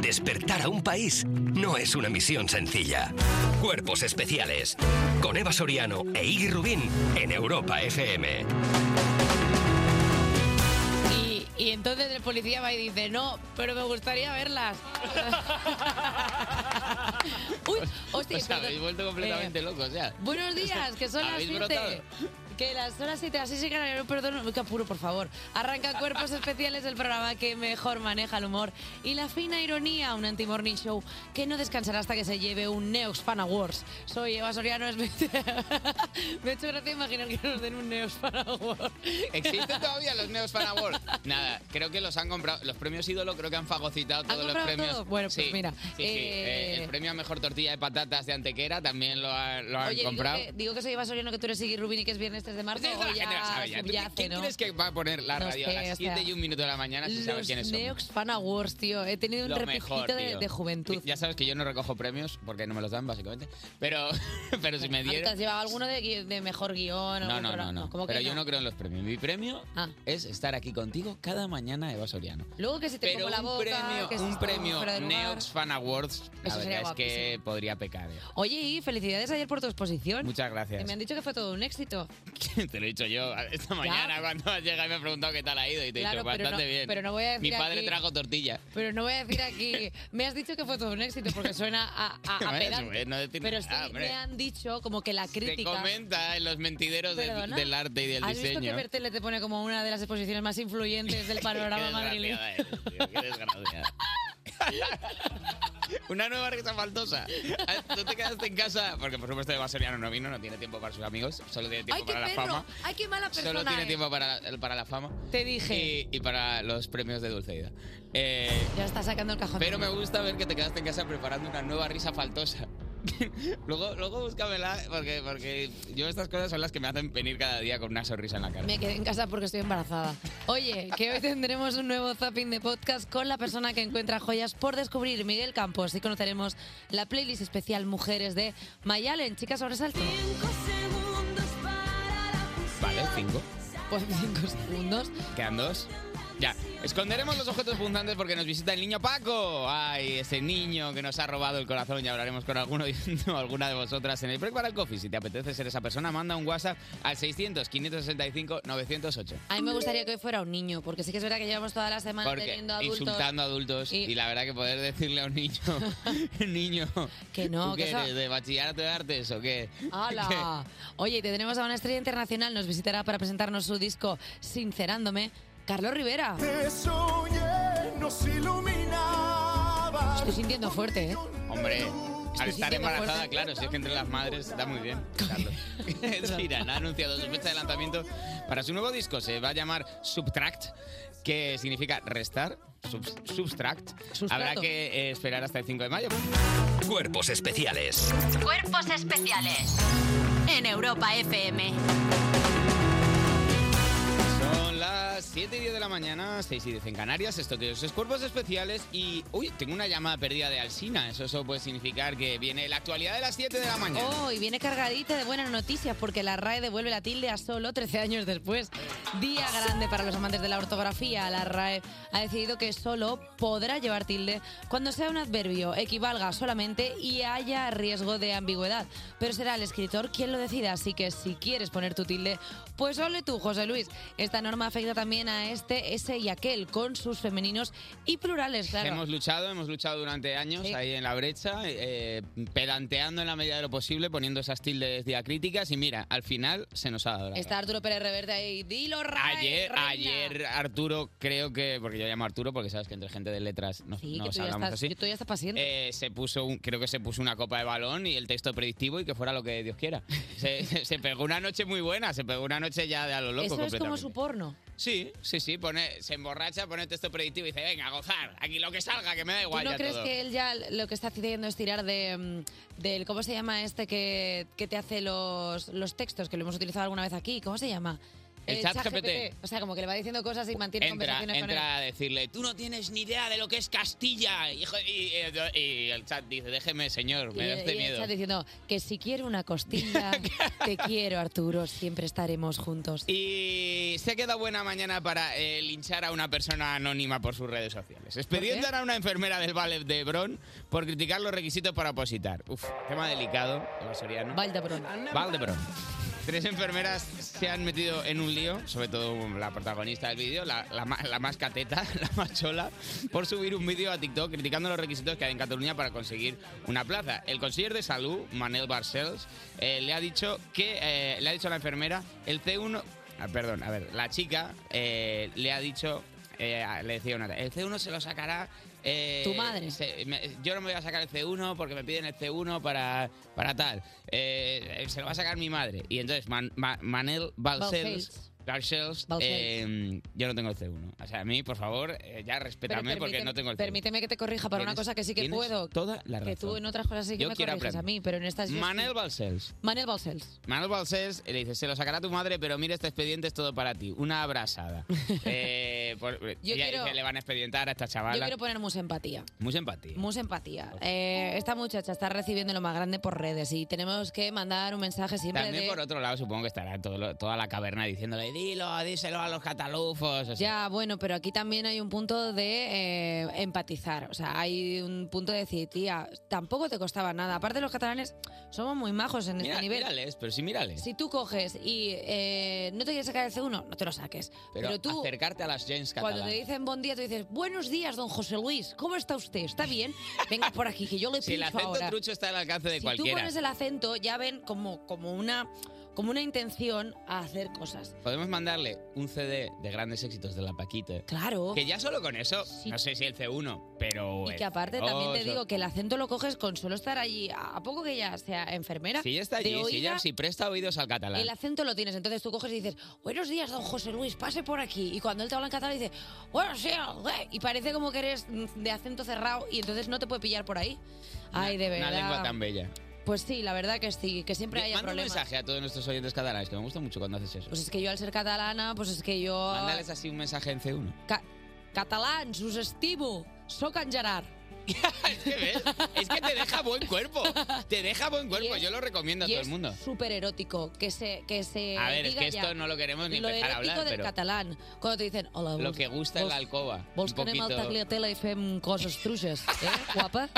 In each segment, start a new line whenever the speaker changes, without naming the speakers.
Despertar a un país no es una misión sencilla. Cuerpos especiales. Con Eva Soriano e Iggy Rubín en Europa FM.
Y, y entonces el policía va y dice, no, pero me gustaría verlas. Uy, hostia,
Os habéis
perdón.
vuelto completamente locos ya.
eh, Buenos días, que son las
Habéis
7. Que las son las 7, así se ganarán, perdón, uy, qué apuro, por favor. Arranca Cuerpos Especiales, el programa que mejor maneja el humor y la fina ironía, un anti-morning show que no descansará hasta que se lleve un Neox Fan Awards. Soy Eva Soriano, es... me ha hecho gracia imaginar que nos den un Neox Fan Award.
¿Existen todavía los Neos Fan Awards? Nada, creo que los han comprado. Los premios ídolo creo que han fagocitado todos los
comprado
premios.
todo? Bueno, pues
Sí,
mira,
sí, sí.
eh,
Eh, el premio a mejor tortilla de patatas de Antequera también lo, ha- lo han
Oye, digo
comprado.
que, digo que soy Eva Soriano, que tú eres Iggy Rubin y que es viernes 3 de marzo.
Esta
o
la gente lo sabe ya. ¿Tú qué-
subyace,
¿Quién
¿no?
crees que va a poner la
No
radio
sé,
a
o
las 7
sea,
y un minuto de la mañana si sabe
Los
quiénes son?
Neox Fan Awards, tío. He tenido un
Lo
repijito
mejor,
de,
tío.
de juventud.
Ya sabes que yo no recojo premios porque no me los dan, básicamente. Pero, pero si me
Ah, ¿Te has
dieron.
llevado alguno de, gui- de mejor guión? algún
No, no, no,
programa?
no.
¿Cómo que Ah.
Pero yo no creo en los premios. Mi premio es estar aquí contigo cada mañana, Eva Soriano.
Luego que se te
Pero
como la
un
boca.
premio,
que se
un
está
premio
fuera de lugar.
Neox Fan Awards, la
Eso sería
verdad es que
guapísimo.
podría pecar. eh.
Oye, y felicidades ayer por tu exposición.
Muchas
Que
gracias.
Me han dicho que fue todo un éxito.
Te lo he dicho yo esta mañana cuando has llegado y me has preguntado qué tal ha ido y te he
Claro,
dicho
pero
bastante
no-
bien.
pero no voy a decir
Mi padre
aquí-
trajo tortilla.
Pero no voy a decir aquí. Me has dicho que fue todo un éxito porque suena a, a, a pedante.
No decir
Pero sí
nada, hombre.
me han dicho como que la
Se
crítica.
comenta en los mentideros del-
Perdona,
del arte y del
¿Has
diseño.
visto que Bertele te pone como una de las exposiciones más influyentes del panorama madrileño?
desgraciada eres, tío, qué desgraciada. Una nueva risa faltosa. Ah, Tú te quedaste en casa, porque por supuesto Eva Soriano no vino, no tiene tiempo para sus amigos, solo tiene tiempo
¡Ay, qué
para la
perro!
fama.
¡Ay, qué mala persona!
Solo tiene
es!
tiempo para, para la fama.
Te dije.
Y, y para los premios de Dulceida. Eh,
Ya está sacando el cajón.
pero me gusta ver que te quedaste en casa preparando una nueva risa faltosa. luego, luego búscamela, porque, porque yo estas cosas son las que me hacen venir cada día con una sonrisa en la cara.
Me quedé en casa porque estoy embarazada. Oye, que hoy tendremos un nuevo zapping de podcast con la persona que encuentra joyas por descubrir, Miguel Campos. Y conoceremos la playlist especial Mujeres de Mayalen, Chicas Sobresalto.
Vale, cinco.
Pues cinco segundos.
Quedan dos. Ya. Esconderemos los objetos punzantes porque nos visita el niño Paco. Ay, ese niño que nos ha robado el corazón. Ya hablaremos con alguno o alguna de vosotras en el break para el coffee. Si te apetece ser esa persona, manda un WhatsApp al 600-565-908.
A mí me gustaría que hoy fuera un niño, porque sí que es verdad que llevamos toda la semana
Porque
teniendo adultos.
insultando a adultos y, la verdad que poder decirle a un niño, niño,
Que no,
¿tú
que
qué
eso-
eres, de bachillerato de artes o qué?
¡Hala! Oye, y tendremos a una estrella internacional, nos visitará para presentarnos su disco Sincerándome, Carlos Rivera.
Te soñé, nos iluminaba.
Estoy sintiendo fuerte, ¿eh?
Hombre,
Estoy
al estar
sintiendo
embarazada,
fuerte.
claro, si es que entre las madres está muy bien. Carlos. Irán ha anunciado su fecha de lanzamiento para su nuevo disco. Se va a llamar Subtract, que significa restar, subs- subtract. Habrá que eh, esperar hasta el 5 de mayo.
Cuerpos especiales.
Cuerpos especiales en Europa FM.
Son las 7 y 10 de la mañana, 6 y 10 en Canarias. Esto que es Cuerpos Especiales. Y, uy, tengo una llamada perdida de Alsina. Eso, eso puede significar que viene la actualidad de las 7 de la mañana.
Oh, y viene cargadita de buenas noticias porque la RAE devuelve la tilde a solo 13 años después. Día grande para los amantes de la ortografía. La RAE ha decidido que solo podrá llevar tilde cuando sea un adverbio, equivalga solamente y haya riesgo de ambigüedad. Pero será el escritor quien lo decida, así que si quieres poner tu tilde, pues ole tú, José Luis. Esta norma afecta también a este, ese y aquel, con sus femeninos y plurales, claro.
Hemos luchado, hemos luchado durante años
Sí.
ahí en la brecha, eh, pedanteando en la medida de lo posible, poniendo esas tildes diacríticas y mira, al final se nos ha dado. la
Está Arturo Pérez Reverte ahí. Dilo, RAE.
Ayer,
reina".
ayer Arturo, creo que, porque yo llamo a Arturo porque sabes que entre gente de letras nos,
Sí, que
nos
tú ya
hablamos
estás,
así.
que tú ya estás paciente.
Eh, se puso un- creo que se puso una copa de balón y el texto predictivo y que fuera lo que Dios quiera. Se, se- se pegó una noche muy buena, se pegó una noche ya de a lo loco
Eso es como
completamente.
su porno.
Sí, sí, sí, pone, se emborracha, pone texto predictivo y dice, venga, gozar, aquí lo que salga, que me da
¿Tú
igual
no
ya
crees
todo".
que él ya lo que está haciendo es tirar de, mm, del cómo se llama este que, que te hace los, los textos que lo hemos utilizado alguna vez aquí? ¿Cómo se llama?
El
eh,
chat
ChatGPT.
GPT.
O sea, como que le va diciendo cosas y mantiene
Entra,
conversaciones
entra a decirle, tú no tienes ni idea de lo que es Castilla. hijo- Y, y- y el chat dice, déjeme, señor,
con
me
él.
da
Y,
este
y el
miedo.
chat diciendo que si quiero una costilla, te quiero, Arturo, siempre estaremos juntos.
Y se ha quedado buena mañana para eh, linchar a una persona anónima por sus redes sociales. Expedientan a una enfermera del ballet de Bron por criticar los requisitos para opositar. Uf, tema delicado, Eva Soriano.
Valdebrón.
Valdebrón. Tres enfermeras se han metido en un lío, sobre todo la protagonista del vídeo, la, la ma- la más cateta, la más chola, por subir un vídeo a TikTok criticando los requisitos que hay en Cataluña para conseguir una plaza. El consejero de salud, Manel Barcels, eh, le ha dicho que eh, le ha dicho a la enfermera el C1, ah, perdón, a ver, la chica eh, le ha dicho, eh, a- le decía una, el C1 se lo sacará. eh,
Tu madre.
se- me- yo no me voy a sacar el C1 porque me piden el C1 para, para tal. Eh, eh, se lo va a sacar mi madre. Y entonces Man- Ma- Manel Balcells.
Balcells.
Balcells,
Balcells.
eh, yo no tengo el C1. O sea, a mí, por favor, eh, ya
Pero
respétame porque
permíteme-
no tengo el C1.
Permíteme que te corrija para una
Tienes-
cosa que sí que
tienes
puedo.
toda la
Que tú
razón.
en otras cosas sí que
Yo
me
quiero
corriges a
aprender.
mí, pero en estas... yo sí.
Manel Balcells.
Manel Balcells.
Manuel Balsés le dice, se lo sacará tu madre, pero mira, este expediente es todo para ti. Una abrazada. Eh, por-
Yo
ella
quiero-
dice, le van a expedientar a esta
Yo
chavala.
quiero poner mucha empatía.
Mucha empatía.
Mucha empatía. Eh, esta muchacha está recibiendo lo más grande por redes y tenemos que mandar un mensaje siempre
También
de...
por otro lado supongo que estará todo lo- toda la caverna diciéndole, dilo, díselo a los catalufos. o sea,
Ya, bueno, pero aquí también hay un punto de eh, empatizar. O sea, hay un punto de decir, tía, tampoco te costaba nada. Aparte, los catalanes somos muy majos en
mira-
este nivel.
Mírales, pero sí mírales.
Si tú coges y eh, no te quieres sacar el C1, no te lo saques.
pero,
Pero, tú,
acercarte a las James
cuando
catalanas.
te dicen buen día, tú dices, buenos días, don José Luis, ¿cómo está usted? ¿Está bien? Venga por aquí, que yo le
Si el
pincho
acento
ahora.
trucho está al alcance de
si tú
cualquiera.
pones el acento, ya ven como, como, una, como una intención a hacer cosas.
Podemos mandarle un CD de grandes éxitos de la Paquita.
Claro.
Que ya solo con eso, no sé si el C1, pero...
Y
el
que aparte
C2
también te
o-
digo que el acento lo coges con solo estar allí. A a poco que ya sea enfermera.
Si ella está allí,
de
si
oída,
ella si presta oídos al catalán.
El acento lo tienes, entonces tú coges y dices, buenos días, don José Luis, pase por aquí. Y cuando él te habla en catalán, dice, buenos días, güey". y parece como que eres mm, de acento cerrado y entonces no te puede pillar por ahí. Ay, de
Una
verdad.
lengua tan bella.
Pues sí, la verdad que sí, que siempre haya
Manda
problemas.
un mensaje a todos nuestros oyentes catalanes, que me gusta mucho cuando haces eso.
Pues es que yo al ser catalana, pues es que yo...
Mándales así un mensaje en C1.
Ca- Catalans, us estimo, soc en Gerard.
Es que te deja buen cuerpo. Te deja buen cuerpo. Yo lo recomiendo a
y
todo
es
el mundo.
súper erótico que se, que se
A ver, es
diga
que esto
ya.
no lo queremos ni
lo
empezar a
erótico
hablar,
del
pero
catalán. Cuando te dicen, hola,
lo
vols-
que gusta en la
vols-
alcoba.
Vols
un
que anem al
poquito-
Tagliatella y fem cosas truches, eh, guapa?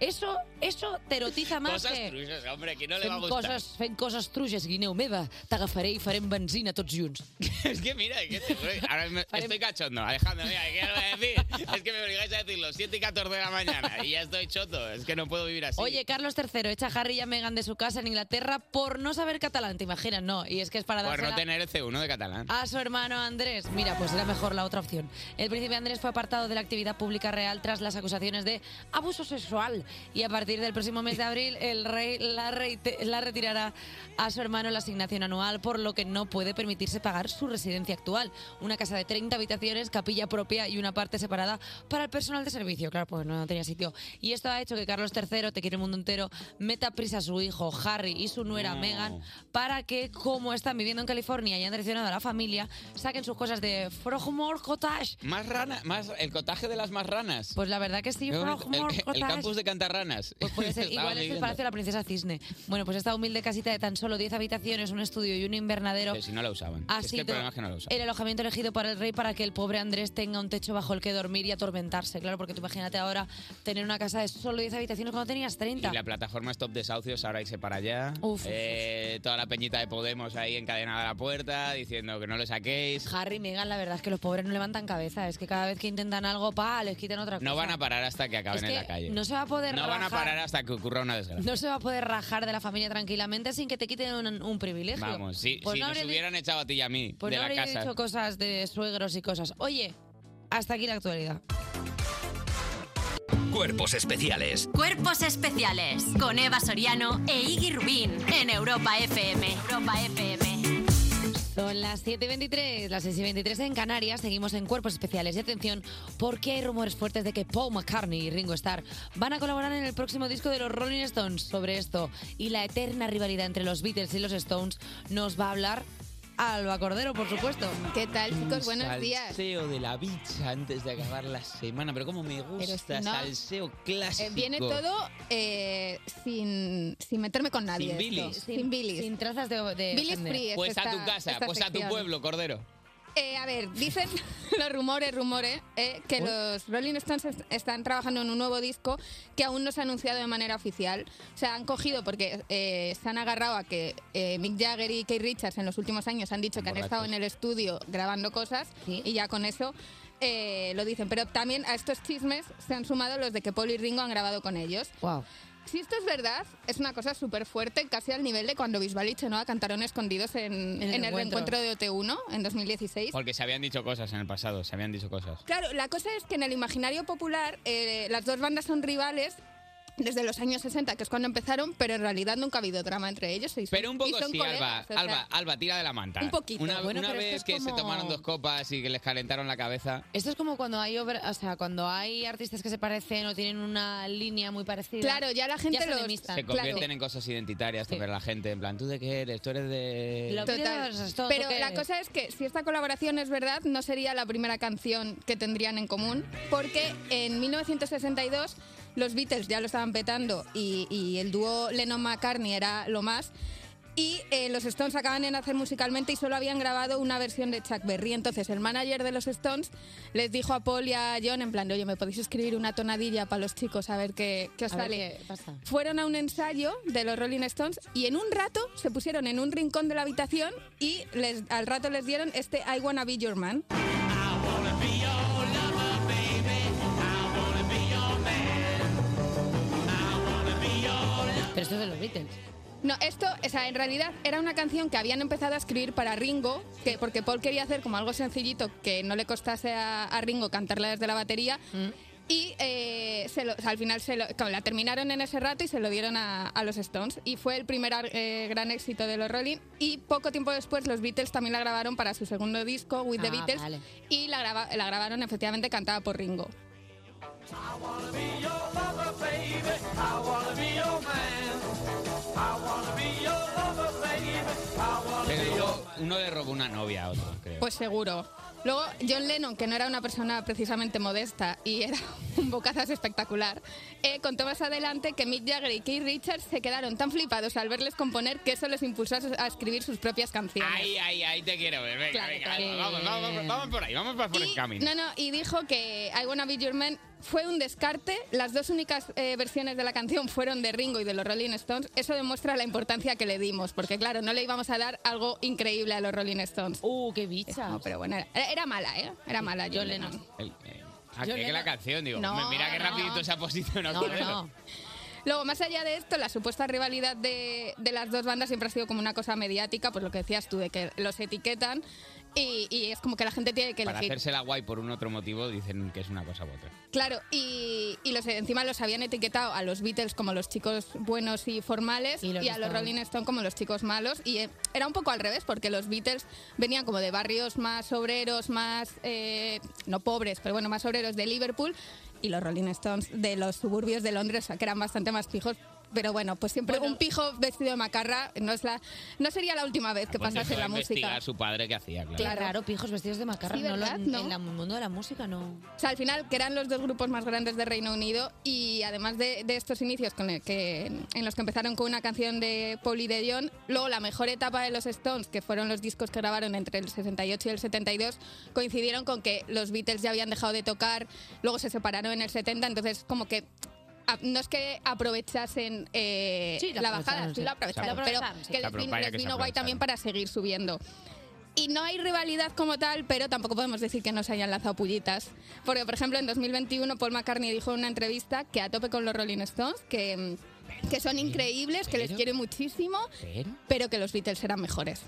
Eso, eso te erotiza más
Cosas
que...
truchas, hombre, que no le va a
Fem
gustar.
coses, fent coses truges, Guineu meva, t'agafaré i farem benzina tots junts.
Es que mira, es que te- ahora me- estoy cachondo. Alejandro, mira, ¿qué os voy a decir? Es que me obligáis a decirlo. 7 y 14 de la mañana y ya estoy choto. Es que no puedo vivir así.
Oye, Carlos III echa a Harry y a Meghan de su casa en Inglaterra por no saber catalán, ¿te imaginas? No, y es que es para Ah.
Por
dársela
no tener el C1 de catalán.
A su hermano Andrés. Mira, pues era mejor la otra opción. El príncipe Andrés fue apartado de la actividad pública real tras las acusaciones de abuso sexual. Y a partir del próximo mes de abril, el rey la, reite- la retirará a su hermano la asignación anual, por lo que no puede permitirse pagar su residencia actual. Una casa de 30 habitaciones, capilla propia y una parte separada para el personal de servicio. Claro, pues no tenía sitio. Y esto ha hecho que Carlos III, te quiere el mundo entero, meta prisa a su hijo Harry y su nuera
No.
Meghan para que, como están viviendo en California y han traicionado a la familia, saquen sus cosas de Frogmore Cottage.
Más rana, más el cotaje de las más ranas.
Pues la verdad que sí,
Qué bonito.
Frogmore
el, el- el
Cottage.
campus de Cantarranas.
Puede ser,
Estaba
igual es el
viviendo.
Palacio de la Princesa Cisne. Bueno, pues esta humilde casita de tan solo 10 habitaciones, un estudio y un invernadero
Pero si no la usaban.
ha
es que
sido
el problema es que no la usaban.
el alojamiento elegido para el rey para que el pobre Andrés tenga un techo bajo el que dormir y atormentarse. Claro, porque tú imagínate ahora tener una casa de solo 10 habitaciones cuando tenías 30.
Y la plataforma Stop Desahucios ahora irse para allá.
Uf, uf,
Eh, toda la peñita de Podemos ahí encadenada a la puerta, diciendo que no le saquéis.
Harry y Meghan, la verdad es que los pobres no levantan cabeza. Es que cada vez que intentan algo, pa, les quitan otra cosa.
No van a parar hasta que acaben
Es que
en la calle.
no se va a poder
No van a
rajar.
parar hasta que ocurra una desgracia.
No se va a poder rajar de la familia tranquilamente sin que te quiten un, un privilegio.
Vamos, si,
Pues
si
no
nos
habría di-
hubieran echado a ti y a mí
Pues
de
no
la
habría
casa.
dicho cosas de suegros y cosas. Oye, hasta aquí la actualidad.
Cuerpos especiales
Cuerpos especiales con Eva Soriano e Iggy Rubín en Europa FM. Europa FM.
Son las 7.23, las 6.23 en Canarias. Seguimos en Cuerpos Especiales. Y atención, porque hay rumores fuertes de que Paul McCartney y Ringo Starr van a colaborar en el próximo disco de los Rolling Stones. Sobre esto y la eterna rivalidad entre los Beatles y los Stones, nos va a hablar Alba Cordero, por supuesto.
¿Qué tal, chicos?
Un
Buenos días.
Salseo de la bicha antes de acabar la semana. Pero cómo me gusta,
si no-
salseo clásico.
Eh, viene todo eh, sin, sin meterme con nadie.
Sin
esto.
bilis.
Sin bilis.
Sin trazas de...
bilis free es
Pues a
esta-
tu casa,
esta
pues a tu
sección.
pueblo, Cordero.
Eh, a ver, dicen los rumores, rumores, eh, que los Rolling Stones est- están trabajando en un nuevo disco que aún no se ha anunciado de manera oficial. Se han cogido porque eh, se han agarrado a que eh, Mick Jagger y Keith Richards en los últimos años han dicho que han
Borrachos.
estado en el estudio grabando cosas y ya con eso eh, lo dicen. Pero también a estos chismes se han sumado los de que Paul y Ringo han grabado con ellos.
Wow.
Si esto es verdad, es una cosa súper fuerte, casi al nivel de cuando Bisbal y Chenoa cantaron escondidos en,
el
en el
reencuentro.
reencuentro de OT1 en 2016.
Porque se habían dicho cosas en el pasado, se habían dicho cosas.
Claro, la cosa es que en el imaginario popular eh, las dos bandas son rivales desde los años 60, que es cuando empezaron, pero en realidad nunca ha habido drama entre ellos. y son-
Pero un poco
y son
sí,
colegas,
Alba,
o sea,
Alba, Alba, tira de la manta.
Un poquito.
Una,
Bueno,
una
pero
vez
esto es
que se
como-
tomaron dos copas y que les calentaron la cabeza.
Esto es como cuando hay obra- o sea, cuando hay artistas que se parecen o tienen una línea muy parecida.
Claro, ya la gente
se
los-
enemistan.
Se convierten en cosas identitarias, pero la gente, en plan, ¿tú de qué eres? ¿Tú eres de...?
Total. Pero la cosa es que si esta colaboración es verdad, no sería la primera canción que tendrían en común, porque en 1962 los Beatles ya lo estaban petando y, y el dúo Lennon-McCartney era lo más. Y eh, los Stones acaban de nacer musicalmente y solo habían grabado una versión de Chuck Berry. Entonces el manager de los Stones les dijo a Paul y a John en plan, de, oye, ¿me podéis escribir una tonadilla para los chicos a ver qué, qué os
A ver
sale?
qué pasa.
Fueron a un ensayo de los Rolling Stones y en un rato se pusieron en un rincón de la habitación y les, al rato les dieron este I Wanna Be Your Man.
Pero esto es de los Beatles.
No, esto, o sea, en realidad era una canción que habían empezado a escribir para Ringo, que, porque Paul quería hacer como algo sencillito que no le costase a, a Ringo cantarla desde la batería.
Mm.
Y eh, se lo- o sea, al final se lo- claro, la terminaron en ese rato y se lo dieron a, a los Stones. Y fue el primer ar- eh, gran éxito de los Rolling. Y poco tiempo después los Beatles también la grabaron para su segundo disco, With the
Ah,
Beatles.
vale.
Y la, graba- la grabaron efectivamente cantada por Ringo.
Pero luego uno le robó una novia a otro, creo.
Pues seguro. Luego, John Lennon, que no era una persona precisamente modesta y era un bocazas espectacular, eh, contó más adelante que Mick Jagger y Keith Richards se quedaron tan flipados al verles componer que eso les impulsó a, su- a escribir sus propias canciones.
Ahí, ahí, ahí te quiero ver. Venga,
Claro,
venga,
claro.
vamos, vamos, vamos, vamos por ahí, vamos por el camino.
No, no, y dijo que I Wanna Be Your Man fue un descarte. Las dos únicas eh, versiones de la canción fueron de Ringo y de los Rolling Stones. Eso demuestra la importancia que le dimos, porque claro, no le íbamos a dar algo increíble a los Rolling Stones.
¡Uh, qué bicha!
No, pero bueno, era, era mala, ¿eh? Era mala, John Lennon.
El- eh, ah,
Yo
creía
le-
que la canción, digo,
No,
hombre, mira qué
no.
rapidito se ha posicionado
No,
Cordero.
no. Luego, más allá de esto, la supuesta rivalidad de, de las dos bandas siempre ha sido como una cosa mediática, pues lo que decías tú, de que los etiquetan y, y es como que la gente tiene que
Para
elegir.
hacérsela guay por un otro motivo, dicen que es una cosa u otra.
Claro, y, y los, encima los habían etiquetado a los Beatles como los chicos buenos y formales y,
los
a los
Stones.
Rolling Stone como los chicos malos. Y eh, era un poco al revés, porque los Beatles venían como de barrios más obreros, más, eh, no pobres, pero bueno, más obreros de Liverpool y los Rolling Stones de los suburbios de Londres, o sea, que eran bastante más fijos. Pero bueno, pues siempre un pijo vestido de macarra no es la no sería la última vez que
Pues
pasase
dejó
la
de investigar
música.
a su padre que hacía, claro.
Qué raro, pijos vestidos de macarra.
Sí,
no lo-
¿verdad? ¿No?
En el mundo de la música no.
O sea, al final, que eran los dos grupos más grandes de Reino Unido y además de, de estos inicios con el que, en los que empezaron con una canción de Paul y de John, luego la mejor etapa de los Stones, que fueron los discos que grabaron entre el 68 y el 72, coincidieron con que los Beatles ya habían dejado de tocar, luego se separaron en el 70, entonces como que... a- No es que aprovechasen eh,
Sí, la
la bajada,
aprovecharon,
sí
sí.
la aprovecharon,
La
pero
aprovecharon, sí.
que les,
Apro-
vin-
vaya
les
que se
vino guay también para seguir subiendo. Y no hay rivalidad como tal, pero tampoco podemos decir que no se hayan lanzado pullitas. Porque, por ejemplo, en 2021 Paul McCartney dijo en una entrevista que a tope con los Rolling Stones, que, que son increíbles, que les
pero-
quiere muchísimo, pero que los Beatles eran mejores.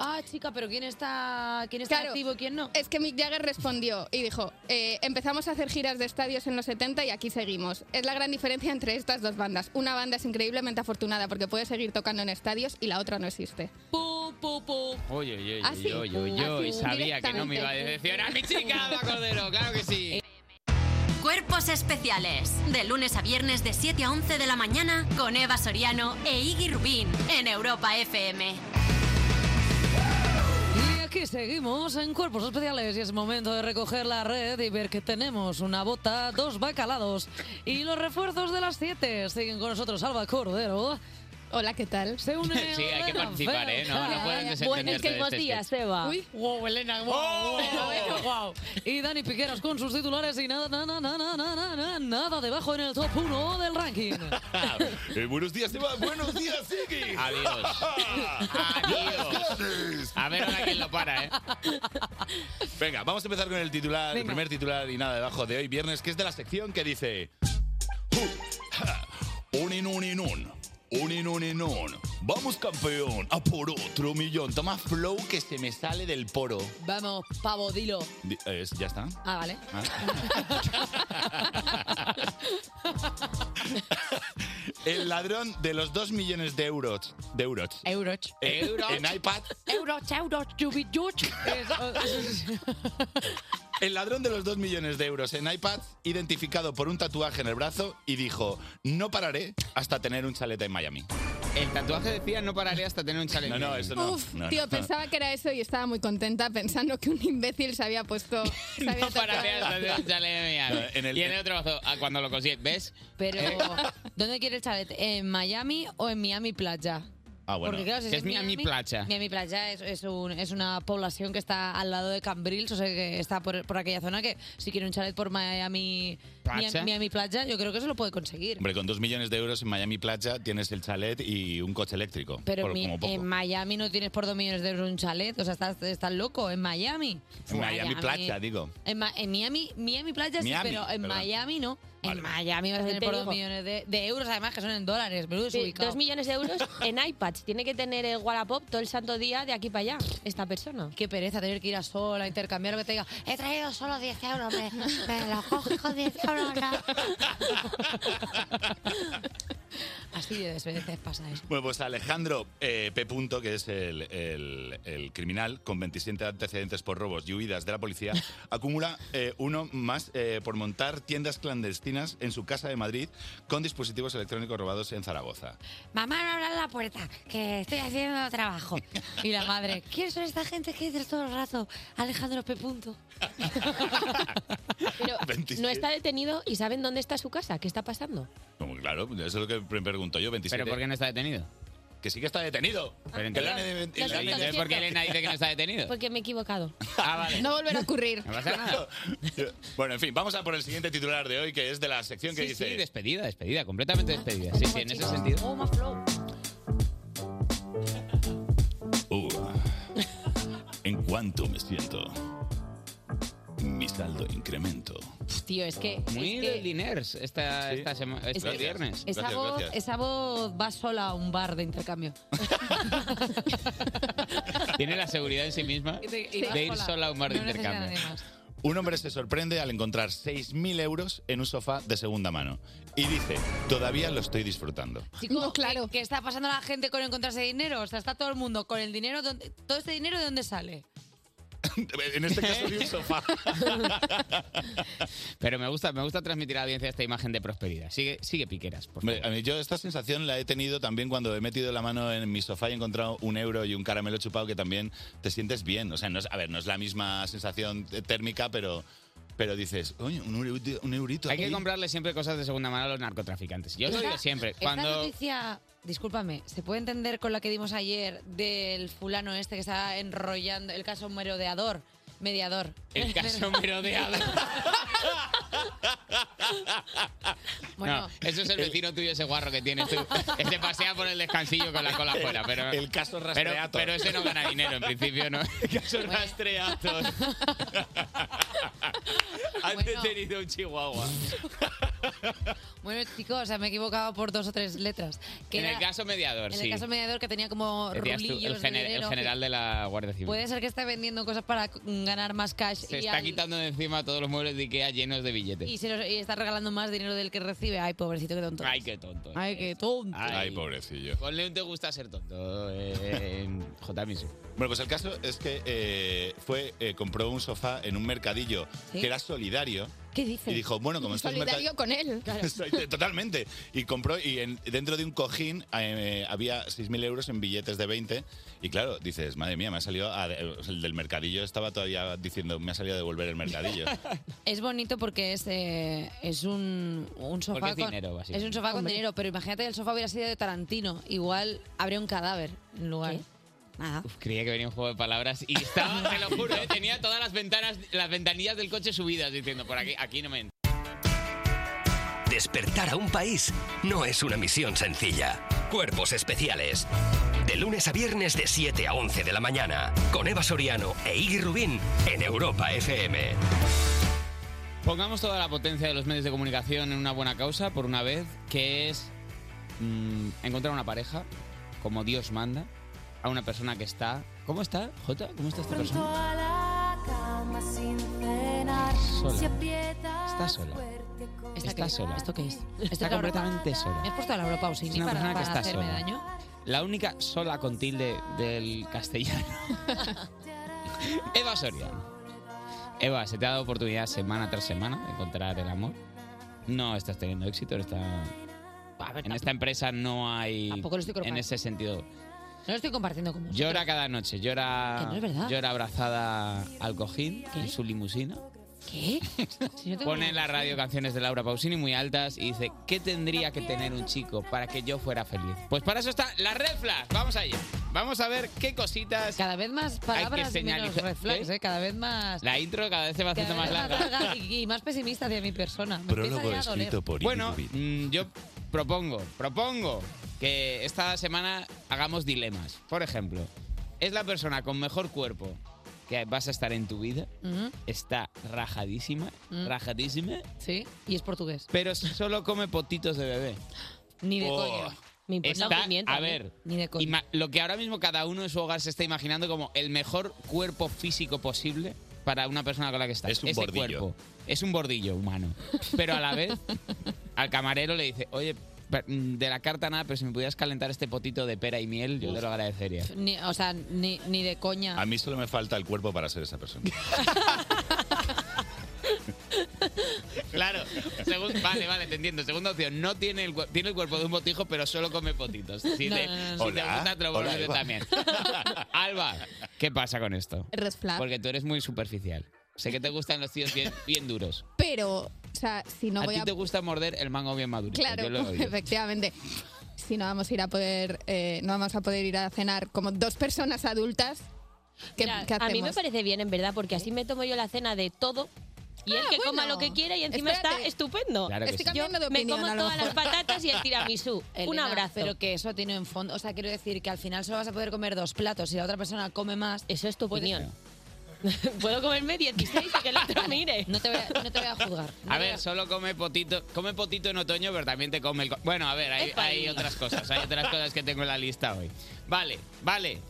Ah, chica, pero ¿quién está, quién está activo y quién no?
Es que Mick Jagger respondió y dijo, eh, empezamos a hacer giras de estadios en los 70 y aquí seguimos. Es la gran diferencia entre estas dos bandas. Una banda es increíblemente afortunada porque puede seguir tocando en estadios y la otra no existe.
Pu, pu, pu.
Oye, oye,
Así,
oye, oye, oye, oye,
así,
sabía que no me iba a
directamente.
decepcionar mi chica, Alba Cordero, claro que sí.
Cuerpos especiales. De lunes a viernes de 7 a 11 de la mañana con Eva Soriano e Iggy Rubín en Europa FM.
aquí seguimos en Cuerpos Especiales y es momento de recoger la red y ver que tenemos una bota, dos bacalados y los refuerzos de las siete. Siguen con nosotros Alba Cordero.
Hola, ¿qué tal?
Se une
Sí, hay que
Elena
participar, ¿eh? No, no puedes
Bueno, es
desentenderte
que
de
el
este
Matías
sketch.
se va.
Uy.
Wow, Elena, wow, wow, wow. Y Dani Piqueras con sus titulares y nada, nada, nada, nada, nada, nada debajo en el top 1 del ranking.
Eh, buenos días, Eva. Buenos días, Sigui.
Adiós. Adiós. A ver ahora quién lo para, ¿eh?
Venga, vamos a empezar con el titular, el
Venga.
primer titular y nada debajo de hoy, viernes, que es de la sección que dice... "Ju, ja, Un en un en un. Un en un en un. Vamos, campeón, a por otro millón. Toma flow que se me sale del poro.
Vamos, pavo, dilo.
Di- es- ¿Ya está?
Ah, vale.
Ah. el ladrón de los dos millones de euros. De euros.
Euroch.
En-
Euros.
En iPad.
Euroch, Euroch, Yubi, Yuch.
El ladrón de los 2 millones de euros en iPad, identificado por un tatuaje en el brazo, y dijo, no pararé hasta tener un chalete en Miami.
El tatuaje decía no pararé hasta tener un challenge.
No, no, eso no.
Uf,
no, no.
tío, pensaba que era eso y estaba muy contenta pensando que un imbécil se había puesto. se había
No pararé
tatuado.
hasta tener un challenge.
No, en el-
y en el otro brazo, ah, cuando lo consigues, ¿ves?
Pero,
Eh.
¿dónde quiere el chalet? ¿En Miami o en Miami Playa?
Ah, bueno.
Porque claro, si
que
es
es Miami Playa.
Miami Playa es, es un- es una población que está al lado de Cambrils, o sea que está por, por aquella zona que si quiere un chalet por Miami
Playa.
Miami, Miami Playa, yo creo que se lo puede conseguir.
Hombre, con 2 millones de euros en Miami Playa tienes el chalet y un coche eléctrico.
Pero
por-
mi-
como poco.
en Miami no tienes por dos millones de euros un chalet, o sea, estás, estás loco, en Miami.
En Miami Playa, digo.
En, Ma- en Miami, Miami Playa sí,
Miami,
pero en
perdón.
Miami no.
Vale.
En Miami vas a
Pero
tener
te
por dos
digo-
millones de, de euros, además que son en dólares, menudo
Sí,
desubicado.
Dos millones de euros en iPads. Tiene que tener el Wallapop todo el santo día de aquí para allá, esta persona.
Qué pereza tener que ir a sola, intercambiar lo que te diga. He traído solo 10 euros, me, me los cojo con 10 euros. ¿no?". Así de desveces pasa eso.
Bueno, pues Alejandro eh, P. Punto, que es el, el- el criminal con 27 antecedentes por robos y huidas de la policía, acumula eh, uno más eh, por montar tiendas clandestinas en su casa de Madrid con dispositivos electrónicos robados en Zaragoza.
Mamá, no abras la puerta, que estoy haciendo trabajo. Y la madre, ¿quién son esta gente que dice todo el rato? Alejandro P. Punto.
Pero
27.
no está detenido y saben dónde está su casa. ¿Qué está pasando?
Como, claro, eso es lo que me pregunto yo, 27.
¿Pero por qué no está detenido? Ah,
Que sí que está detenido.
Pero
Que le
entonces-
han-
Lo
le han-
siento,
¿Sabes
lo
por qué
siento.
Elena dice que no está detenido?
Porque me he equivocado.
Ah, vale.
No volverá a ocurrir.
No pasa nada.
Bueno, en fin, vamos a por el siguiente titular de hoy, que es de la sección que
Sí,
dice...
sí, despedida, despedida, completamente despedida. Sí, sí, en ese sentido.
Oh, más flow.
Uh, en cuanto me siento, mi saldo incremento.
Pf, Tío, es que.
Muy
es que-
del diners esta,
Sí.
esta sema- este
Gracias.
viernes.
Esa,
Gracias,
voz,
gracias.
esa voz va sola a un bar de intercambio.
Tiene la seguridad en sí misma
Y te- y vas
de ir sola a un bar de
No necesita
intercambio.
nadie más.
Un hombre se sorprende al encontrar 6.000 euros en un sofá de segunda mano y dice, todavía lo estoy disfrutando.
Chico,
No, claro.
¿qué, qué está pasando a la gente con encontrarse dinero? O sea, está todo el mundo con el dinero. ¿dónde- ¿Todo este dinero de dónde sale?
En este caso de un sofá.
Pero me gusta, me gusta transmitir a la audiencia esta imagen de prosperidad. Sigue, sigue piqueras, por
Hombre, a
favor.
mí yo esta sensación la he tenido también cuando he metido la mano en mi sofá y he encontrado un euro y un caramelo chupado que también te sientes bien. O sea, no es, a ver, no es la misma sensación eh, térmica, pero, pero dices, oye, un, euro- un eurito.
Hay que
aquí".
comprarle siempre cosas de segunda mano a los narcotraficantes. Yo lo digo siempre.
Esta
Cuando
noticia, discúlpame, ¿se puede entender con la que dimos ayer del fulano este que está enrollando el caso merodeador? Mediador.
el caso merodeado.
Bueno,
No, eso es el vecino tuyo, ese guarro que tienes tú. Ese pasea por el descansillo con la cola fuera. Pero,
El caso
pero,
rastreato.
pero ese no gana dinero, en principio, ¿no? El caso
Bueno.
rastreato. Han
Bueno.
detenido un chihuahua.
bueno, chicos, o sea, me he equivocado por dos o tres letras. Que
en
era-
el caso mediador,
en el
sí.
caso mediador que tenía como
Decías tú, el,
rulillos de
gener- el
dinero.
general de la Guardia Civil.
Puede ser que esté vendiendo cosas para mm, ganar más cash
Se
y
está
al-
quitando de encima todos los muebles de Ikea llenos de billetes.
y se los- y está regalando más dinero del que recibe. Ay, pobrecito, qué tonto.
Ay, qué tonto.
Ay, qué tonto.
Ay.
Ay, pobrecillo.
Ponle un te gusta ser tonto. Eh, en J. Misu.
Bueno, pues el caso es que eh, fue eh, compró un sofá en un mercadillo
Sí.
que era solidario. solidario.
¿Qué dices?
Y dijo, bueno, como esto es merca-
Solidario con él.
Estoy- Totalmente. Y compró, y en- dentro de un cojín eh, había 6.000 euros en billetes de 20. Y claro, dices, madre mía, me ha salido. a- el del mercadillo estaba todavía diciendo, me ha salido a devolver el mercadillo.
Es bonito porque es, eh, es un, un sofá
Porque es
con
dinero,
es
básicamente.
un sofá con
Hombre.
dinero, pero imagínate que el sofá hubiera sido de Tarantino, igual habría un cadáver en lugar. Nada.
Creía que venía un juego de palabras y estaba, te lo juro, eh, tenía todas las ventanas, las ventanillas del coche subidas diciendo, por aquí, aquí no me entro.
Despertar a un país no es una misión sencilla. Cuerpos especiales. De lunes a viernes de 7 a 11 de la mañana. Con Eva Soriano e Iggy Rubín en Europa FM.
Pongamos toda la potencia de los medios de comunicación en una buena causa, por una vez, que es mm, encontrar una pareja, como Dios manda, a una persona que está... ¿Cómo está, Jota? ¿Cómo está esta
Pronto
persona?
a la cama sin cenar.
Sola.
Se aprieta
Está sola.
fuerte con-
Está sola.
¿Esto qué es?
Está completamente sola.
¿Me has puesto a Laura
Es
Pausini
una
para,
persona que
para
está
hacerme
sola.
daño?
La única sola con tilde del castellano. Eva Soriano. Eva, ¿se te ha dado oportunidad semana tras semana de encontrar el amor? No estás teniendo éxito. en esta- en esta empresa no hay...
tampoco lo estoy
en
comparando.
ese sentido.
No lo estoy compartiendo con vosotros.
Llora cada noche. Llora,
Que no es verdad.
llora abrazada al cojín en su limusina.
¿Qué? Si yo tengo
Pone en la radio canciones de Laura Pausini muy altas y dice, ¿qué tendría que tener un chico para que yo fuera feliz? Pues para eso está la red flag. Vamos allá. Vamos a ver qué cositas...
Cada vez más palabras y menos
señalizar,
red flags,
¿eh?
¿eh? cada vez más...
La intro cada vez se va
cada
haciendo más
vez
larga.
larga y, y más pesimista hacia mi persona. Me empieza ya a doler.
Bueno, mm, yo propongo, propongo que esta semana hagamos dilemas. Por ejemplo, ¿es la persona con mejor cuerpo que vas a estar en tu vida?
Ujú.
Está rajadísima,
Mm.
rajadísima,
Sí, y es portugués.
pero solo come potitos de bebé.
Ni de
Oh.
coña.
Está,
¿eh?
a ver,
Ni de coña.
ima- lo que ahora mismo cada uno en su hogar se está imaginando como el mejor cuerpo físico posible para una persona con la que está.
Es un bordillo.
es un bordillo humano. Pero a la vez, al camarero le dice, oye, per- mm, de la carta nada, pero si me pudieras calentar este potito de pera y miel, yo te lo agradecería.
Ni- o sea, ni, ni de coña.
A mí solo me falta el cuerpo para ser esa persona.
Claro, segun- vale, vale, te entiendo. Segunda opción, no tiene el, cuer- tiene el cuerpo de un botijo, pero solo come potitos. Si
No,
te,
no, no, no.
si te
Hola,
gusta, te lo
hola,
prometo
Eva.
también. Alba, ¿qué pasa con esto?
Red flag.
Porque tú eres muy superficial. Sé que te gustan los tíos bien, bien duros.
Pero, o sea, si no
a
voy
ti
a...
te gusta morder el mango bien maduro.
Claro,
yo lo he oído.
efectivamente. Si no vamos a ir a poder, eh, no vamos a poder ir a cenar como dos personas adultas, ¿qué,
Mira,
qué
a mí me
hacemos?
parece bien, en verdad, porque así me tomo yo la cena de todo. Y el
Ah,
que
bueno.
coma lo que quiera y encima está
Espérate.
estupendo.
Claro que Estoy sí.
Yo
cambiando de
Me
opinión,
como
a lo
todas las
mejor.
patatas y el tiramisú. Un
Elena,
abrazo.
Pero que eso tiene en fondo. O sea, quiero decir que al final solo vas a poder comer dos platos y la otra persona come más.
Eso es tu opinión. Puedo comerme 16 y que el otro mire.
No te voy a, no te voy a juzgar.
A ver, solo come potito, come potito en otoño, pero también te come el... co- Bueno, a ver, hay,
Epa,
hay
y-
otras cosas, hay otras cosas que tengo en la lista hoy. Vale, vale,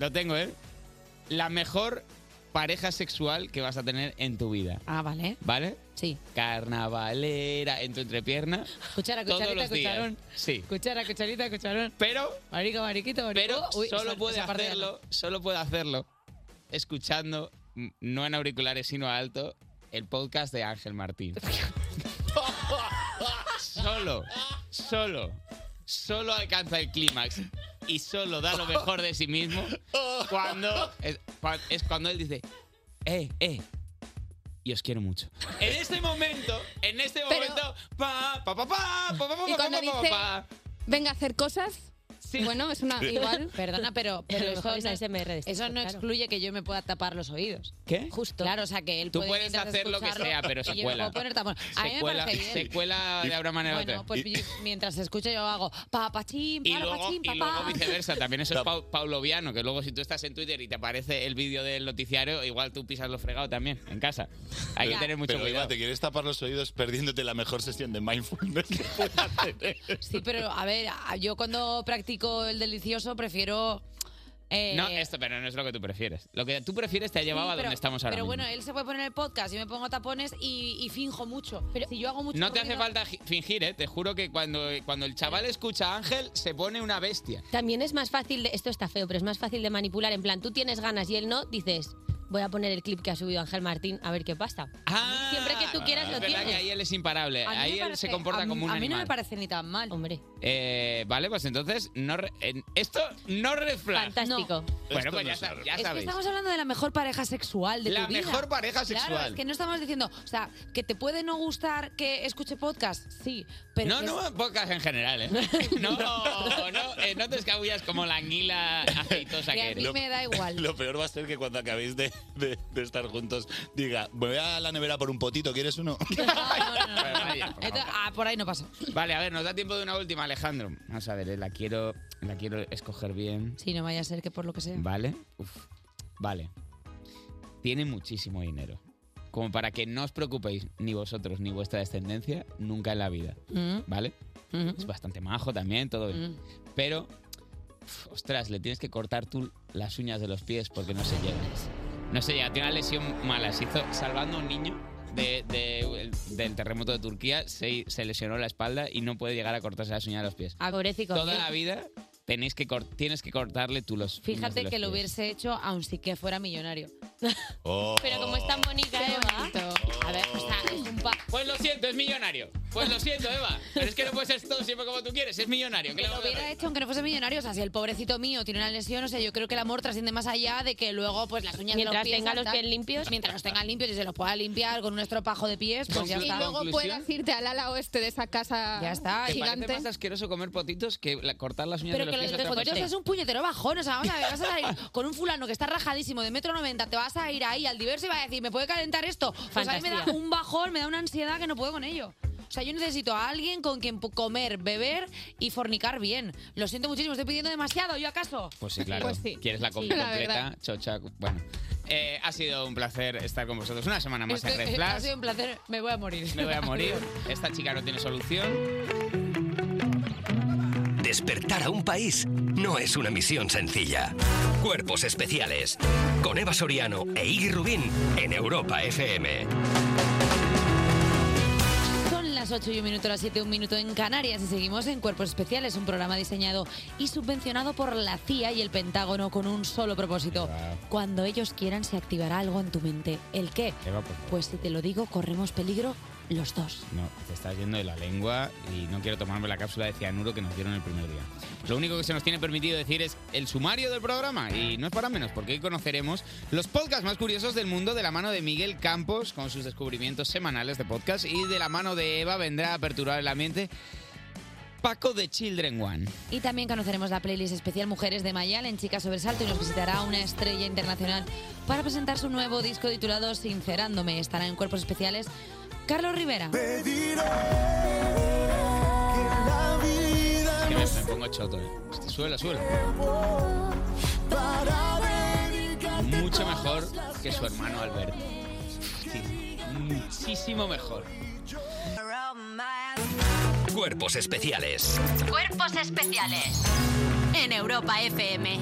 lo tengo, ¿eh? La mejor pareja sexual que vas a tener en tu vida,
Ah, vale.
¿vale?
Sí.
Carnavalera en tu entrepierna.
Cuchara,
todos
cucharita,
los días.
cucharón.
Sí.
Cuchara, cucharita, cucharón.
Pero...
Marico, mariquito, marico.
Pero
Uy,
solo
esa-
puede
esa parte ya
hacerlo, solo puede hacerlo escuchando, m- no en auriculares sino alto, el podcast de Ángel Martín. solo, solo, solo alcanza el clímax y solo da lo mejor de sí mismo cuando es, cua- es cuando él dice, eh, eh. Y os quiero mucho. En este momento, en este momento, pa, pa, pa, pa, pa, pa, pa,
Y
pa,
cuando
pa, pa,
dice-
pa.
Venga a hacer cosas. Bueno, es una igual.
Perdona, pero, pero
A lo
eso,
mejor es
no,
ASMR de esto,
eso no
claro.
excluye que yo me pueda tapar los oídos.
¿Qué?
Justo. Claro, o sea, que él
Tú
puede
puedes
mientras
hacer lo que
escucharlo
sea, pero se
y yo
cuela.
le puedo poner tapón. A mí me
Secuela-
parece bien.
secuela de Abraham Manera
Bueno,
Hotel.
pues
Y-
yo- mientras se escucha yo hago papachín,
Y luego,
papachín,
y luego
papá.
viceversa, también eso es pau- pauloviano, que luego si tú estás en Twitter y te aparece el vídeo del noticiario, igual tú pisas lo fregado también, en casa. Hay que
Pero-
tener mucho
pero, Eva,
cuidado.
te quieres tapar los oídos perdiéndote la mejor sesión de mindfulness.
Sí, pero a ver, a- yo cuando practico el delicioso prefiero. eh,
No, esto, pero no es lo que tú prefieres. Lo que tú prefieres te ha
sí,
llevado a
pero-
donde estamos ahora
Pero bueno,
mismo.
él se puede poner el podcast y me pongo tapones y, y finjo mucho. si yo hago mucho
No te hace
ruido-
falta gi- fingir, ¿eh? Te juro que cuando, cuando el chaval escucha a Ángel, se pone una bestia.
También es más fácil, de- esto está feo, pero es más fácil de manipular. En plan, tú tienes ganas y él no, dices, voy a poner el clip que ha subido Ángel Martín a ver qué pasa.
Ah,
Siempre que tú quieras
es
lo
verdad
tienes.
que ahí él es imparable.
A mí me
Ahí él
parece-
se comporta
a mí-
como un
a mí no me
animal.
parece ni tan mal.
Hombre.
Eh, vale, pues entonces no re- en- esto no red flag.
Fantástico.
Bueno,
Esto
pues
no
ya,
es
sa-
una red
ya
flag. Es que
sabéis.
estamos hablando de la mejor pareja sexual de
La
tu vida.
mejor pareja
Claro,
sexual.
es que no estamos diciendo, o sea, que te puede no gustar que escuche podcast, sí, pero
No,
que
no,
es-
podcast en general, ¿eh? No, no, eh, no te escabullas como la anguila aceitosa
Que a
que
mí
eres.
me da igual.
Lo peor va a ser que cuando acabéis de, de- de estar juntos diga, me voy a la nevera por un potito, ¿quieres uno?
Entonces, ah, por ahí no pasó.
Vale, a ver, nos da tiempo de una última, Alejandro. Vamos a ver, eh, la quiero, la quiero escoger bien.
Sí, no vaya a ser que por lo que sea.
Vale, uf, vale. Tiene muchísimo dinero. Como para que no os preocupéis, ni vosotros ni vuestra descendencia, nunca en la vida.
Mm.
¿Vale? Es bastante majo también, todo bien. Pero, uf, ostras, le tienes que cortar tú las uñas de los pies porque no se llega. No se llega, tiene una lesión mala. Se hizo salvando a un niño de- de- del terremoto de Turquía, se, se lesionó la espalda y no puede llegar a cortarse las uñas de los pies.
Ah, pobrecito.
Toda la vida tenéis que cor- tienes que cortarle tú los uñas de
Fíjate
los
que lo
pies.
hubiese hecho aun si que fuera millonario.
Pero como es tan bonita, Eva. A ver, o
Oh.
sea, es un pa-
Pues lo siento, es millonario. Pues lo siento, Eva. Pero es que no puedes ser todo siempre como tú quieres. Es millonario. ¿qué le
Lo
vamos a
hubiera
hacer?
hecho aunque no fuese millonario, o sea, si el pobrecito mío tiene una lesión, o sea, yo creo que el amor trasciende más allá de que luego, pues las uñas de
Mientras
los pies,
tenga los
tal,
pies limpios.
mientras los tenga limpios y se los pueda limpiar con un estropajo de pies, pues ya
Conclu-
está.
Y luego
¿Conclusión?
puedas irte al ala oeste de esa casa
Ya está,
¿Te
gigante.
parece más asqueroso comer potitos que la- cortar las uñas
Pero
de
que
los
lo de
pies a
los
otra
fotitos
persona?
es un puñetero bajón. O sea, vamos a ver, vas a salir con un fulano que está rajadísimo de metro noventa, te vas a ir ahí al diverso y vas a decir, ¿me puede calentar esto? Pues a mí me da
Fantasía.
un bajón, me da una ansiedad que no puedo con ello. O sea, yo necesito a alguien con quien pu- comer, beber y fornicar bien. Lo siento muchísimo, estoy pidiendo demasiado, ¿yo acaso?
Pues sí, claro.
Pues sí.
Quieres la comida
Sí, la
completa,
verdad.
chocha. Bueno, Eh, ha sido un placer estar con vosotros una semana más
Estoy-
en Red
ha
Flash.
sido un placer, me voy a morir.
Me voy a morir. Esta chica no tiene solución.
Despertar a un país no es una misión sencilla. Cuerpos especiales. Con Eva Soriano e Iggy Rubín en Europa FM.
Son las 8 y un minuto, las 7 un minuto en Canarias y seguimos en Cuerpos Especiales, un programa diseñado y subvencionado por la CIA y el Pentágono con un solo propósito. Cuando ellos quieran se activará algo en tu mente. ¿El qué?
Eva, por favor.
Pues si te lo digo, corremos peligro los dos.
No, te estás yendo de la lengua y no quiero tomarme la cápsula de cianuro que nos dieron el primer día. Lo único que se nos tiene permitido decir es el sumario del programa y no es para menos porque hoy conoceremos los podcasts más curiosos del mundo de la mano de Miguel Campos con sus descubrimientos semanales de podcast y de la mano de Eva vendrá a aperturar el ambiente Paco de Children One.
Y también conoceremos la playlist especial Mujeres de Mayal en Chica Sobresalto y nos visitará una estrella internacional para presentar su nuevo disco titulado Sincerándome. Estará en Cuerpos Especiales Carlos Rivera.
Que me, me pongo choto. eh. Este, Súbelo, súbelo. Mucho mejor que su hermano Alberto. Sí, muchísimo mejor.
Cuerpos especiales.
Cuerpos especiales en Europa FM.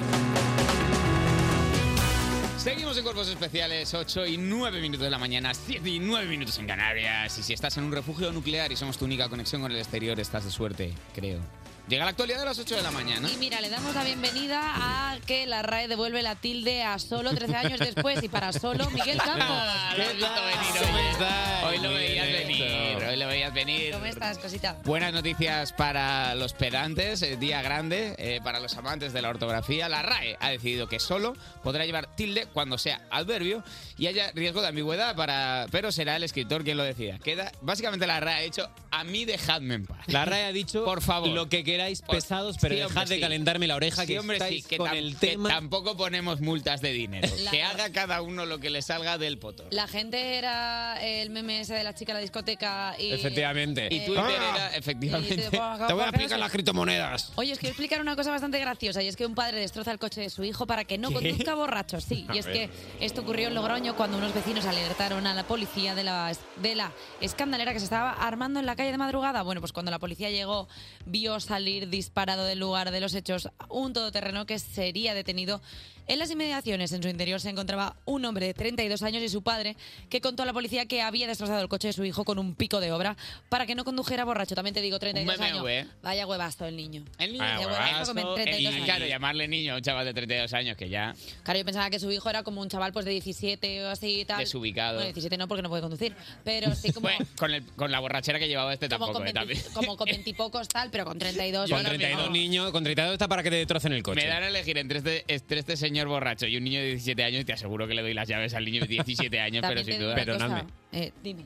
Seguimos en Cuerpos Especiales, 8 y 9 minutos de la mañana, 7 y 9 minutos en Canarias. Y si estás en un refugio nuclear y somos tu única conexión con el exterior, estás de suerte, creo. Llega la actualidad a las 8 de la mañana.
Y mira, le damos la bienvenida a que la RAE devuelve la tilde a solo 13 años después y para solo Miguel Campos.
Lo has visto venir, hoy. Hoy lo veías venir, hoy lo veías venir.
¿Cómo estás, cosita?
Buenas noticias para los pedantes, eh, día grande, eh, para los amantes de la ortografía. La RAE ha decidido que solo podrá llevar tilde cuando sea adverbio y haya riesgo de ambigüedad, para, pero será el escritor quien lo decida. Queda, básicamente la RAE ha hecho, a mí dejadme en paz.
La RAE ha dicho
Por favor.
lo que queráis
Por-
pesados, pero
Sí,
dejad
hombre,
de
sí.
calentarme la oreja
Sí,
que
hombre,
estáis
sí, que,
con
tam-
el
que
tema.
tampoco ponemos multas de dinero.
La-
que haga cada uno lo que le salga del poto.
La gente era el meme ese de la chica en la discoteca y...
Efectivamente.
Y Twitter
Ah,
era, efectivamente.
Y te-
te voy a explicar las criptomonedas.
Oye, os quiero explicar una cosa bastante graciosa y es que un padre destroza el coche de su hijo para que no conduzca borracho. Sí, y es que esto ocurrió en Logroño cuando unos vecinos alertaron a la policía de la, de la escandalera que se estaba armando en la calle de madrugada. Bueno, pues cuando la policía llegó, vio salir salir disparado del lugar de los hechos un todoterreno que sería detenido. En las inmediaciones, en su interior, se encontraba un hombre de 32 años y su padre, que contó a la policía que había destrozado el coche de su hijo con un pico de obra para que no condujera borracho. También te digo, 32 años.
BMW.
Vaya huevazo el niño. El
Ah,
Vaya huevazo, con
huevazo.
32
Y
años.
claro, llamarle niño a un chaval de 32 años que ya...
Claro, yo pensaba que su hijo era como un chaval pues de 17 o así y tal.
Desubicado.
Bueno, 17 no, porque no puede conducir. Pero sí como,
Bueno, con, el- con la borrachera que llevaba este
como,
tampoco,
con
eh,
20,
también.
como con 20 y pocos tal, pero con 32.
Con
bueno,
32
no.
niños, con 32 está para que te destrocen el
Me
coche.
dan a elegir entre este, entre este señor borracho y un niño de 17 años y te aseguro que le doy las llaves al niño de 17 años, pero
También te
sin
digo
duda.
una cosa,
Perdonadme.
eh, dime.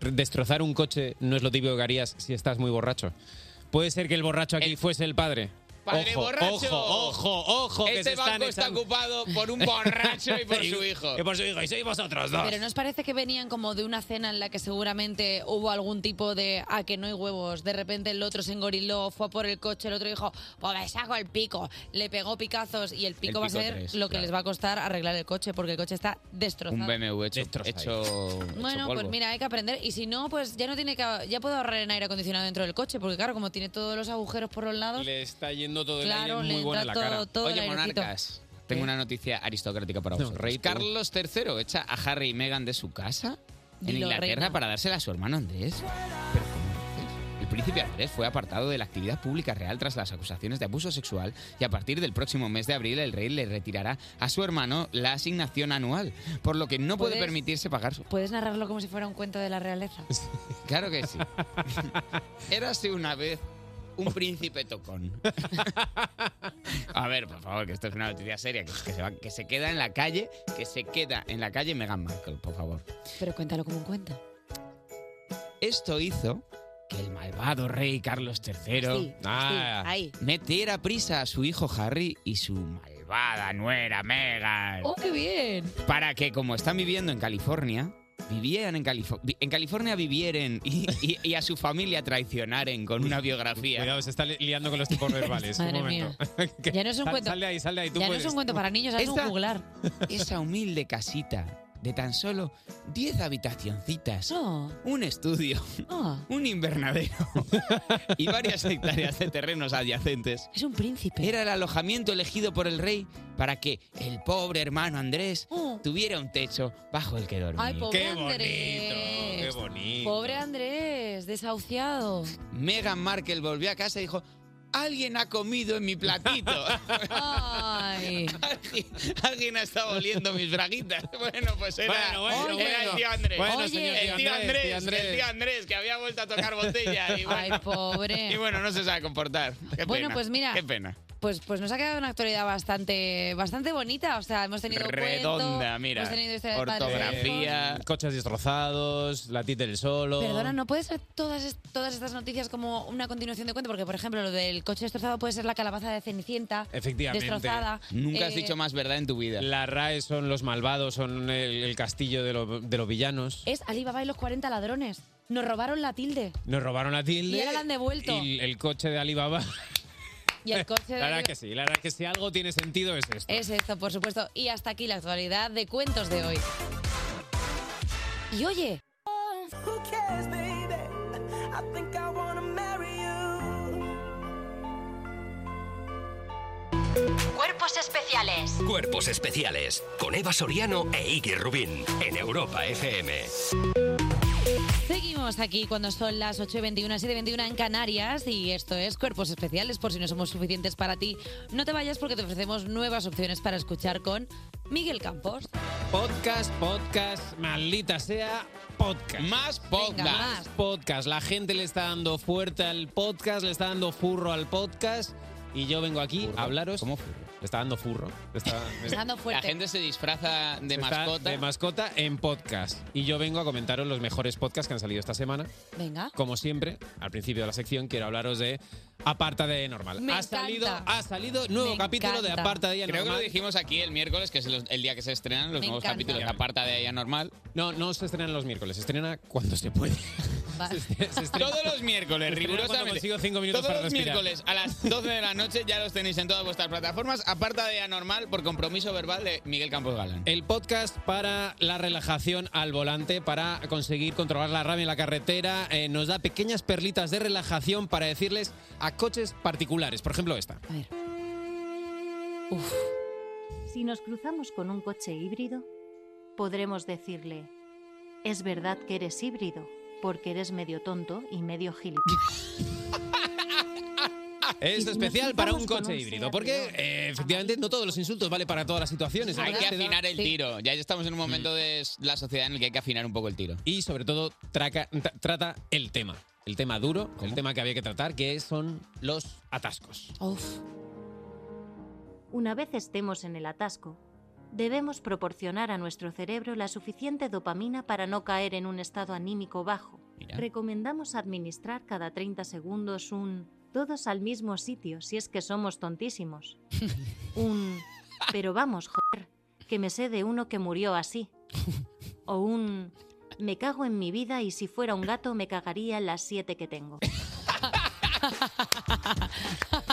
Destrozar un coche no es lo típico que harías si estás muy borracho. Puede ser que el borracho aquí fuese el padre.
¡Padre
ojo,
borracho!
ojo, ojo, ojo, que
Este
se están
banco está
echando-
ocupado por un borracho y por
Y-
su hijo.
y por su hijo, y sois vosotros dos.
Pero nos parece que venían como de una cena en la que seguramente hubo algún tipo de a que no hay huevos. De repente el otro se engoriló, fue a por el coche, el otro dijo, pues me saco el pico, le pegó picazos y el pico, va a
pico
ser
tres,
lo que
claro.
les va a costar arreglar el coche porque el coche está destrozado.
Un BMW hecho, hecho,
Bueno,
hecho
pues
polvo.
mira, hay que aprender. Y si no, pues ya no tiene que ya puedo ahorrar en aire acondicionado dentro del coche, porque claro, como tiene todos los agujeros por los lados.
Le está yendo todo
Claro,
el aire
le
muy bueno
entra
en la
todo-
cara.
todo el
Oye,
airecito.
monarcas, tengo una noticia aristocrática para
No,
vosotros.
rey, tú.
Carlos III echa a Harry y Meghan de su casa en
Dilo,
Inglaterra
reina.
para dársela a su hermano Andrés. Pero, ¿cómo? El príncipe Andrés fue apartado de la actividad pública real tras las acusaciones de abuso sexual y a partir del próximo mes de abril el rey le retirará a su hermano la asignación anual, por lo que no puede
¿Puedes?
permitirse pagar su...
¿Puedes narrarlo como si fuera un cuento de la realeza?
Claro que sí. Érase una vez un príncipe tocón. A ver, por favor, que esto es una noticia seria, que, que se va- que se queda en la calle, que se queda en la calle Meghan Markle, por favor.
Pero cuéntalo como un cuento.
Esto hizo que el malvado rey Carlos III
Sí,
Ah.
sí, ahí.
metiera prisa a su hijo Harry y su malvada nuera Meghan.
¡Oh, qué bien!
para que como están viviendo en California, vivieran en California, en California vivieren y, y- y a su familia traicionaren con una biografía.
Cuidado, se está li- liando con los tipos verbales.
Madre
un momento. Que-
Ya no es un
sal-
cuento.
Sal de ahí, sal de ahí. Tú
Ya no
puedes.
es un cuento para niños, ahora es
Esta-
un juglar.
Esa humilde casita de tan solo 10 habitacioncitas,
No,
un estudio,
no.
un invernadero y varias hectáreas de terrenos adyacentes.
Es un príncipe.
Era el alojamiento elegido por el rey para que el pobre hermano Andrés
Oh.
tuviera un techo bajo el que dormir.
Ay, pobre
Qué bonito, qué
Andrés.
bonito.
Pobre Andrés, desahuciado.
Meghan Markle volvió a casa y dijo, alguien ha comido en mi platito.
Ay.
alguien, alguien ha estado oliendo mis braguitas. Bueno, pues era,
Bueno, bueno,
era
bueno.
el tío Andrés.
Bueno,
Oye.
señor
el tío Andrés,
tío Andrés.
el tío Andrés, que había vuelto a tocar botella. Y
Ay,
bueno,
pobre.
y bueno, no se sabe comportar. Qué
Bueno,
pena,
pues mira.
Qué pena.
Pues, pues nos ha quedado una actualidad bastante, bastante bonita. O sea, hemos tenido
Redonda,
cuento, pues este
mira.
Hemos tenido historia de padres
Ortografía.
e hijos.
Coches destrozados, la tita del solo.
Perdona, ¿no puede ser todas, est- todas estas noticias como una continuación de cuento? Porque, por ejemplo, lo del coche destrozado puede ser la calabaza de Cenicienta.
Efectivamente.
Destrozada.
Nunca has
Eh,
dicho más verdad en tu vida.
La RAE son los malvados, son el, el castillo de, lo- de los villanos.
Es Alibaba y los 40 ladrones. Nos robaron la tilde.
Nos robaron a Tilde.
Y ahora la han devuelto.
Y el, el coche de Alibaba.
Y el coche de
La verdad
Alibaba-
que sí, la verdad que si algo tiene sentido es esto.
Es esto, por supuesto. Y hasta aquí la actualidad de cuentos de hoy. Y oye,
Who cares, baby? I think I wanna marry you.
Cuerpos especiales
Cuerpos especiales con Eva Soriano e Iggy Rubín en Europa FM.
seguimos aquí cuando son las 8 y 21, 7 y 21 en Canarias. Y esto es Cuerpos Especiales, por si no somos suficientes para ti. No te vayas porque te ofrecemos nuevas opciones para escuchar con Miguel Campos.
Podcast, podcast, maldita sea, podcast.
Más podcast.
Venga, más.
podcast. La gente le está dando fuerte al podcast, le está dando furro al podcast. Y yo vengo aquí a hablaros.
¿Cómo furro?
Le está dando furro. Le está, me-
Está dando
La
fuerte.
gente se disfraza de
está
mascota.
De mascota en podcast. Y yo vengo a comentaros los mejores podcasts que han salido esta semana.
Venga.
Como siempre, al principio de la sección quiero hablaros de Aparta de Normal.
Me
ha
encanta.
salido, ha salido nuevo
Me
capítulo de
encanta.
Aparta de
Creo que lo
Normal.
dijimos aquí el miércoles, que es los- el día que se estrenan los
Me
nuevos
encanta.
capítulos de Aparta de Ella Normal.
No, no se estrenan los miércoles, se estrena cuando se puede.
Todos los miércoles,
Se estrena
rigurosamente.
cuando consigo cinco minutos
Todos
para
los
respirar.
miércoles a las 12 de la noche ya los tenéis en todas vuestras plataformas, aparte de Anormal por compromiso verbal de Miguel Campos Galán.
El podcast para la relajación al volante, para conseguir controlar la rabia en la carretera, eh, nos da pequeñas perlitas de relajación para decirles a coches particulares. Por ejemplo, esta.
Si nos cruzamos con un coche híbrido, podremos decirle, es verdad que eres híbrido, porque eres medio tonto y medio gilipollas.
Es
nos
especial para un
cruzamos con
coche
un
híbrido, porque eh, efectivamente no todos los insultos vale para todas las situaciones.
Hay que
Además, te da- Mm.
afinar el tiro. Ya estamos en un momento de la sociedad en el que hay que afinar un poco el tiro.
Y sobre todo traca- tra- trata el tema, el tema duro, el tema que había que tratar, que son los atascos.
Una vez estemos en el atasco, debemos proporcionar a nuestro cerebro la suficiente dopamina para no caer en un estado anímico bajo. Recomendamos administrar cada 30 segundos un todos al mismo sitio si es que somos tontísimos. un pero vamos, joder, que me sé de uno que murió así. O un me cago en mi vida y si fuera un gato me cagaría en las siete que tengo.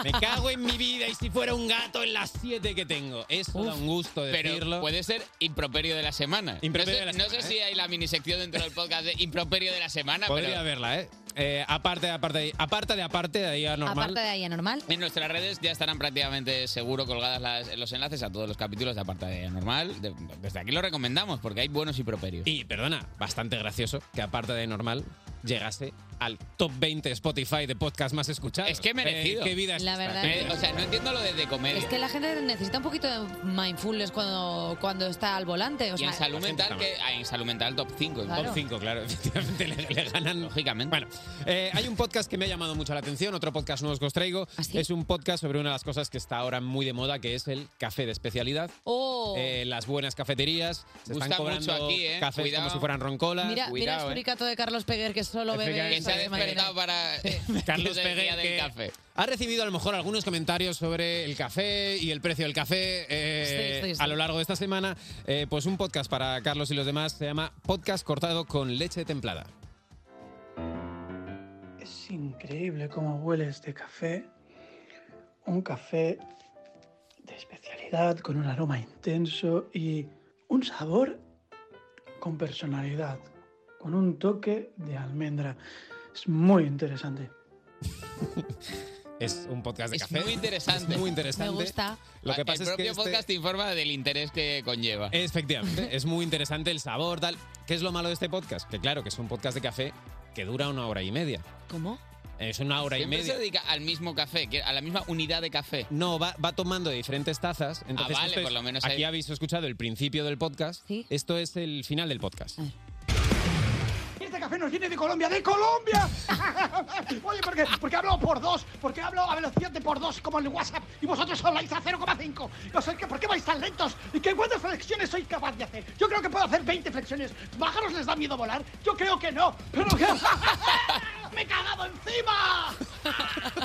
Me cago en mi vida y si fuera un gato en las siete que tengo. Eso da un gusto
Pero
decirlo.
puede ser improperio de la semana.
Improperio
no sé,
de la
no
semana, ¿eh?
sé si hay la minisección dentro del podcast de improperio de la semana,
Podría
pero
haberla, ¿eh? Eh, Aparte, aparte, aparte de aparte, de ahí a normal.
Aparte de ahí, anormal.
en nuestras redes ya estarán prácticamente seguro colgadas las- los enlaces a todos los capítulos de Aparta de Normal. De- desde aquí lo recomendamos porque hay buenos improperios.
Y perdona, bastante gracioso que aparte de normal llegase al top 20 Spotify de podcast más escuchados.
Es que merecido.
Eh, ¿Qué vida es
La
esta?
verdad es que-
O sea, no entiendo lo de, de comedia.
Es que la gente necesita un poquito de mindfulness cuando, cuando está al volante. O
y
sea,
en salud mental, que, ah, en salud mental top 5.
Claro.
Top 5, claro, efectivamente le, le ganan. Lógicamente. Bueno, eh, hay un podcast que me ha llamado mucho la atención, otro podcast nuevo que os traigo.
¿Ah,
Es un podcast sobre una de las cosas que está ahora muy de moda, que es el café de especialidad.
Oh.
Eh, las buenas cafeterías. Se
Gusta
están cobrando
mucho aquí, ¿eh?
cafés
Cuidado.
como si fueran roncolas.
mira, mira
¿eh?
el suricato de Carlos Peguer que solo bebe.
Que se ha
eso de manera-
despertado para
Carlos
que es el día
Peguer,
del
que
café.
ha recibido a lo mejor algunos comentarios sobre el café y el precio del café eh,
Sí, sí, sí.
a lo largo de esta semana. Eh, pues un podcast para Carlos y los demás se llama Podcast cortado con leche templada.
Es increíble cómo huele este café. Un café de especialidad, con un aroma intenso y un sabor con personalidad, con un toque de almendra. Es muy interesante.
Es un podcast de
Es
café.
muy interesante.
Es muy interesante. Lo que pasa
Ah, el
es que
propio
este-
podcast te informa del interés que conlleva.
Efectivamente, es muy interesante el sabor, tal. ¿Qué es lo malo de este podcast? Que claro, que es un podcast de café que dura una hora y media.
¿Cómo?
Es una hora
Siempre
y
se
media.
dedica al mismo café, que- a la misma unidad de café. Ah,
No, va, va tomando de diferentes tazas. Entonces,
vale,
esto es-
por lo menos
Aquí
hay-
habéis escuchado el principio del podcast. Esto es el final del podcast.
Este café nos viene de Colombia, de Colombia. Oye, porque, porque hablo por dos, porque hablo a velocidad de por dos como el WhatsApp y vosotros habláis a 0,5. No sé qué, ¿por qué vais tan lentos? ¿Y qué cuántas flexiones sois capaz de hacer? Yo creo que puedo hacer 20 flexiones. ¿Pájaros les da miedo volar? Yo creo que no, pero que... ¡Me he cagado encima!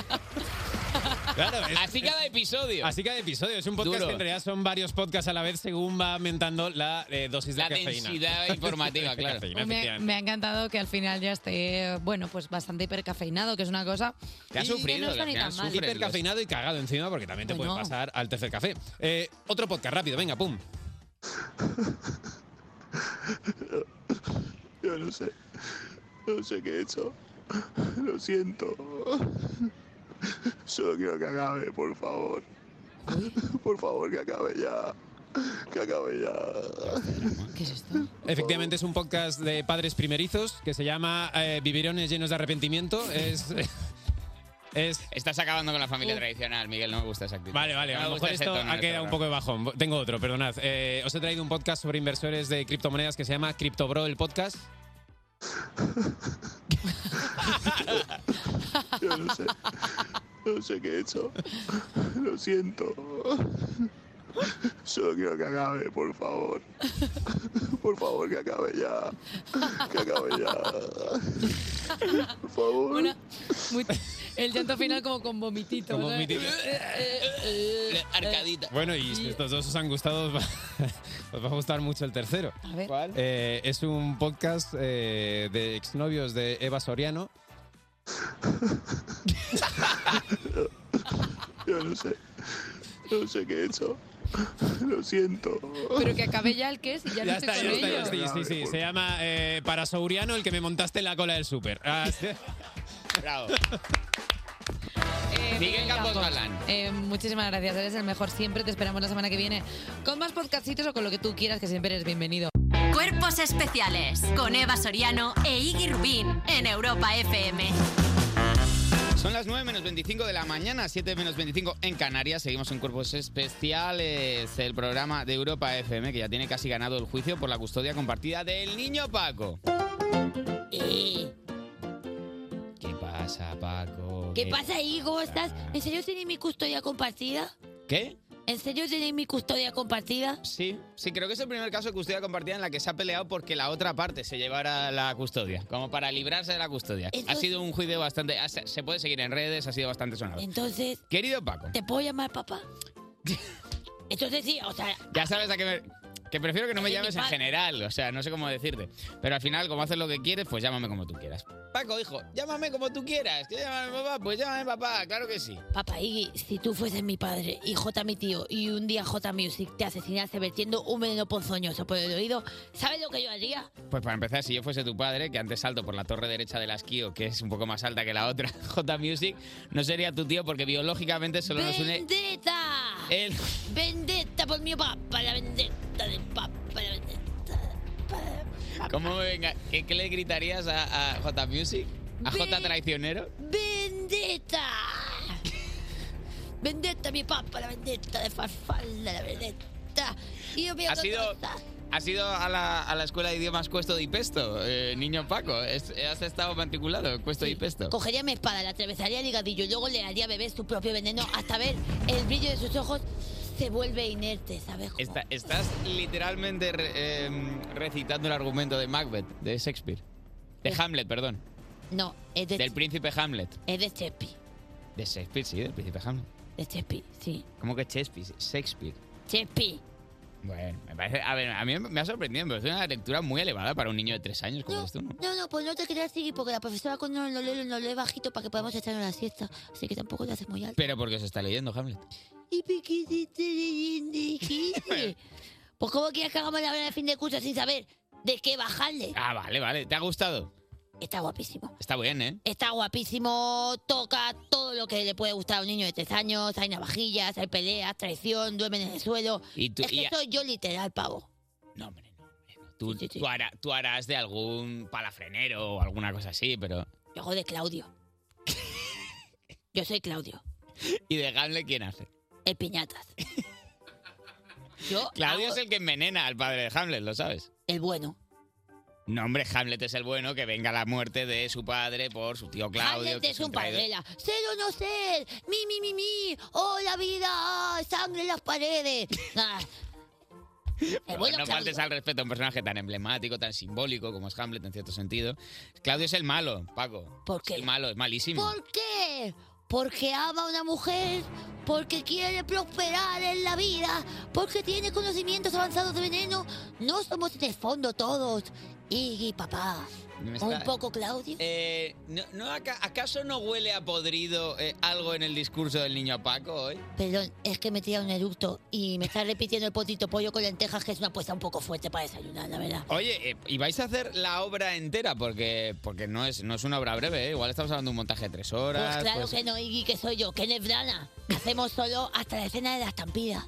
Claro, es-
Así
es-
cada episodio.
Así cada episodio. Es un podcast
Duro.
que en realidad son varios podcasts a la vez según va aumentando la eh, dosis de
La
cafeína.
densidad informativa, claro.
Cafeína,
Me,
efectivamente.
me ha encantado que al final ya esté, bueno, pues bastante hipercafeinado, que es una cosa.
Te has
y que
sufrido,
no
que
está
al
ni
final
tan mal. Pues
sufres. Hipercafeinado y cagado encima porque también te
Bueno.
puede pasar al tercer café. Eh, otro podcast rápido, venga, pum.
Yo no sé. No sé qué he hecho. Lo siento. Solo quiero que acabe, por favor. Por favor, que acabe ya. Que acabe ya.
¿Qué es esto?
Efectivamente es un podcast de padres primerizos que se llama eh, Vivirones llenos de arrepentimiento. Es... es
Estás acabando con la familia tradicional, Miguel, no me gusta esa actitud.
Vale, vale,
No
a
me
lo
gusta
mejor
ese
esto
tono en
ha
este
quedado un
programa.
poco de bajón. Tengo otro, perdonad. Eh, os he traído un podcast sobre inversores de criptomonedas que se llama CryptoBro, el podcast.
Yo no sé. No sé qué he hecho. Lo siento. Solo quiero que acabe, por favor. Por favor, que acabe ya. Que acabe ya. Por favor.
Muy- el llanto final como con vomitito.
Con
¿no? Eh,
vomitito.
Arcadita.
Bueno, y si estos dos os han gustado, os va, os va a gustar mucho el tercero.
A ver.
Eh, es un podcast eh, de exnovios de Eva Soriano.
Yo no sé. No sé qué he hecho. Lo siento.
Pero que acabe ya el que es y ya, no estoy con ello.
Sí, sí, sí. Se llama eh, Para Sauriano, el que me montaste en la cola del súper. Ah, sí.
Bravo.
Eh,
Miguel Campos Galán.
eh, muchísimas gracias, eres el mejor siempre. Te esperamos la semana que viene con más podcastitos o con lo que tú quieras, que siempre eres bienvenido.
Cuerpos especiales con Eva Soriano e Iggy Rubín en Europa FM.
Son las 9 menos 25 de la mañana, 7 menos 25 en Canarias. Seguimos en Cuerpos Especiales, el programa de Europa FM que ya tiene casi ganado el juicio por la custodia compartida del niño Paco. ¿Qué pasa, Paco?
¿Qué pasa, Higo? ¿Estás? ¿En serio tenéis mi custodia compartida?
¿Qué?
¿En serio tenéis mi custodia compartida?
Sí, sí, creo que es el primer caso de custodia compartida en la que se ha peleado porque la otra parte se llevara la custodia, como para librarse de la custodia. Ha sido un juicio bastante... ah, Se se puede seguir en redes, ha sido bastante sonado.
Entonces,
Querido Paco,
¿te puedo llamar papá? Entonces sí, o sea,
ya sabes a qué me... Que prefiero que no me
Eres mi
llames en
padre.
general, o sea, no sé cómo decirte. Pero al final, como haces lo que quieres, pues llámame como tú quieras. Paco, hijo, llámame como tú quieras. ¿Quieres llamarme papá? Pues llámame papá, claro que sí.
papá Iggy, si tú fueses mi padre y J mi tío y un día J Music te asesinase vertiendo un veneno ponzoñoso por el oído, ¿sabes lo que yo haría?
Pues para empezar, si yo fuese tu padre, que antes salto por la torre derecha de la esquío, que es un poco más alta que la otra, J Music, no sería tu tío porque biológicamente solo nos une
¡Vendetta!
él.
¡Vendetta por mi papá! ¡La vendetta del papá! la vendetta.
¿Cómo me venga? ¿Qué, qué le gritarías a, a J Music? ¿A J
Ve-
Traicionero?
¡Vendetta! ¡Vendetta, mi papá! ¡La vendetta de Farfalla! ¡La vendetta! Y yo voy a
Ha sido-
contar-
¿Has ido a la, a la escuela de idiomas Cuesto de Ipesto, eh, niño Paco? Es- ¿Has estado matriculado en Cuesto de Ipesto?
Cogería mi espada, la atravesaría el higadillo y luego le haría beber su propio veneno hasta ver el brillo de sus ojos se vuelve inerte, ¿sabes?
Está- estás literalmente re- em, recitando el argumento de Macbeth, de Shakespeare. De Hamlet, perdón.
No, es Eh, de,
Del príncipe Hamlet.
es de Chepi.
De Shakespeare, sí, del príncipe Hamlet.
De Chepi, sí.
¿Cómo que Shakespeare? Shakespeare.
Chepi.
Bueno, me parece. A ver, a mí me ha sorprendido, pero es una lectura muy elevada para un niño de tres años como eres tú, ¿no?
No, no, pues no te creas, Sigui, porque la profesora cuando nos lo lee, nos lee bajito para que podamos echarnos la siesta. Así que tampoco te haces muy alto.
Pero porque se está leyendo Hamlet.
Y piquitite de Pues cómo quieres que hagamos la hora de fin de curso sin saber de qué bajarle.
Ah, vale, vale. ¿Te ha gustado?
Está guapísimo.
Está bien, ¿eh?
Está guapísimo, toca todo lo que le puede gustar a un niño de tres años. Hay navajillas, hay peleas, traición, duermen en el suelo.
Y tú-
es que
y a-
soy yo literal, pavo.
Tú, tú hará- tú harás de algún palafrenero o alguna cosa así, pero.
Yo hago de Claudio. yo soy Claudio,
¿Y de Hamlet quién hace?
el piñatas. yo,
Claudio es el que envenena al padre de Hamlet, ¿lo sabes?
el bueno.
No, hombre, Hamlet es el bueno que venga la muerte de su padre por su tío Claudio.
Hamlet
que
es un
traidor.
parguela. Ser o no ser. Mi, mi, mi, mi. Oh, la vida. ah, Sangre en las paredes. Ah,
Pero
bueno,
no
Claudio.
faltes al respeto a un personaje tan emblemático, tan simbólico como es Hamlet en cierto sentido. Claudio es el malo, Paco.
¿Por qué?
Es el malo, es malísimo.
¿Por qué? Porque ama a una mujer, porque quiere prosperar en la vida, porque tiene conocimientos avanzados de veneno. No somos en el fondo todos. Iggy, papá.
Me está-
Un poco, Claudio.
Eh, no, no, aca- ¿Acaso no huele a podrido eh, algo en el discurso del niño Paco hoy?
Perdón, es que me tira un eructo y me está repitiendo el potito pollo con lentejas, que es una apuesta un poco fuerte para desayunar, la verdad.
Oye, eh, y vais a hacer la obra entera porque, porque no, es, no es una obra breve, ¿eh? igual estamos hablando de un montaje de tres horas.
Pues claro
pues-
que no, Iggy, que soy yo, que nebrana. Hacemos solo hasta la escena de la estampida.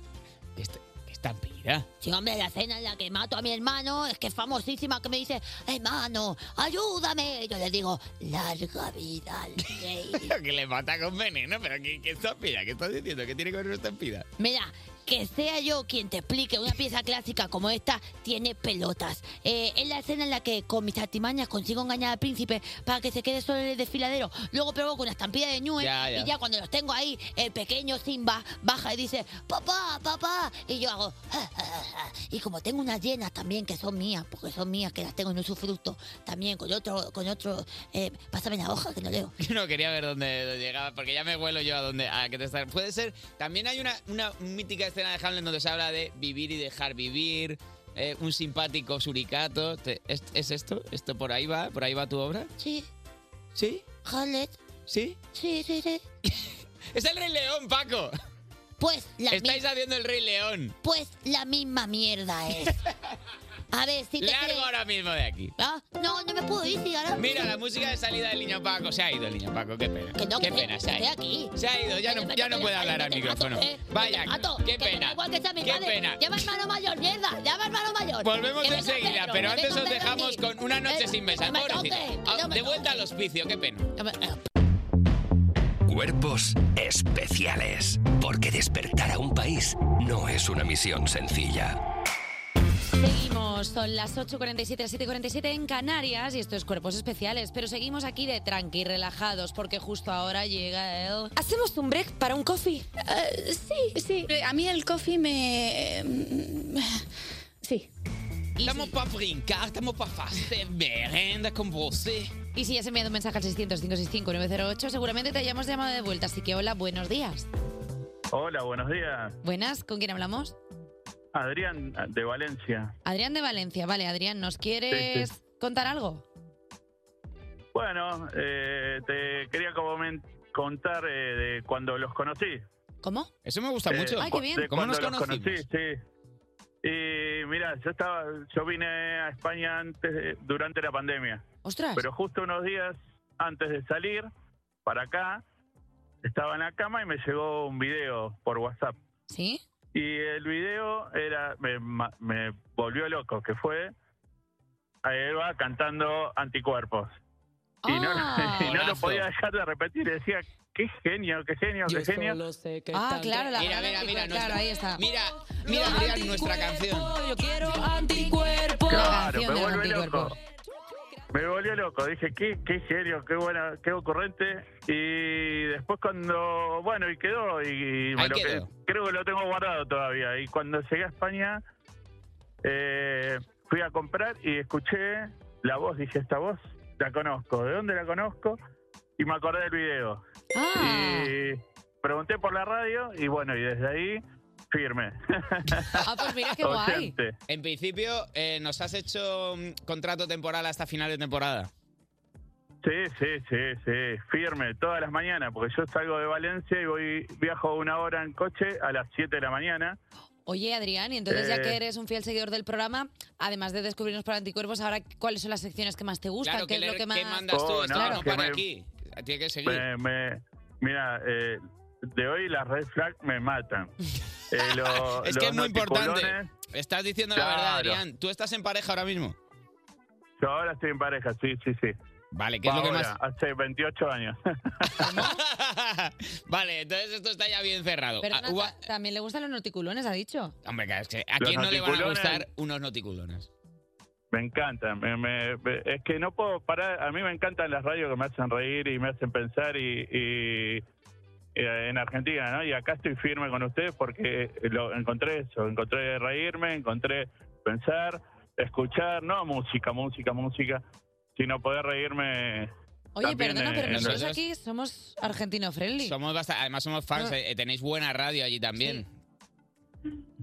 ¿Qué estampida?
Sí, hombre, la escena en la que mato a mi hermano es que es famosísima, que me dice, hermano, ayúdame. Y yo le digo, larga vida al rey.
que le mata con veneno, pero ¿qué, qué estampida? ¿Qué estás diciendo? ¿Qué tiene que ver una estampida?
Mira, que sea yo quien te explique una pieza clásica como esta, tiene pelotas. Eh, es la escena en la que con mis artimañas consigo engañar al príncipe para que se quede solo en el desfiladero. Luego provoco una estampida de ñue
Ya, ya.
y ya cuando los tengo ahí, el pequeño Simba baja y dice, papá, papá. Y yo hago, "Ah, Y como tengo unas llenas también que son mías, porque son mías, que las tengo en usufructo, también con otro, con otro, eh, pásame la hoja que no leo.
Yo no quería ver dónde llegaba, porque ya me vuelo yo a dónde a que te estar. Puede ser. También hay una, una mítica escena de Hamlet donde se habla de vivir y dejar vivir. eh, un simpático suricato. Te- ¿Es, es esto? ¿Esto por ahí va? ¿Por ahí va tu obra?
Sí.
¿Sí?
Hamlet.
¿Sí?
Sí, sí, sí.
¡Es el Rey León, Paco!
Pues la
Estáis
mi-
haciendo el Rey León.
Pues la misma mierda es. A ver, si te
Largo
crees-
ahora mismo de aquí.
Ah, No, no me puedo ir, si ahora...
Mira, la música de salida del niño Paco. Se ha ido el niño Paco, qué pena.
Que no,
qué
que
pena, se ha
estoy
ido.
aquí.
Se ha ido, ya no, ya no puede hablar al micrófono. Vaya, qué pena.
Igual eh, que sea mi
Qué
madre.
pena.
Llama a hermano mayor, mierda. Llama a hermano mayor.
Volvemos
Que venga
enseguida,
Pedro,
pero
que
antes
venga
os
Pedro
dejamos
aquí.
con una noche
Eh,
sin besar.
no me
pobrecito.
toques,
Ah,
no me
de vuelta al hospicio, qué pena.
Cuerpos especiales. Porque despertar a un país no es una misión sencilla.
Seguimos, son las 8.47, las 7.47 en Canarias y esto es Cuerpos Especiales, pero seguimos aquí de tranqui, relajados, porque justo ahora llega el...
¿Hacemos un break para un coffee? Eh, sí, sí. A mí el coffee me... Sí.
Estamos para brincar, estamos para hacer merenda con vos.
Y si ya has enviado un mensaje al 600-565-908, seguramente te hayamos llamado de vuelta, así que hola, buenos días.
Hola, buenos días.
Buenas, ¿con quién hablamos?
Adrián de Valencia.
Adrián de Valencia, vale, Adrián, ¿nos quieres
Sí, sí.
contar algo?
Bueno, eh, te quería comen- contar eh, de cuando los conocí.
¿Cómo?
Eso me gusta mucho.
Ay,
Ay, qué bien. ¿Cómo nos conocimos?
conocí, sí. Y mira, yo estaba, yo vine a España antes, de- durante la pandemia.
Ostras.
Pero justo unos días antes de salir para acá, estaba en la cama y me llegó un video por WhatsApp.
¿Sí?
Y el video era me, ma- me volvió loco, que fue a Eva cantando Anticuerpos. Y no,
Ah.
y no lo
Golazo.
podía dejar de repetir. y Decía, qué genio, qué genio, qué genio.
Ah, claro, la gran
Mira, mira, mira,
anticuerpo,
nuestra-
claro, ahí está.
Mira,
Ah,
mira, Adrián, nuestra canción.
Yo quiero anticuerpo.
Claro, me volvió loco. Me volvió loco. Dije, qué, qué genio, qué buena, qué ocurrente. Y después cuando, bueno, y quedó. Y, y me
Ahí
lo que-
quedó.
creo que lo tengo guardado todavía. Y cuando llegué a España, eh, fui a comprar y escuché la voz. Dije, esta voz la conozco. ¿De dónde la conozco? Y me acordé del video. Y pregunté por la radio y bueno, y desde ahí, firme.
Ah, pues mira qué guay.
Oyente.
En principio, eh, nos has hecho mm, contrato temporal hasta final de temporada.
Sí, sí, sí, sí, firme, todas las mañanas, porque yo salgo de Valencia y voy, viajo una hora en coche a las 7 de la mañana.
Oye, Adrián, y entonces ya
Eh.
que eres un fiel seguidor del programa, además de descubrirnos para anticuerpos, ahora cuáles son las secciones que más te gustan,
Claro,
qué es
que
lo
le-
que más
que mandas tú,
Oh,
esto
no,
que no
que
para
me-
aquí. Tiene que seguir.
Me, me- mira, eh, de hoy las red flag me matan. Eh, lo-
es que
los
es muy importante.
noticulones,
Estás diciendo la
Claro.
verdad, Adrián. ¿Tú estás en pareja ahora mismo?
Yo ahora estoy en pareja, sí, sí, sí.
Vale, ¿qué es lo que más-
Hace 28 años.
vale, entonces esto está ya bien cerrado.
Pero
Ah, ua-
también le gustan los noticulones, ha dicho.
Hombre, claro, es que ¿a
Los
quién no le van a
noticulones-
gustar unos noticulones?
Me encantan, me- me- me- es que no puedo parar, a mí me encantan las radios que me hacen reír y me hacen pensar y, y- eh, en Argentina, ¿no? Y acá estoy firme con ustedes porque eh, lo, encontré eso, encontré reírme, encontré pensar, escuchar, no música, música, música, sino poder reírme.
Oye,
también,
perdona,
eh,
pero
en
nosotros
redes.
aquí somos argentino friendly.
Somos bastante, además somos fans,
No.
eh, tenéis buena radio allí también.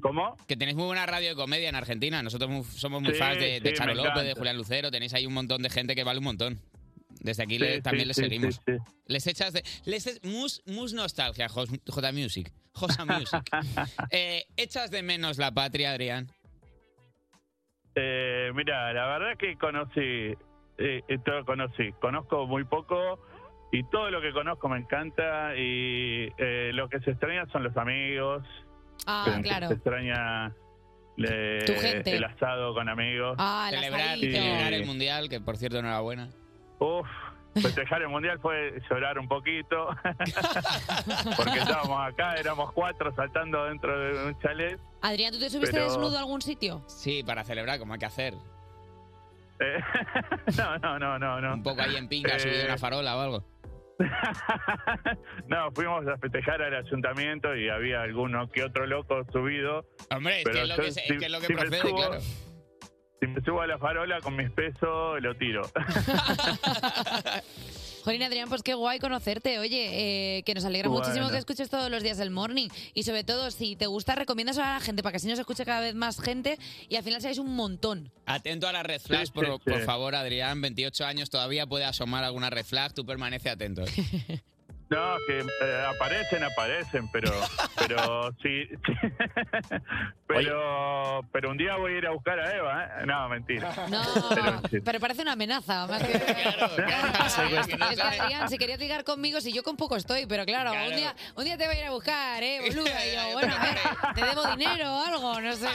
¿Cómo?
Que tenéis muy buena radio de comedia en Argentina. Nosotros mu- somos muy
Sí,
fans de, de
sí,
Charo
me
López, de
encanta.
Julián Lucero. Tenéis ahí un montón de gente que vale un montón. Desde aquí
Sí,
le-
sí,
también les
sí,
seguimos.
sí, sí.
Les echas de. Les es- mus, mus nostalgia, Jos- J Music. Josa Music. Eh, ¿Echas de menos la patria, Adrián?
Eh, mira, la verdad que conocí, eh, eh, todo conocí, conozco muy poco y todo lo que conozco me encanta y eh, lo que se extraña son los amigos.
Ah,
se-
claro.
Se extraña eh,
Tu gente. Ah,
el asado con amigos.
celebrar,
Sí.
celebrar el mundial, que por cierto, enhorabuena.
Uf, festejar el mundial fue llorar un poquito. Porque estábamos acá, éramos cuatro saltando dentro de un chalet.
Adrián, ¿tú te subiste
Pero-
desnudo a algún sitio?
Sí, para celebrar, como hay que hacer.
Eh, no, no, no, no, no.
Un poco ahí en pinga,
Eh,
subido una farola o algo.
No, fuimos a festejar al ayuntamiento y había alguno que otro loco subido.
Hombre, es que es lo que se- es que es lo que procede, claro.
Si me subo a la farola con mis pesos, lo tiro.
Jolín Adrián, pues qué guay conocerte. Oye, eh, que nos alegra
Bueno.
muchísimo que escuches todos los días el morning. Y sobre todo, si te gusta, recomiendas a la gente para que así nos escuche cada vez más gente y al final seáis un montón.
Atento a la red flag, por,
sí,
por
sí.
favor, Adrián. 28 años todavía puede asomar alguna red flag. Tú permanece atento.
No, que eh, aparecen, aparecen, pero, pero sí, pero, pero un día voy a ir a buscar a Eva, ¿eh? No, mentira.
No, pero parece una amenaza. Más que... Es que Adrián se quería ligar conmigo si yo con poco estoy, pero claro,
Claro.
Un, día, un día te voy a ir a buscar, ¿eh, boluda? Y yo, bueno, a ver, te debo dinero o algo, no sé.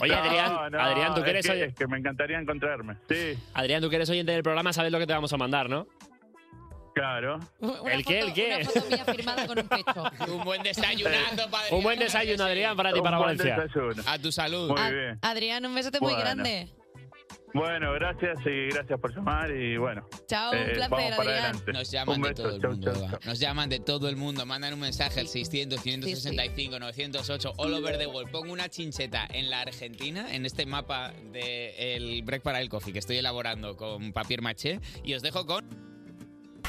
Oye, Adrián, Adrián, tú
es
que eres
que-
oy-
es que me encantaría encontrarme. Sí,
Adrián, tú que eres oyente del programa, sabes lo que te vamos a mandar, ¿no?
Claro.
¿El qué? ¿El qué?
Un buen desayunando, padre.
Un buen desayuno, Adrián, para ti, para Valencia.
A tu salud.
Muy
Ad-
bien.
Adrián, un besote muy
Bueno.
grande.
Bueno, gracias y gracias por llamar y bueno. eh,
Chao, un placer,
vamos para
Adrián.
adelante.
Nos llaman
un
de
beso,
todo el
chao,
mundo,
chao,
Eva.
chao.
Nos llaman de todo el mundo. Mandan un mensaje al 600, 565, 908, all over the world. Pongo una chincheta en la Argentina, en este mapa del Break para el Coffee que estoy elaborando con papier maché. Y os dejo con...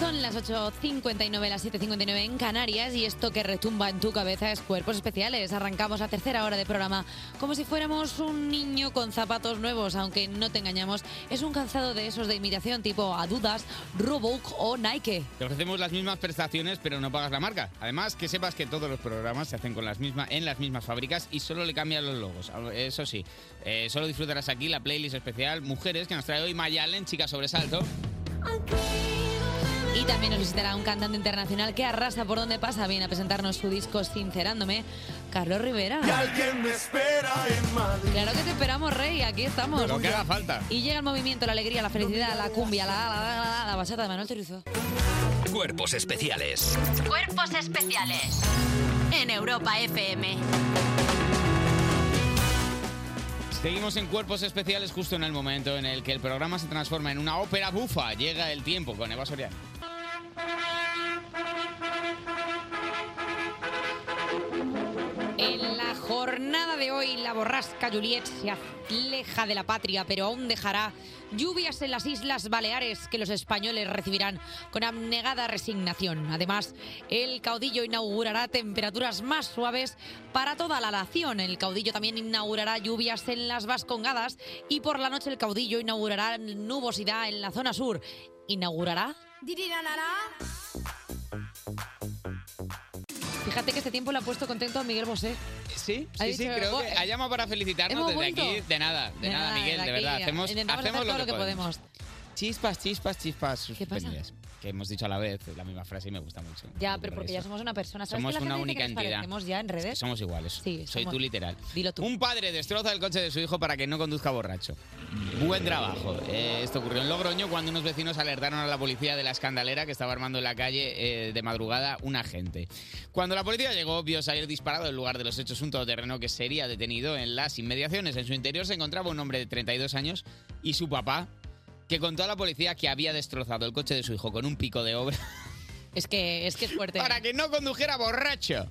Son las 8.59, las 7.59 en Canarias y esto que retumba en tu cabeza es Cuerpos Especiales. Arrancamos la tercera hora de programa como si fuéramos un niño con zapatos nuevos, aunque no te engañamos, es un calzado de esos de imitación tipo Adidas, Roebuck o Nike.
Te ofrecemos las mismas prestaciones, pero no pagas la marca. Además, que sepas que todos los programas se hacen con las mismas, en las mismas fábricas y solo le cambian los logos. Ah, Eso sí, eh, solo disfrutarás aquí la playlist especial Mujeres que nos trae hoy Mayalen, Chica Sobresalto.
Y también nos visitará un cantante internacional que arrasa por donde pasa. Viene a presentarnos su disco Sincerándome, Carlos Rivera.
me espera en Madrid.
Claro que te esperamos, Rey, aquí estamos.
Lo que haga
falta.
Y llega el movimiento, la alegría, la felicidad, la cumbia, la, la, la, la, la, la bachata de Manuel Turizo.
Cuerpos especiales
Cuerpos especiales en Europa FM.
Seguimos en Cuerpos Especiales justo en el momento en el que el programa se transforma en una ópera bufa. Llega el tiempo con Eva Soriano.
En la jornada de hoy, la borrasca Juliet se aleja de la patria, pero aún dejará lluvias en las Islas Baleares que los españoles recibirán con abnegada resignación. Además, el caudillo inaugurará temperaturas más suaves para toda la nación. El caudillo también inaugurará lluvias en las Vascongadas y por la noche el caudillo inaugurará nubosidad en la zona sur. ¿Inaugurará? Fíjate que este tiempo le ha puesto contento a Miguel Bosé.
Sí,
Ha
sí,
dicho, eh,
sí, creo
"Bo-
que ha llamado para felicitarnos
hemos
desde
vuelto".
aquí. De nada, de,
De
nada,
nada,
Miguel,
desde
de verdad.
aquí,
Hacemos,
intentamos
hacemos
hacer todo lo que
Chispas, chispas, chispas suspendidas. Que hemos dicho a la vez la misma frase y me gusta mucho.
Ya, pero porque ya somos una persona. ¿Sabes
Somos
que la
una
gente dice
única
que nos
entidad.
parecemos ya en
Es que
redes?
somos iguales.
Sí,
Soy
somos-
tu literal.
Dilo
Un padre destroza el coche de su hijo para que no conduzca borracho. Buen trabajo. Eh, esto ocurrió en Logroño cuando unos vecinos alertaron a la policía de la escandalera que estaba armando en la calle eh, de madrugada un agente. Cuando la policía llegó, vio salir disparado el lugar de los hechos un todoterreno que sería detenido en las inmediaciones. En su interior se encontraba un hombre de 32 años y su papá, que contó a la policía que había destrozado el coche de su hijo con un pico de obra.
Es que es, que es fuerte.
Para que no condujera borracho.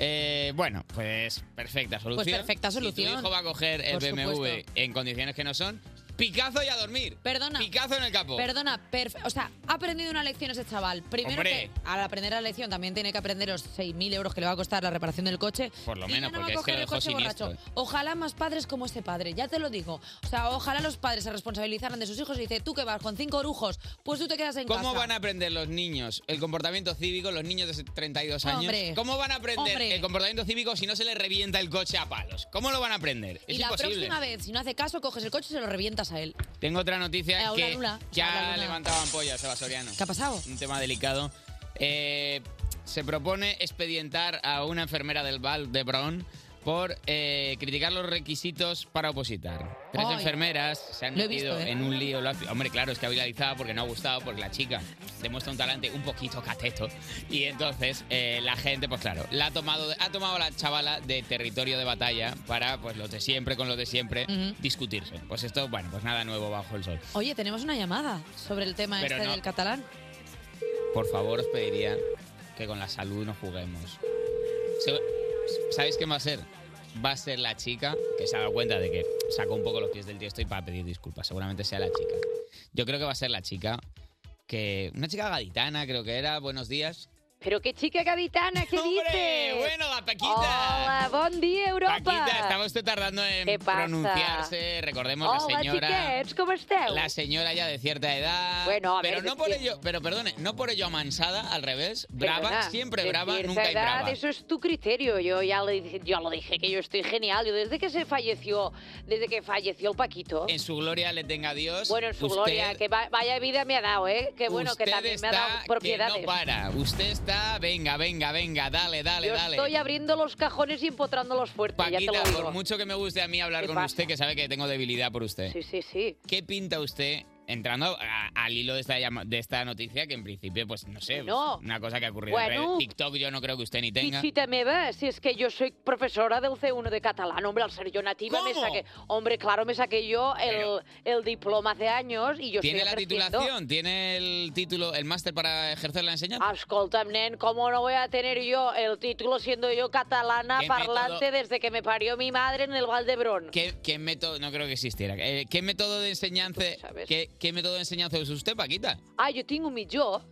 Eh, bueno, pues perfecta solución.
perfecta
Si
solución.
tu hijo va a coger el
Por
BMW
supuesto.
en condiciones que no son, picazo y a dormir.
Perdona.
Picazo en el capo.
Perdona, perf- o sea, ha aprendido una lección ese chaval. Primero
Hombre.
que al aprender la lección también tiene que aprender los 6.000 euros que le va a costar la reparación del coche.
Por lo
Y
menos,
ya no va
porque
a
es que
coger
lo
el
dejó eh.
coche
siniestro.
borracho. Ojalá más padres como ese padre, ya te lo digo. O sea, ojalá los padres se responsabilizaran de sus hijos y dice, tú que vas con cinco orujos, pues tú te quedas en casa.
¿Cómo van a aprender los niños el comportamiento cívico, los niños de 32 años?
Hombre.
¿Cómo van a aprender
Hombre.
el comportamiento cívico si no se les revienta el coche a palos? ¿Cómo lo van a aprender? Es
Y la
imposible.
próxima vez, si no hace caso, coges el coche y se lo revientas a él.
Tengo otra noticia
Eh,
que
una luna,
que
una
ha
luna.
levantado ampollas, Seba Soriano.
¿Qué ha pasado?
Un tema delicado. Eh, se propone expedientar a una enfermera del Val de Bron por eh, criticar los requisitos para opositar. Tres
Ay.
enfermeras se han
Lo he
metido
visto, ¿eh?
en un lío. lo ha- Hombre, claro, es que ha viralizado porque no ha gustado, porque la chica demuestra un talante un poquito cateto. Y entonces eh, la gente, pues claro, la ha tomado, ha tomado a la chavala de territorio de batalla para, pues, los de siempre con los de siempre
Ujú.
discutirse. Pues esto, bueno, pues nada nuevo bajo el sol.
Oye, tenemos una llamada sobre el tema
Pero
este
no.
del catalán.
Por favor, os pediría que con la salud no juguemos. Se- ¿Sabéis quién va a ser? Va a ser la chica que se ha dado cuenta de que sacó un poco los pies del tiesto y para pedir disculpas. Seguramente sea la chica. Yo creo que va a ser la chica que. Una chica gaditana, creo que era. Buenos días.
Pero qué chica gaditana, ¿qué dices?
bueno, la Paquita.
Hola, bon dia, Europa.
Paquita, estaba usted tardando en
¿Qué pasa? Oh,
pronunciarse. Recordemos la
Hola,
señora.
xiquets, ¿cómo esteu?
La señora ya de cierta edad.
Bueno, a
pero
ver,
no
de-
por
de-
ello, pero perdone, no por ello amansada, al revés,
Perdona,
brava, siempre
de
brava,
cierta
nunca hay
edad,
brava.
Eso es tu criterio. Yo ya le, dije- yo lo dije que yo estoy genial. Yo desde que se falleció, desde que falleció el Paquito.
En su gloria le tenga Dios.
bueno, en su
usted-
gloria, que va- vaya vida me ha dado, ¿eh? Que bueno, que
usted
también me ha
está
dado
que
propiedades.
no para. Usted está, venga, venga, venga, dale, dale,
yo
dale.
estoy abriendo los cajones y empotrándolos fuerte, ya te
Paquita,
lo digo.
por mucho que me guste a mí hablar
¿Qué
con
pasa?
usted, que sabe que tengo debilidad por usted.
Sí, sí, sí.
¿Qué pinta usted entrando a- al hilo de esta, llama- de esta noticia que en principio, pues no sé,
No.
pues, una cosa que ha ocurrido en
Bueno.
redes- TikTok yo no creo que usted ni tenga.
Visita me va, si es que yo soy profesora del C1 de catalán, hombre, al ser yo nativa me
¿Cómo?
saqué, hombre, claro, me saqué yo el, el diploma hace años y yo
¿Tiene
estoy
la
ejerciendo.
titulación? ¿Tiene el título, el máster para ejercer la enseñanza?
Escolta'm, nen, ¿cómo no voy a tener yo el título siendo yo catalana
¿Qué
parlante
método?
desde que me parió mi madre en el Valdebrón?
¿Qué, qué método? No creo que existiera. Eh, ¿Qué método de enseñanza?
Pues
¿qué, qué método de enseñanza usa usted, Paquita?
Ah, yo tengo mi yo.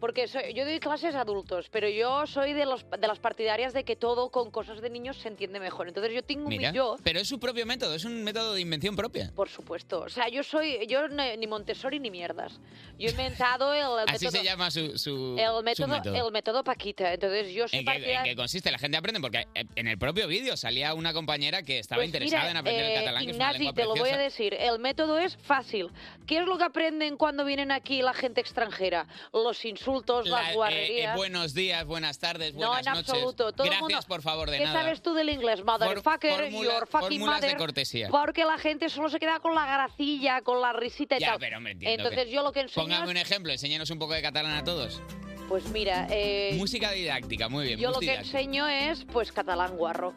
Porque soy- yo doy clases a adultos, pero yo soy de, los, de las partidarias de que todo con cosas de niños se entiende mejor. Entonces yo tengo
Mira,
mi yo.
pero es su propio método, es un método de invención propia.
Por supuesto. O sea, yo soy. Yo ne- ni Montessori ni mierdas. Yo he inventado el, el
Así
método.
se llama su, su-
El
su
método, el método Paquita. Entonces yo soy
¿En qué,
partidaria-
en qué consiste? La gente aprende porque eh, en el propio vídeo salía una compañera que estaba
Pues
interesada
mira,
en aprender el
eh,
catalán, que es una
Ignasi,
lengua
te lo voy a
preciosa.
decir. El método es fácil. ¿Qué es lo que aprenden cuando vienen aquí la gente extranjera? Los insultos,
La- eh,
las
eh,
guarrerías.
buenos días, buenas tardes,
No,
buenas
en
noches.
absoluto. Todo el
Gracias,
mundo-
por favor, de
¿Qué
nada.
sabes tú del inglés? Motherfucker,
fórmula-
your fucking
fórmulas de
mother.
cortesía.
Porque la gente solo se queda con la gracilla, con la risita y
Ya,
tal.
pero me entiendo
Entonces yo lo que enseño
Póngame
es-
un ejemplo, enséñanos un poco de catalán a todos.
Pues mira, eh,
Música didáctica, muy bien.
Yo lo que
música didáctica.
enseño es, pues, catalán guarro.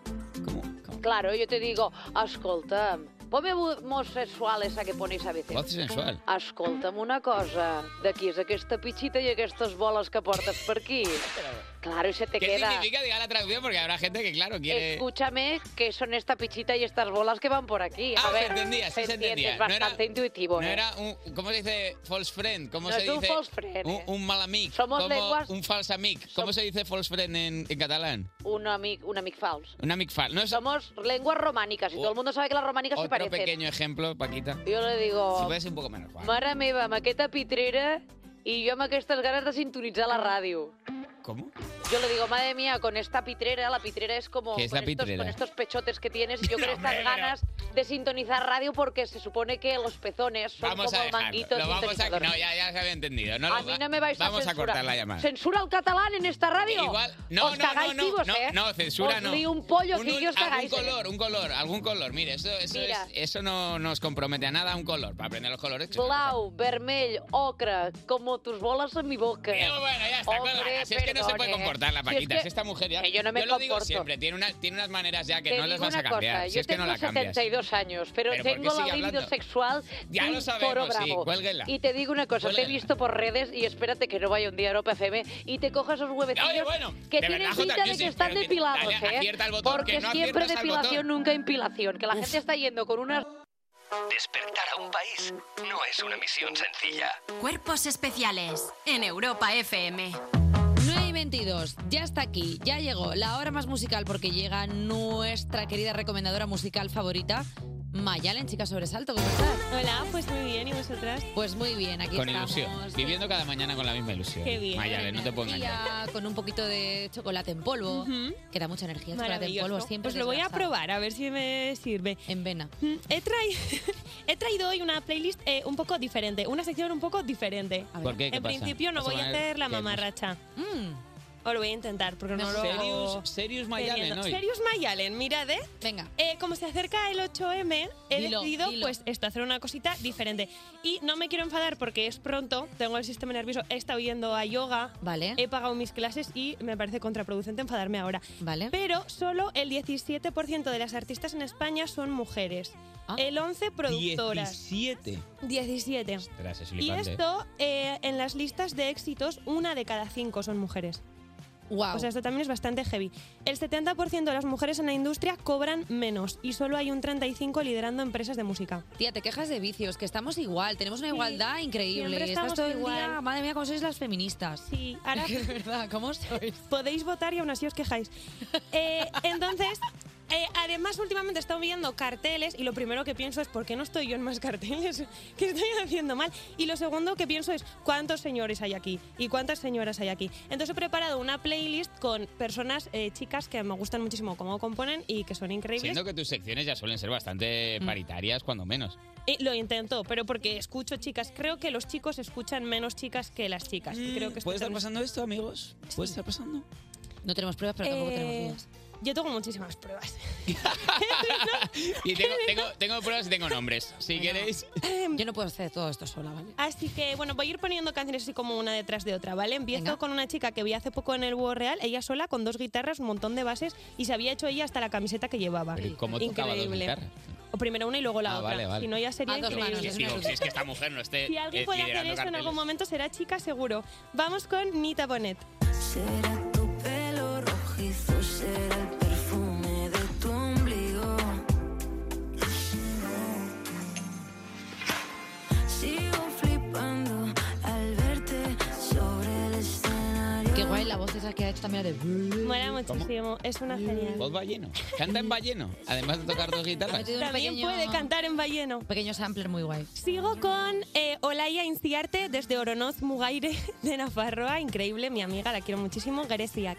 Claro, yo te digo, escolta'm, ponme voz sensual esa que ponéis a veces.
Voz sensual.
Escolta'm una cosa, de qui és aquesta pitxita i aquestes boles que portes per aquí? claro, i se te
¿Qué
queda...
significa? Diga la traducción porque habrá gente que, claro, quiere...
Escúchame, que son esta pichita y estas bolas que van por aquí.
Ah,
a ver,
se entendía, sí se
entiende,
entendía.
Es
No era-
bastante intuitivo,
No
¿eh?
era un, ¿cómo se dice false friend? ¿Cómo
No
se
es un
dice?
false friend,
Un,
eh.
un mal amic.
Somos
¿Cómo-
lenguas-
Un false amic. ¿Cómo se dice false friend en, en catalán?
Un amic, un amic fals.
Un amic fal. No es
Somos lenguas románicas y todo el mundo sabe que las románicas se
Oh. otro
parecen.
pequeño ejemplo, Paquita.
Yo le digo-
Si puedes un poco menos, Juan.
Mare meva, amb aquesta pitrera i jo amb aquestes ganes de sintonitzar la ràdio.
¿Cómo?
Yo le digo, madre mía, con esta pitrera, la pitrera es como
¿Qué es
con,
la
estos,
pitrera?
con estos pechotes que tienes y yo con estas ganas de sintonizar radio porque se supone que los pezones son
Vamos a
como
dejarlo.
manguitos
Lo vamos a...
sintonizadores.
No, ya, ya se había entendido. No,
a
lo-
mí no me vais a
Vamos a
censurar.
cortar la llamada.
¿Censura al catalán en esta radio?
Igual- no,
Os
no, no,
cagáis
no,
vivos,
no,
¿eh?
no, censura
Os
no.
lío un pollo que yo os
Algún
cagáis. ¿eh?
color, un color, algún color. Mire, eso, eso,
Mira.
es- eso no nos compromete a nada, un color. Para aprender los colores. que-
Blau, vermell, ocre, como tus bolas en mi boca.
bueno, ya está, claro, Si es que no se puede comportar la Paquita, si esta mujer ya...
¿eh? que yo no me
lo digo
comporto.
siempre, tiene, una- tiene unas maneras ya que
Te
no las
digo
vas a
una
cambiar.
cosa,
si
yo
es que
tengo
no la cambias.
72 años, pero,
Pero ¿por qué
tengo la
sigue
libido
hablando?
sexual
Ya
de
lo
un
sabemos,
toro
sí,
bravo.
cuélguela.
Y te digo una cosa, te he
Cuélguela.
visto por redes y espérate que no vaya un día a Europa FM y te cojas esos huevecillos
Oye, bueno,
que
de
tienen
verdad, Jota,
pinta
yo
de
sí,
que están
pero que-
depilados,
dale,
¿eh?
acierta el botón, que
Porque
no
siempre
aciertas al
depilación,
botón.
nunca impilación, que la gente está yendo con unas...
Despertar a un país no es una misión sencilla.
Cuerpos especiales en Europa FM.
9 y 22, ya está aquí, ya llegó la hora más musical porque llega nuestra querida recomendadora musical favorita, Mayalen, chica sobresalto, ¿cómo estás?
Hola, pues muy bien, ¿y vosotras?
Pues muy bien, aquí
Con
estamos.
ilusión. Viviendo cada mañana con la misma ilusión.
Qué bien.
Mayale, no te puedo engañar.
Día Con un poquito de chocolate en polvo, que da mucha energía el chocolate en
Maravilloso.
polvo, siempre
Pues lo voy a
desgastado.
probar, a ver si me sirve. Mm,
En vena.
He, trai- he traído hoy una playlist eh, un poco diferente, una sección un poco diferente.
ver. ¿Por qué? ¿Qué
en
pasa?
principio no
¿Vas a
voy a
poner
hacer la
qué música?
Mm.
mamarracha. O lo voy a intentar porque no lo
Serious, Serious Mayalen
Teniendo-
hoy.
Serious Mayalen, mirad, ¿eh?
Venga.
como se acerca el 8M, he
Dilo,
decidido,
dilo.
pues, esto, hacer una cosita diferente. Y no me quiero enfadar porque es pronto, tengo el sistema nervioso, he estado yendo a yoga,
Vale.
he pagado mis clases y me parece contraproducente enfadarme ahora.
Vale.
Pero solo el 17% de las artistas en España son mujeres.
Ah.
El 11 productoras.
17.
17.
Ostras, es
Y
flipante, ¿eh?
esto, eh, en las listas de éxitos, una de cada cinco son mujeres. O sea, esto también es bastante heavy. El 70% de las mujeres en la industria cobran menos y solo hay un 35% liderando empresas de música.
Tía, te quejas de vicios, que estamos igual, tenemos una igualdad increíble.
siempre
Estás
estamos
todo el
igual.
día, madre mía, cómo sois las feministas.
Sí, ahora-
Es que es verdad, ¿cómo sois?
Podéis votar y aún así os quejáis. Eh, entonces, eh, además últimamente he estado viendo carteles y lo primero que pienso es ¿por qué no estoy yo en más carteles? ¿Qué estoy haciendo mal? Y lo segundo que pienso es ¿cuántos señores hay aquí? ¿Y cuántas señoras hay aquí? Entonces he preparado una playlist con personas, eh, chicas que me gustan muchísimo cómo componen y que son increíbles.
Siendo que tus secciones ya suelen ser
Mm.
bastante paritarias, cuando menos.
Eh, lo intento, pero porque escucho chicas. Creo que los chicos escuchan menos chicas que las chicas. Y creo que
¿Puede estar
escuchan-
pasando esto, amigos? ¿Puede estar pasando?
No tenemos pruebas, pero tampoco
Eh,
tenemos dudas.
Yo tengo muchísimas pruebas.
Y tengo, tengo- tengo pruebas y tengo nombres. Si queréis.
em.
Yo no puedo hacer todo esto sola, ¿vale?
Así que, bueno, voy a ir poniendo canciones así como una detrás de otra, ¿vale? Empiezo con una chica que vi hace poco en el Búho Real, ella sola, con dos guitarras, un montón de bases, y se había hecho ella hasta la camiseta que llevaba.
Pero ¿y cómo tocaba dos guitarras?
O primero una y luego la
Ah,
otra.
vale, vale.
Si no, ya sería increíble.
Sí, sí, digo, si es que esta mujer no esté
Si alguien
eh,
puede hacer
liderando
eso en
carteles.
algún momento será chica seguro. Vamos con Nita Bonet.
Será tu pelo rojizo, será el perfume de tu ombligo. Sigo flipando al verte sobre el escenario.
Qué guay la voz esa que ha hecho también la de...
Mola
¿Cómo?
muchísimo, es una genial.
Voz balleno. Canta en balleno, además de tocar dos guitarras.
También puede cantar en balleno.
Pequeño sampler muy guay.
Sigo con eh, Olaya Inciarte desde Oronoz Mugaire de Nafarroa. Increíble, mi amiga, la quiero muchísimo. Geresiak.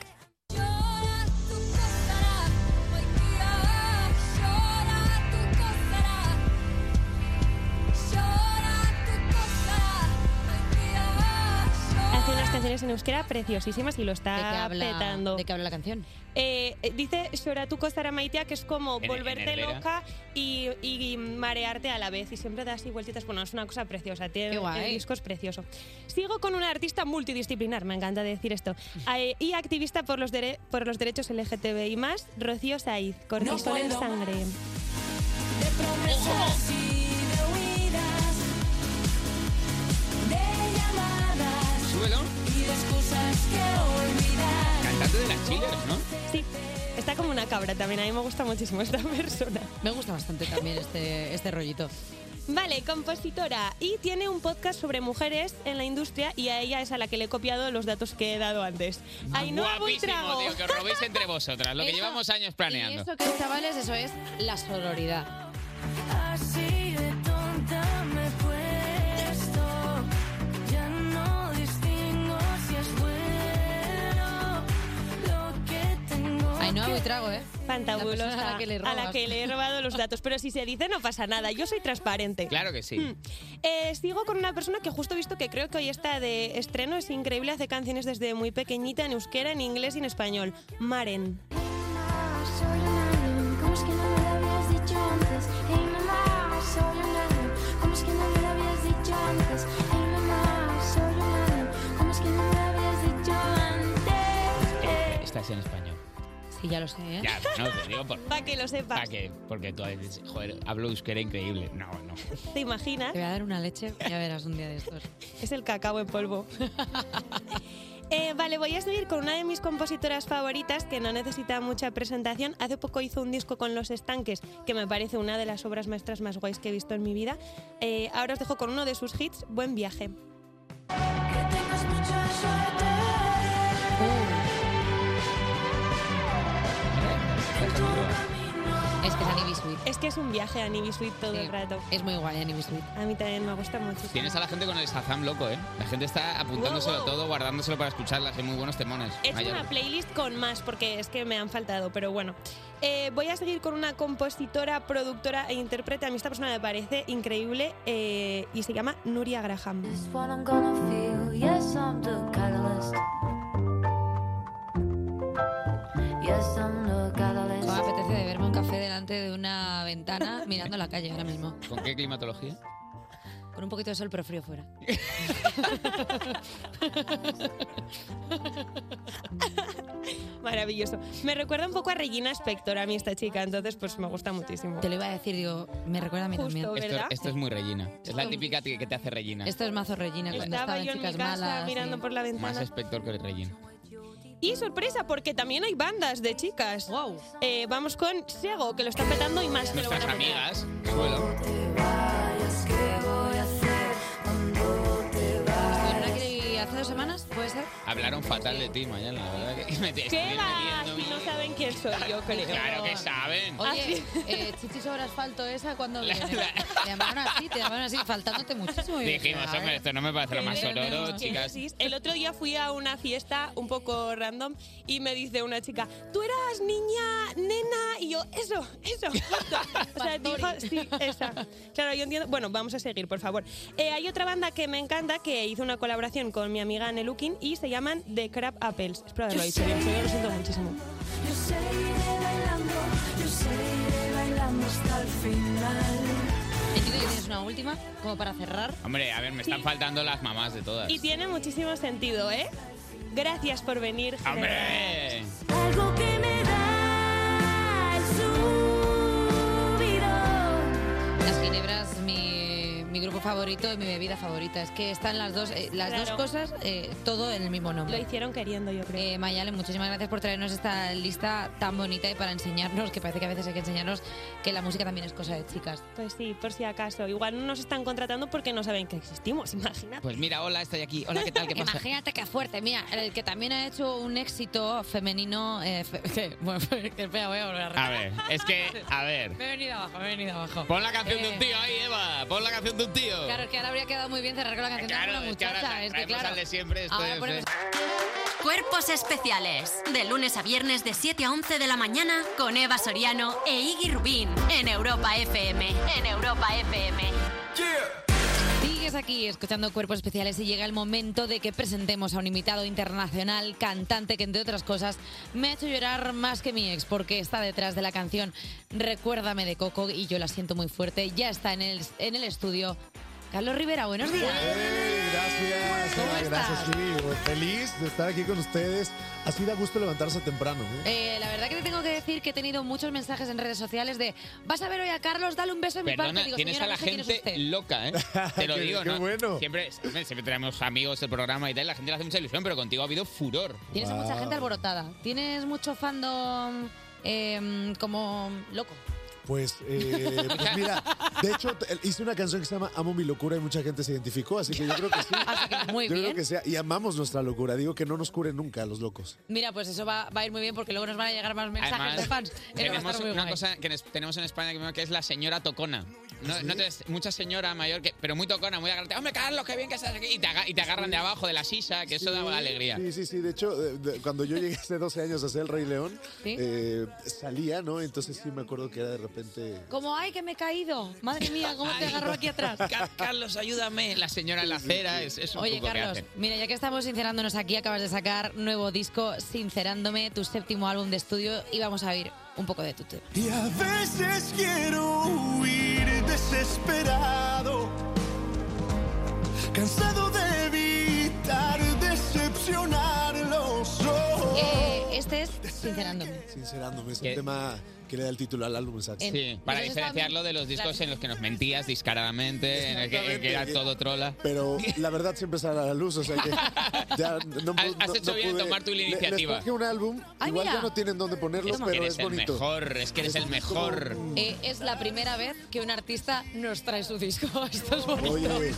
Hace unas canciones en euskera preciosísimas y lo está
¿De qué habla-
petando.
¿De qué habla la canción?
Eh, eh, dice Shoratuko Saramaitia que es como
En- en
volverte
herbera.
loca y, y marearte a la vez y siempre das así vueltitas. Bueno, es una cosa preciosa. Tiene,
Qué guay.
El disco es precioso. Sigo con una artista multidisciplinar, me encanta decir esto, eh, y activista por los, dere- por los derechos LGTBI+, Rocío Saiz, Cortisol en
puedo
Sangre.
Promesas y de huidas, de llamadas
Súbelo.
y de excusas que olvidar.
Cantante de las chillers, ¿no?
Sí, está como una cabra también, a mí me gusta muchísimo esta persona.
Me gusta bastante también este, este rollito.
Vale, compositora. Y tiene un podcast sobre mujeres en la industria y a ella es a la que le he copiado los datos que he dado antes.
Ah,
Ainhoa
Guapísimo,
Buitrago.
tío, que os robéis entre vosotras, lo que
Eso-
llevamos años
Y
planeando.
eso que chavales, eso es la sororidad.
Así de tonta me he puesto, ya no distingo si es bueno lo que tengo. que
trago, ¿eh?
Fantabulosa.
La persona a la que le robas.
he robado los datos. Pero si se dice, no pasa nada. Yo soy transparente.
Claro que sí.
Eh, sigo con una persona que justo he visto que creo que hoy está de estreno. Es increíble, hace canciones desde muy pequeñita en euskera, en inglés y en español. Maren.
Soy un alien, ¿cómo es que no me lo habías dicho antes? Hey mamá, soy un alien, ¿cómo es que no me lo habías dicho antes? Hey mamá, soy un alien, ¿cómo es que no me lo habías dicho antes?
Estás en español.
Sí, ya lo sé, ¿eh?
Ya, pues, no, te digo por...
Para que lo sepas.
Para que, porque tú dices, joder, hablo euskera increíble. No, no.
¿Te imaginas?
Te voy a dar una leche, ya verás un día de estos.
Es el cacao en polvo. Eh, vale, voy a seguir con una de mis compositoras favoritas que no necesita mucha presentación. Hace poco hizo un disco con Los Estanques, que me parece una de las obras maestras más guays que he visto en mi vida. Eh, ahora os dejo con uno de sus hits, Buen viaje.
Es que es Annie B. Sweet.
Es que es un viaje a Nibisuit todo el rato.
Es muy guay Annie B. Sweet.
A mí también me gusta muchísimo.
Tienes a la gente con el Shazam loco, ¿eh? La gente está apuntándoselo
Wow.
todo, guardándoselo para escucharlas. Hay muy buenos temones.
He hecho
Mayor.
una playlist con más porque es que me han faltado, pero bueno. Eh, voy a seguir con una compositora, productora e intérprete. A mí esta persona me parece increíble eh, y se llama Nuria Graham.
What I'm gonna feel, yes, I'm the catalyst.
Pues ventana mirando la calle ahora mismo.
¿Con qué climatología?
Con un poquito de sol, pero frío fuera.
Maravilloso. Me recuerda un poco a Regina Spector, a mí esta chica, entonces pues me gusta muchísimo. Te
lo iba a decir, digo, me recuerda a mí
Justo,
también.
¿verdad?
Esto, esto es muy Regina. Es la típica que que te hace Regina.
Esto es mazo Regina cuando estaba
Estaba
en
yo en mi
Chicas
casa
Malas.
mirando
y-
por la ventana.
Más espector que Regina.
Y sorpresa, porque también hay bandas de chicas. Wow. vamos con Sego, que lo está petando y más que lo van
Nuestras
a petar.
amigas. Bueno.
Estuvieron aquí hace dos semanas, ¿puede ser?
Hablaron fatal de ti, Mayana, la verdad que me te
¿Qué
estuvieron
va?
metiendo-
Si no saben Ah, quién soy yo, creo.
Claro que saben.
Oye, eh, chichi sobre asfalto esa cuando viene. Te llamaron así, te llamaron así, faltándote muchísimo. Y yo ¿eh? dije,
Dijimos,
"A
hombre,
ver".
esto no me parece lo más sonoro,
Que
chicas.
existe. El otro día fui a una fiesta un poco random y me dice una chica, tú eras niña, nena, y yo, eso, eso, justo". O sea, dijo, sí, esa. Claro, yo entiendo. Bueno, vamos a seguir, por favor. Eh, hay otra banda que me encanta que hizo una colaboración con mi amiga Nelukin y se llaman The Crab Apples. Espero haberlo dicho bien, si no, lo siento muchísimo.
Yo seguiré bailando, yo seguiré bailando hasta el final.
Entiendo que tienes una última, como para cerrar.
Hombre, a ver, me están faltando las mamás de todas.
Y tiene muchísimo sentido, ¿eh? Gracias por venir.
¡Hombre!
Algo que me da el
Las ginebras, mi, mi grupo favorito y mi bebida favorita. Es que están las dos, eh, las dos
Claro.
cosas, eh, todo en el mismo nombre.
Lo hicieron queriendo, yo creo.
Eh, Mayale, muchísimas gracias por traernos esta lista tan bonita y para enseñarnos, que parece que a veces hay que enseñarnos que la música también es cosa de chicas.
Pues sí, por si acaso. Igual no nos están contratando porque no saben que existimos, imagínate.
Pues mira, hola, estoy aquí. Hola, ¿qué tal? ¿Qué pasa?
Imagínate qué fuerte. Mira, el que también ha hecho un éxito femenino. eh, fe- bueno, espera, voy a volver a
A ver, es que, a ver.
Me he venido abajo, me he venido abajo.
Pon la canción de
Eh,
un tío ahí, Eva. Pon la canción de un tío.
Claro, es que ahora habría quedado muy bien cerrar con la canción
Claro,
de una
es que ahora
muchacha. Es que,
traemos
claro.
al de siempre, esto
Ahora
es, eh.
ponemos-
Cuerpos especiales. De lunes a viernes de 7 a 11 de la mañana con Eva Soriano e Iggy Rubín en Europa FM. En Europa FM.
Sigues aquí escuchando Cuerpos Especiales y llega el momento de que presentemos a un invitado internacional, cantante que entre otras cosas me ha hecho llorar más que mi ex porque está detrás de la canción Recuérdame de Coco y yo la siento muy fuerte. Ya está en el, en el estudio. Carlos Rivera, buenos días.
Gracias,
¿Cómo
Eva, gracias,
estás?
Jimmy. Feliz de estar aquí con ustedes. Así da gusto levantarse temprano. ¿eh?
Eh, la verdad que te tengo que decir que he tenido muchos mensajes en redes sociales de vas a ver hoy a Carlos, dale un beso en mi parte.
Perdona,
Digo,
tienes
"Señora,
a la
no sé quién es
gente
usted".
loca, ¿eh? Te lo
Qué-
digo,
qué
¿no? bueno. Siempre, siempre, siempre tenemos amigos del programa y tal, y la gente le hace mucha ilusión, pero contigo ha habido furor.
Tienes a mucha gente alborotada. Tienes mucho fandom em, como loco.
Pues, eh, pues mira, de hecho, t- hice una canción que se llama Amo mi locura y mucha gente se identificó, así que yo creo que sí.
Muy
yo
bien.
creo que sea. Y amamos nuestra locura. Digo que no nos curen nunca a los locos.
Mira, pues eso va, va a ir muy bien porque luego nos van a llegar más mensajes de fans. Eso va a estar
tenemos
muy
una
guay.
cosa que nos- tenemos en España que me- que es la señora tocona. No, no te- mucha señora mayor, que, pero muy tocona, muy agarrante. ¡Hombre, Carlos, qué bien que estás aquí! Y te, aga- y te agarran de abajo, de la sisa, que eso da Ah, alegría.
Sí, sí, sí. De hecho, de- de- cuando yo llegué hace 12 años a ser el Rey León, eh, salía, ¿no? Entonces sí me acuerdo que era de repente.
Como, ay, que me he caído. Madre mía, ¿cómo te agarro aquí atrás?
Car- Carlos, ayúdame. La señora en la acera es, es un
Oye,
truco
Carlos,
que hacen.
mira, ya que estamos sincerándonos aquí, acabas de sacar nuevo disco, Sincerándome, tu séptimo álbum de estudio, y vamos a oír un poco de tu tema.
Y a veces quiero huir desesperado, cansado de evitar decepcionarlos. Oh.
Eh, este es Sincerándome.
Sincerándome, es el tema que le da el título al álbum, exacto.
En-
Sí, para
Nosotros también-
diferenciarlo de los discos en los que nos mentías descaradamente, en el que, en que era todo trola.
Pero la verdad siempre sale a la luz, o sea que ya no
Has- has hecho bien en
pude-
tomar tu
Le-
iniciativa.
Les traje un álbum,
Ay,
igual
Ah, mira.
ya no tienen dónde ponerlo,
Es que
pero
eres
es
el
bonito.
mejor, es que eres el mejor.
Eh, es la primera vez que un artista nos trae su disco. Esto es bonito.
Oye,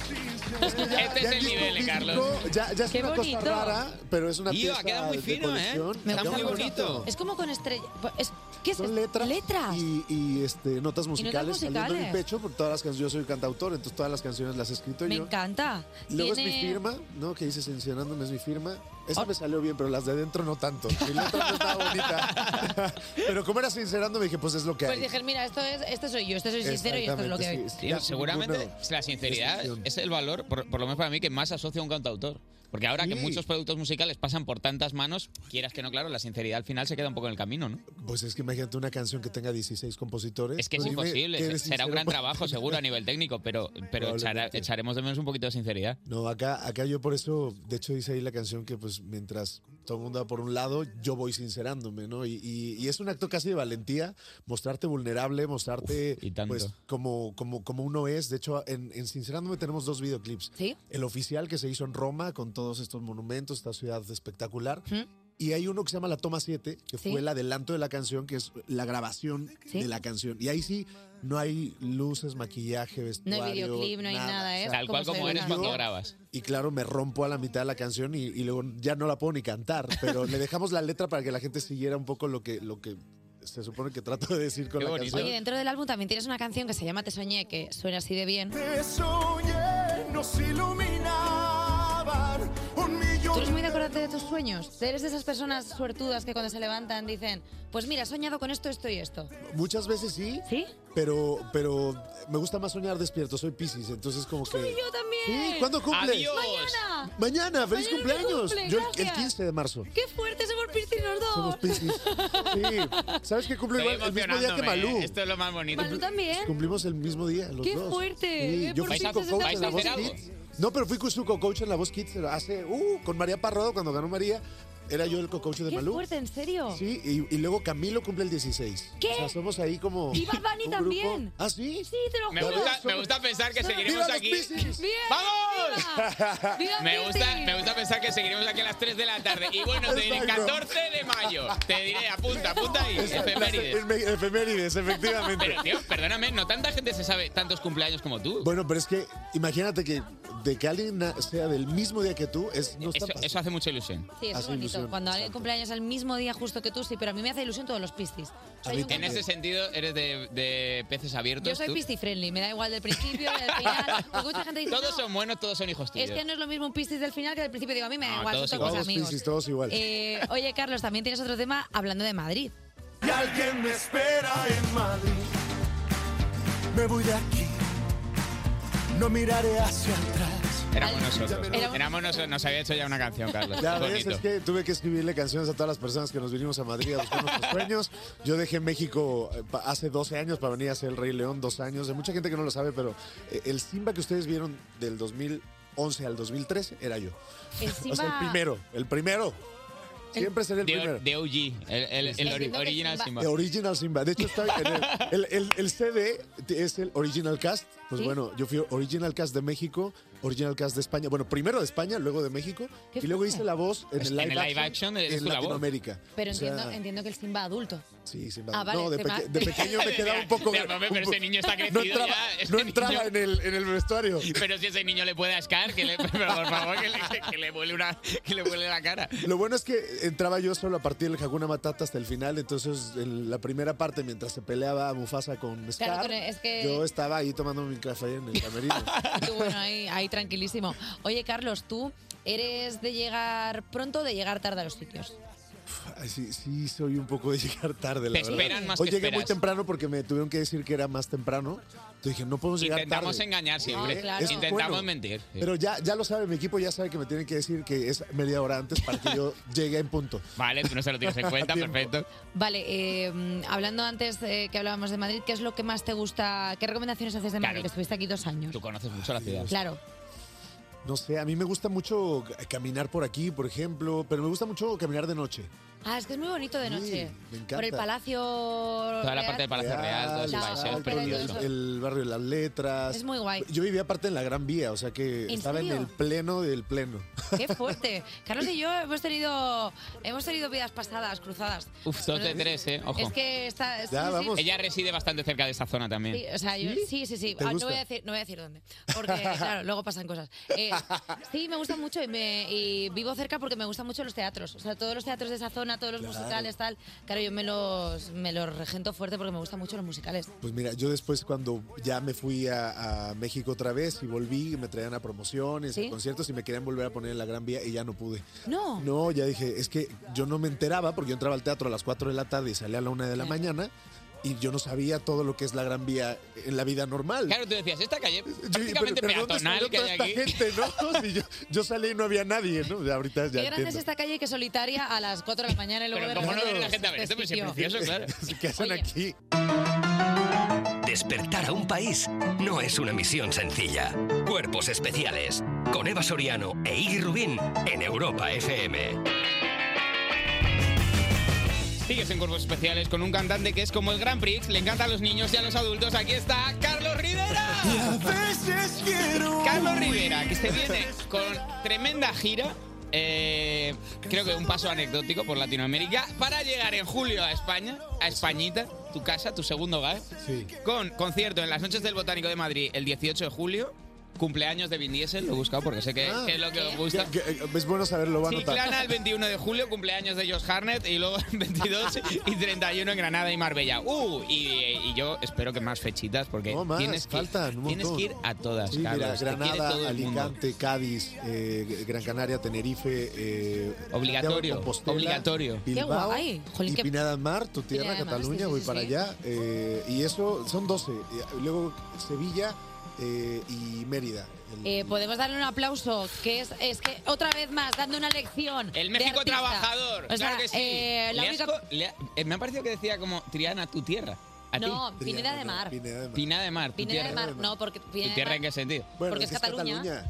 este es el nivel, eh, Carlos.
Ya, ya es
Qué
una
bonito.
cosa rara, pero es una
Tío,
pieza
ha quedado muy
de
fino, ¿eh?
colección.
Me
Queda
gusta
muy
mucho.
Es como con estrella. es- ¿Qué es
Son
esto?
letras, Y, y, este, notas musicales, saliendo de mi
musicales.
pecho, porque todas las canciones, yo soy cantautor, entonces todas las canciones las he escrito
Me
yo.
encanta.
Luego es mi
Tiene-
firma, ¿no? Que dice Sancionándome es mi firma.
Ah.
Esa me salió bien, pero las de dentro no tanto. Mi letra no estaba bonita. pero como era sincerándome, dije, pues es lo que
Pues
hay.
dije, mira, esto es, este soy yo, este soy sincero y esto es lo que hay.
Exactamente, sí, sí.
Tío,
Ya sin
seguramente
ninguna
la sinceridad es el valor, por, por lo menos para mí, que más asocia a un cantautor. Porque ahora que
Sí.
muchos productos musicales pasan por tantas manos, quieras que no, claro, la sinceridad al final se queda un poco en el camino, ¿no?
Pues es que imagínate una canción que tenga 16 compositores.
Es que es
Pues dime,
imposible,
¿qué
se-
eres
será un
sincero
gran
para-
trabajo seguro a nivel técnico, pero, pero echara- echaremos de menos un poquito de sinceridad.
No, acá, acá yo por eso, de hecho dice ahí la canción que pues mientras todo el mundo va por un lado, yo voy sincerándome, ¿no? Y, y- y es un acto casi de valentía, mostrarte vulnerable, mostrarte pues como, como, como uno es. De hecho, en, en Sincerándome tenemos dos videoclips. El oficial que se hizo en Roma con todos estos monumentos, esta ciudad espectacular. Y hay uno que se llama La Toma 7, que
Sí.
fue el adelanto de la canción, que es la grabación de la canción. Y ahí sí no hay luces, maquillaje, vestuario.
videoclip, no hay nada, ¿eh? Tal cual Como como se eres ve. cuando grabas.
Y claro, me rompo a la mitad de la canción y, y luego ya no la puedo ni cantar, pero le dejamos la letra para que la gente siguiera un poco lo que, lo que se supone que trato de decir con la canción.
Oye, dentro del álbum también tienes una canción que se llama Te soñé, que suena así de bien.
Te soñé, nos iluminaban un
¿Tú
millón
eres muy de acordarte de tus sueños? ¿Eres de esas personas suertudas que cuando se levantan dicen, pues mira, he soñado con esto, esto y esto?
Muchas veces sí, Pero, pero me gusta más soñar despierto, soy Piscis, entonces como que...
¡Y yo también!
Sí, ¿cuándo cumples?
¡Adiós! ¡Mañana!
Mañana,
Mañana mi
feliz cumpleaños.
cumple,
Yo el- el
gracias.
15 de marzo.
¡Qué fuerte somos Piscis los dos!
Somos Piscis. Sí. ¿Sabes qué cumplo
Estoy
igual el mismo día que
emocionándome,
Malú?
¿eh? Esto es lo más bonito.
Malú
¿eh?
también.
Cumplimos el mismo día, los
¡Qué
dos.
fuerte!
Sí,
Eh,
yo
por
fui
fin
su
se
coach
está
en la voz
haciendo algo.
Kids. No, pero fui su co-coach en la voz Kids hace, uh, con María Parrodo, cuando ganó María, era yo el co-coach de
¡Qué
Malú.
fuerte, en serio!
Sí, y, y luego Camilo cumple el 16.
¿Qué?
O sea, somos ahí como.
¡Y Bad Bunny
un grupo.
también!
¿Ah, sí?
Sí, te lo
Me
juro.
gusta, me gusta pensar que seguiremos
¡Viva los
aquí.
Piscis!
¡Bien!
¡Vamos!
¡Viva
Me gusta,
Piscis!
me gusta pensar que seguiremos aquí a las 3 de la tarde. Y bueno, te diré
Exacto.
14 de mayo. Te diré, apunta, apunta ahí.
Esa- las
Efemérides.
efem- efemérides, efectivamente.
Pero, tío, perdóname, no tanta gente se sabe tantos cumpleaños como tú.
Bueno, pero es que imagínate que de que alguien na- sea del mismo día que tú, es, no está
Eso, eso hace mucha ilusión.
Sí, eso es bonito. Cuando alguien cumpleaños al mismo día justo que tú, sí, pero a mí me hace ilusión todos los piscis. O sea, yo,
En ese sentido, eres de, de peces abiertos.
yo soy
tú.
piscis friendly, me da igual del principio, del final. Porque mucha gente dice,
Todos
"No,
son buenos, todos son hijos tuyos.
Es que no es lo mismo un piscis del final que del principio. Digo, a mí me da
No,
igual,
todos
son todos mis
igual.
amigos.
Piscis, todos igual.
Eh, oye, Carlos, también tienes otro tema hablando de Madrid.
Y alguien me espera en Madrid. Me voy de aquí. No miraré hacia atrás.
Éramos nosotros.
Éramos-
Éramos nosotros. Nos había hecho ya una canción, Carlos.
Ya
Qué
ves,
bonito.
es que tuve que escribirle canciones a todas las personas que nos vinimos a Madrid a buscar nuestros sueños. Yo dejé México eh, pa- hace 12 años para venir a ser el Rey León, dos años. Hay mucha gente que no lo sabe, pero eh, el Simba que ustedes vieron del 2011 al 2013 era yo.
El
O sea,
Simba-
el primero, el primero. Siempre seré el
de,
primero.
de OG, el, el- el ori-
Entiendo que
original
Simba-
Simba.
The Original Simba. De hecho, está en el, el, el- el CD es el Original Cast. Pues
Sí.
bueno, yo fui Original Cast de México, Original Cast de España. Bueno, primero de España, luego de México.
Qué
Y luego
fuerte.
hice la voz en
Es-
el live,
Pues en el live action eres
en
tú la voz.
Latinoamérica.
Pero
O sea,
entiendo, entiendo que el Simba adulto.
Sí, Simba.
Ah, vale,
no, de,
te vas.
peque- de pequeño me quedaba un poco.
Pero, hombre, pero
un-
ese niño está
no
crecido
entraba,
ya, ese
no entraba
niño.
en, el, en el vestuario.
Pero si ese niño le puede ascar, que le, pero por favor, que le, que le vuele una, que le vuele la cara.
Lo bueno es que entraba yo solo a partir del Hakuna Matata hasta el final, entonces en la primera parte, mientras se peleaba Mufasa con Scar,
con- es que-
yo estaba ahí tomando mi café en el camerino.
Tú, bueno, ahí, ahí tranquilísimo. Oye, Carlos, tú eres de llegar pronto o de llegar tarde a los sitios.
Ay, sí, sí, soy un poco de llegar tarde, la
Te
verdad.
esperan más
Hoy
que
llegué muy
esperas.
temprano porque me tuvieron que decir que era más temprano. Entonces dije, no podemos llegar
Intentamos
tarde.
engañar siempre.
¿Eh? Eso es
Intentamos
bueno.
mentir. Sí.
Pero ya, ya lo sabe, mi equipo ya sabe que me tienen que decir que es media hora antes para que yo llegue en punto.
Vale, tú no se lo tienes en cuenta, perfecto.
Vale, eh, mm, hablando antes eh, que hablábamos de Madrid, ¿qué es lo que más te gusta? ¿Qué recomendaciones haces de Madrid? Que estuviste aquí dos años.
Tú conoces mucho la ciudad.
Claro.
No sé, a mí me gusta mucho caminar por aquí, por ejemplo, pero me gusta mucho caminar de noche.
Ah, es que es muy bonito de noche.
me encanta.
Por el Palacio. Toda
la parte del Palacio Real, todo ese
el,
paseo
parque,
precioso.
el- el barrio de las letras.
Es muy guay.
Yo vivía aparte en la Gran Vía, o sea que
¿En
estaba en
serio?
el pleno del pleno.
Qué fuerte. Carlos y yo hemos tenido hemos tenido vidas pasadas, cruzadas.
Uf, dos de
Bueno,
tres, eh. Ojo.
Es que está. sí, sí.
Ella reside bastante cerca de esa zona también.
Sí, o sea, yo- sí, sí, sí.
¿Te
Ah, no,
gusta?
voy a decir, no voy a decir dónde. Porque, claro, luego pasan cosas. Eh, sí, me gusta mucho y, me- y vivo cerca porque me gustan mucho los teatros. O sea, todos los teatros de esa zona, todos los
Claro.
musicales, tal. Claro, yo me los, me los regento fuerte porque me gustan mucho los musicales.
Pues mira, yo después cuando ya me fui a, a México otra vez y volví, me traían a promociones,
¿Sí?
a conciertos y me querían volver a poner en la Gran Vía y ya no pude.
No.
No, ya dije, es que yo no me enteraba porque yo entraba al teatro a las 4 de la tarde y salía a la 1 de la mañana. y yo no sabía todo lo que es la Gran Vía en la vida normal.
Claro, tú decías, esta calle prácticamente
pero ¿dónde
peatonal
salió
que
toda
hay
esta
aquí.
gente, no? Si yo, yo salí y no había nadie, ¿no? Ya ahorita ya
Qué grande es
entiendo.
esta calle que es solitaria a las 4 de la mañana y luego de
Pero ¿cómo no
repente
viene la
es
gente a ver
este
esto? Pues es
sitio.
precioso, claro.
¿Qué hacen aquí?
Despertar a un país no es una misión sencilla. Cuerpos especiales con Eva Soriano e Iggy Rubín en Europa FM.
Sigues en Cuerpos Especiales con un cantante que es como el Grand Prix, le encanta a los niños y a los adultos. Aquí está Carlos Rivera. Carlos Rivera, que se viene con tremenda gira. eh, creo que un paso anecdótico por Latinoamérica para llegar en julio a España, a Españita, tu casa, tu segundo hogar, con concierto en las noches del Botánico de Madrid el 18 de julio, cumpleaños de Vin Diesel, lo he buscado porque sé que,
Ah.
que es lo que os gusta.
Que- que- Es bueno saberlo, va a notar.
Chiclana el 21 de julio, cumpleaños de Josh Harnett, y luego el 22 y 31 en Granada y Marbella. ¡Uh! Y, y yo espero que más fechitas, porque
No más,
tienes, que,
faltan un
tienes
montón.
que ir a todas,
Sí, mira,
Carlos. te quiere todo
Granada,
el mundo.
Alicante, Cádiz, eh, Gran Canaria, Tenerife. eh,
Obligatorio,
Santiago de Compostela,
obligatorio.
Qué
Bilbao
guay. Jolín,
y
qué-
Pineda del Mar, tu tierra,
Pineda del Mar,
Cataluña,
sí, sí,
voy
sí,
para
sí.
allá. eh, y eso son 12. y luego Sevilla eh, y Mérida. El-
Eh, Podemos darle un aplauso, que es, es que otra vez más, dando una lección.
El
de
México
artista.
trabajador,
O sea,
claro que sí.
eh, la
Le has
única-
co- le ha- eh, me ha parecido que decía como Triana, tu tierra. ¿A ti?
No, Pineda de Mar. Pineda
Pineda de Mar, tu
Pineda de
tierra.
Mar, no, porque
¿Tu
Pineda de
tierra
Mar-
en qué sentido?
Porque es es que es Cataluña.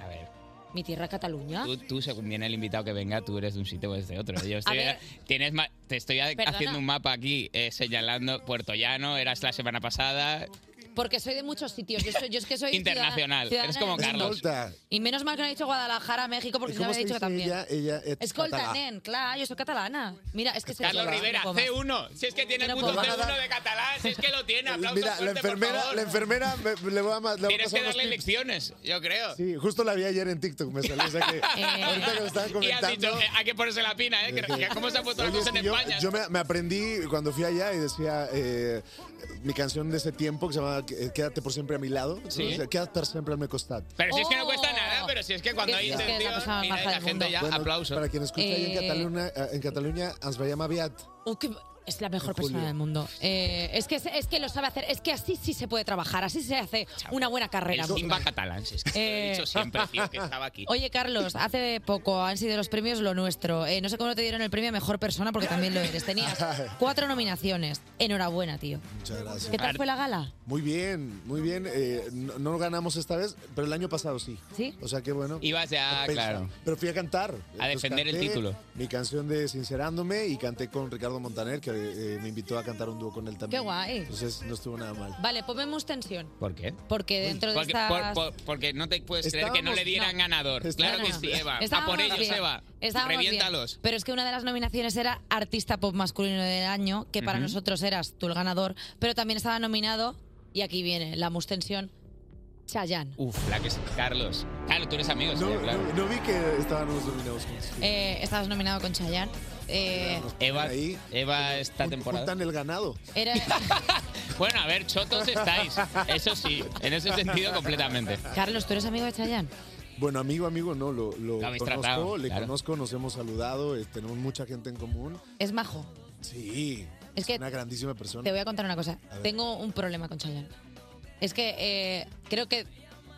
A ver,
Mi tierra es Cataluña.
tú, tú, según viene el invitado que venga, tú eres de un sitio o eres de otro. Yo estoy-
ver.
tienes ma- te estoy ha-
Perdona.
haciendo un mapa aquí eh, señalando Puerto Llano, eras la semana pasada.
Porque soy de muchos sitios. Yo, soy- yo es que soy
Internacional.
ciudadana-
Eres como
ciudadana-
Carlos.
Y menos mal que no ha dicho Guadalajara, México, porque si no
¿Cómo
habría
se
dicho
dice
que también.
ella? Ella eh, es
Escolta,
catalá.
nen, claro, yo soy catalana. Mira, es que se
Carlos
se-
Rivera,
no puedo más.
C1. Si es que tiene el
Pero
punto
por
C1
nada.
de catalán, si es que lo
Eh,
tiene. Aplausos
Mira, la
fuerte, por
enfermera,
favor.
la enfermera me- le voy a, ma- le voy a
Tienes
pasar
que
unos
darle
tips.
lecciones, yo creo.
Sí, justo la vi ayer en TikTok, me salió. O sea que, ahorita que lo estaban
Eh. Y has
comentando. este,
dicho, eh, hay que ponerse la pina, ¿eh? Que- que ¿Cómo se ha puesto la
Oye,
cosa
es que
en
yo,
España?
yo me, me aprendí cuando fui allá y decía eh, mi canción de ese tiempo que se llama Quédate por siempre a mi lado. ¿no?
Sí.
O sea, Quédate por siempre a mi costado.
Pero si es que no cuesta nada, pero si es que cuando
Oh. Es
hay
que es la
intención,
cosa más
mira, y
maja
la
del
gente ya
Oh. Bueno,
aplausos.
Para quien escucha ahí
Eh,
en Cataluña, eh, en Cataluña, ens veiem aviat.
Uh, qué- es la mejor
En julio.
persona del mundo. Eh, es, que, es que lo sabe hacer. Es que así sí se puede trabajar. Así se hace una buena carrera.
El Simba catalán, si es que te
Eh.
lo he dicho siempre, tío, que estaba aquí.
Oye, Carlos,
ah.
hace poco han sido los premios lo nuestro. Eh, no sé cómo no te dieron el premio a mejor persona porque también lo eres. Tenías cuatro nominaciones. Enhorabuena, tío.
Muchas gracias.
¿Qué tal fue la gala?
Muy bien, muy bien. Eh, no, no ganamos esta vez, pero el año pasado sí.
Sí.
O sea que bueno.
Ibas ya,
compensa.
ah, claro.
Pero fui a cantar.
A
Entonces
defender el
canté
título.
Mi canción de Sincerándome y canté con Ricardo Montaner, que eh, me invitó a cantar un dúo con él también.
Qué guay.
Entonces no estuvo nada mal.
Vale, ponemos tensión.
¿Por qué?
Porque dentro de
Porque,
estas...
por- por- porque no te puedes creer que no
Estábamos-
le dieran
no.
ganador. Claro que
Estábamos-
sí, Eva. A
Estábamos
por ellos,
bien.
Eva.
Estábamos bien.
Reviéntalos.
Pero es que una de las nominaciones era Artista Pop Masculino del Año, que para
Ujú.
nosotros eras tú el ganador, pero también estaba nominado, y aquí viene la mustensión, Chayanne.
Uf, la que es Carlos. Claro, tú eres amigo. sí, claro.
No vi que estaban los dominados con
Eh, estabas nominado con Chayanne. Eh,
Eva, Eva esta temporada.
Juntan el ganado.
era,
Bueno, a ver, chotos estáis. Eso sí, en ese sentido completamente.
Carlos, ¿tú eres amigo de Chayanne?
Bueno, amigo, amigo, no, lo, lo
habéis
conozco,
tratado,
le
claro.
conozco, nos hemos saludado, eh, tenemos mucha gente en común.
Es majo.
Sí,
Es que
una grandísima persona.
Te voy a contar una cosa.
A ver.
Tengo un problema con Chayanne. Es que eh, creo que...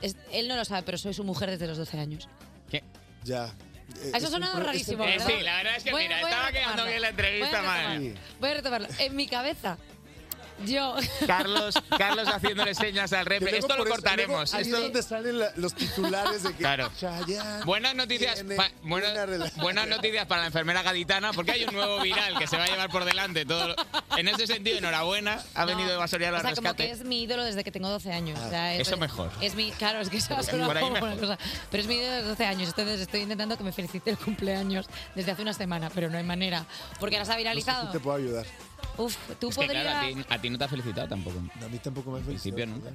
es- él no lo sabe, pero soy su mujer desde los 12 años.
Ya.
Ah, Eso sonaba rarísimo,
Eh,
¿verdad?
sí, la verdad es que
Voy a-
mira,
voy a
estaba quedando
retomarlo.
bien la entrevista,
Voy a retomarlo.
madre.
Voy a retomarlo. En mi cabeza, yo...
Carlos, Carlos haciéndole señas al
Que
rep.
luego
Esto lo
por eso-
cortaremos.
luego ahí
esto-
es donde salen la- los titulares de que
Claro.
Chayanne
Buenas noticias,
tiene
pa- buenas,
una relación.
buenas noticias para la enfermera gaditana, porque hay un nuevo viral que se va a llevar por delante. Todo. lo- En ese sentido, enhorabuena, ha venido de Basoriano
O
al
sea, como que
rescate. Ah,
es mi ídolo desde que tengo 12 años. O sea,
eso mejor.
Es mi, claro, es que eso
Por
es una
ahí
como
mejor.
una cosa. Pero es mi ídolo desde 12 años. Entonces estoy intentando que me felicite el cumpleaños desde hace una semana, pero no hay manera. Porque ahora se ha viralizado.
No sé si te puedo ayudar.
Uf, tú
Es que,
podrías...
claro, a ti, a ti no te ha felicitado tampoco.
A mí tampoco me ha
felicitado. principio nunca.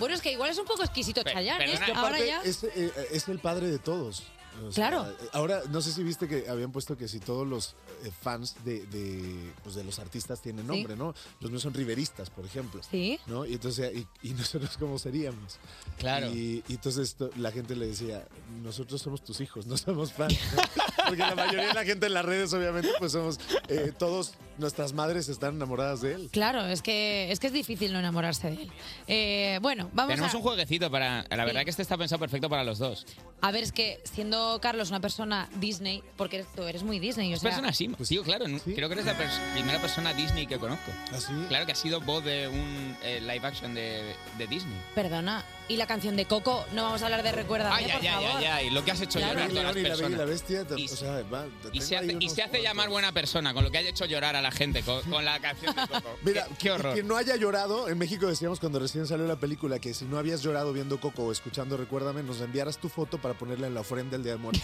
Bueno, es que igual es un poco exquisito Chayanne, ¿eh?
Es que
Ahora
aparte
ya...
Es, eh, es el padre de todos. O sea,
Claro.
eh, Ahora, no sé si viste que habían puesto que si todos los eh, fans de, de, pues, de los artistas tienen
Sí.
nombre, ¿no? Los míos son riveristas, por ejemplo.
Sí.
¿No? Y entonces, y, y nosotros cómo seríamos.
Claro.
Y, y entonces to- la gente le decía, nosotros somos tus hijos, no somos fans. ¿no? Porque la mayoría de la gente en las redes, obviamente, pues somos eh, todos nuestras madres están enamoradas de él.
Claro, es que es que es difícil no enamorarse de él. Eh, bueno, vamos
Tenemos
a,
un jueguecito para. La verdad
Sí.
que este está pensado perfecto para los dos.
a ver, es que siendo Carlos una persona Disney, porque eres- tú eres muy Disney, o sea,
persona sí,
pues
tío, claro. no- Creo que eres la pers- primera persona Disney que conozco.
¿Ah,
Claro que ha sido voz de un eh, live action de, de Disney.
Perdona, y la canción de Coco, no vamos a hablar de Recuerda,
Ay,
por
ay, ay,
favor.
ay, ay, lo que has hecho
Claro.
llorar
León
a las
y la Bella y
personas.
la Bestia, te- o sea, va, te
Y
tengo
se,
ahí
hace, y
unos
se hace llamar buena persona, con lo que ha hecho llorar a la gente con, con la canción de Coco.
Mira,
qué horror.
Que no haya llorado, en México decíamos cuando recién salió la película que si no habías llorado viendo Coco o escuchando Recuérdame, nos enviaras tu foto para ponerla en la ofrenda del Día de Muertos.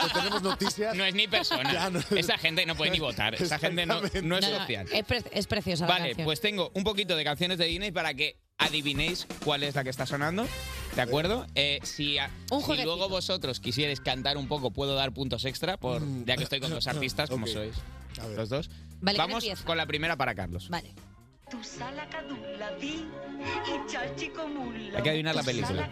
Porque tenemos noticias.
No es ni persona.
Ya, no.
Esa gente no puede ni votar. Esa gente no, no es
No, no,
social.
es, pre- es preciosa la
Vale,
canción.
pues tengo un poquito de canciones de Disney para que adivinéis cuál es la que está sonando. ¿De acuerdo? Eh, si, a- si
jueguecito.
luego vosotros quisierais cantar un poco, puedo dar puntos extra, por,
Mm.
ya que estoy con dos artistas, como sois. Los dos.
Vale, ¿quién
Vamos
empieza?
con la primera para Carlos.
Vale.
Hay que adivinar la película.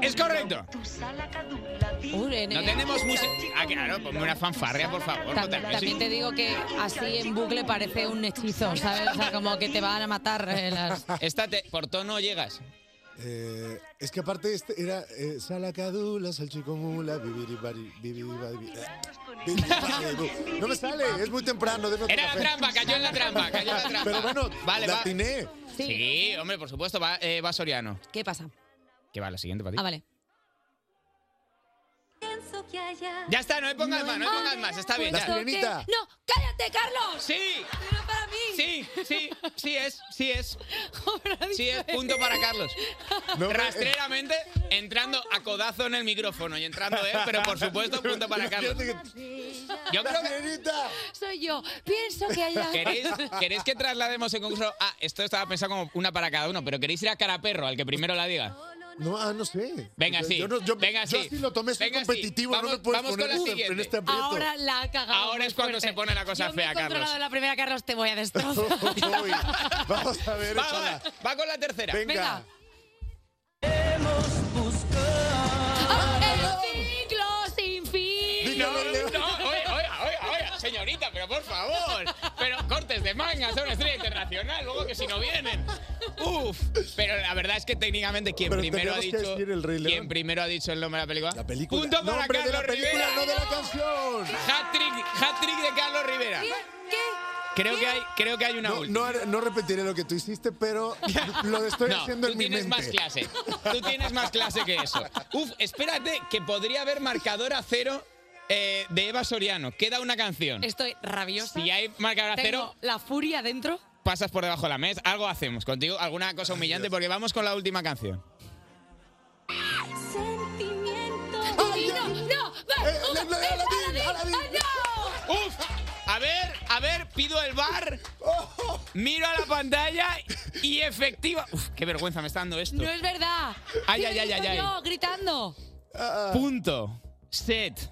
¡Es correcto! pues- No tenemos música. Ah, claro, ponme una fanfarria, por favor. no te
También, también te digo que así en bucle parece un hechizo, ¿sabes? O sea, como que te van a matar eh, las...
Esta te- por tono llegas.
Eh, es que aparte este era eh, Salacadula, Salchicomula, Bibiribari, Bibiribari. eh, Bibiribari, No me sale, es muy temprano. de
Era la trampa, cayó en la trampa, cayó en la trampa.
Pero bueno,
Vale,
la
va.
atiné.
Sí. hombre, por supuesto, va, eh, va Soriano.
¿Qué pasa?
Que va, la siguiente para ti.
Ah, vale.
Ya está, no me pongas más, no me pongas más, está bien.
La
ya.
sirenita. No, cállate, Carlos.
Sí.
Pero para mí.
Sí, sí, sí es, sí es. Sí es, punto para Carlos. Rastreramente entrando a codazo en el micrófono y entrando él, pero por supuesto, punto para Carlos. Yo creo que.
Soy yo. Pienso que haya...
¿Queréis, queréis que traslademos el concurso? Ah, esto estaba pensado como una para cada uno, pero ¿queréis ir a cara perro al que primero la diga?
No, ah, no sé.
Venga,
Yo-
sí.
Yo, no- yo-
Venga,
yo
sí.
así lo tomé, soy
Venga, sí.
competitivo, no
Vamos-
me puedes
vamos con
poner
la
en este- en
siguiente.
este aprieto.
Ahora la ha cagado.
Ahora es cuando se pone la cosa
Yo me he
fea, Carlos.
controlado la primera, Carlos, te voy a destrozar.
Vamos a ver,
va, va, va con la tercera.
Venga. El ciclo sin fin.
No, no, oiga, oiga, oiga, oiga, señorita, pero por favor. Pero cortes de manga, son estrella internacional, luego que si no vienen. Uf, pero la verdad es que técnicamente quien primero ha
teníamos que
dicho
decir el Rey León.
quien primero ha dicho el nombre de la película. La
película.
Punto para
Nombre de
Carlos
la película,
Rivera.
no de la canción.
Hat-trick, hat-trick de Carlos Rivera. Creo que hay creo que hay una
no, no, haré- no repetiré lo que tú hiciste, pero lo estoy
No,
haciendo
tú
en mi
tienes
mente.
más clase. Tú tienes más clase que eso. Uf, espérate, que podría haber marcador a cero eh, de Eva Soriano. Queda una canción.
Estoy rabiosa.
Si hay marcador a
Tengo
cero,
la furia dentro.
pasas por debajo de la mesa. Algo hacemos contigo, alguna cosa humillante, porque vamos con la última canción.
Sentimiento
divino. No, va.
Eh, la- la-
Es
Aladín,
Aladín.
Aladín.
¡Oh!
¡Uf! A ver, a ver, pido el bar,
¡Oh!
miro a la pantalla y efectiva. Uf, qué vergüenza me está dando esto.
No es verdad.
Ay,
¿Qué
ay, ay,
digo
ay,
yo
ay.
gritando.
Ah.
Punto, set,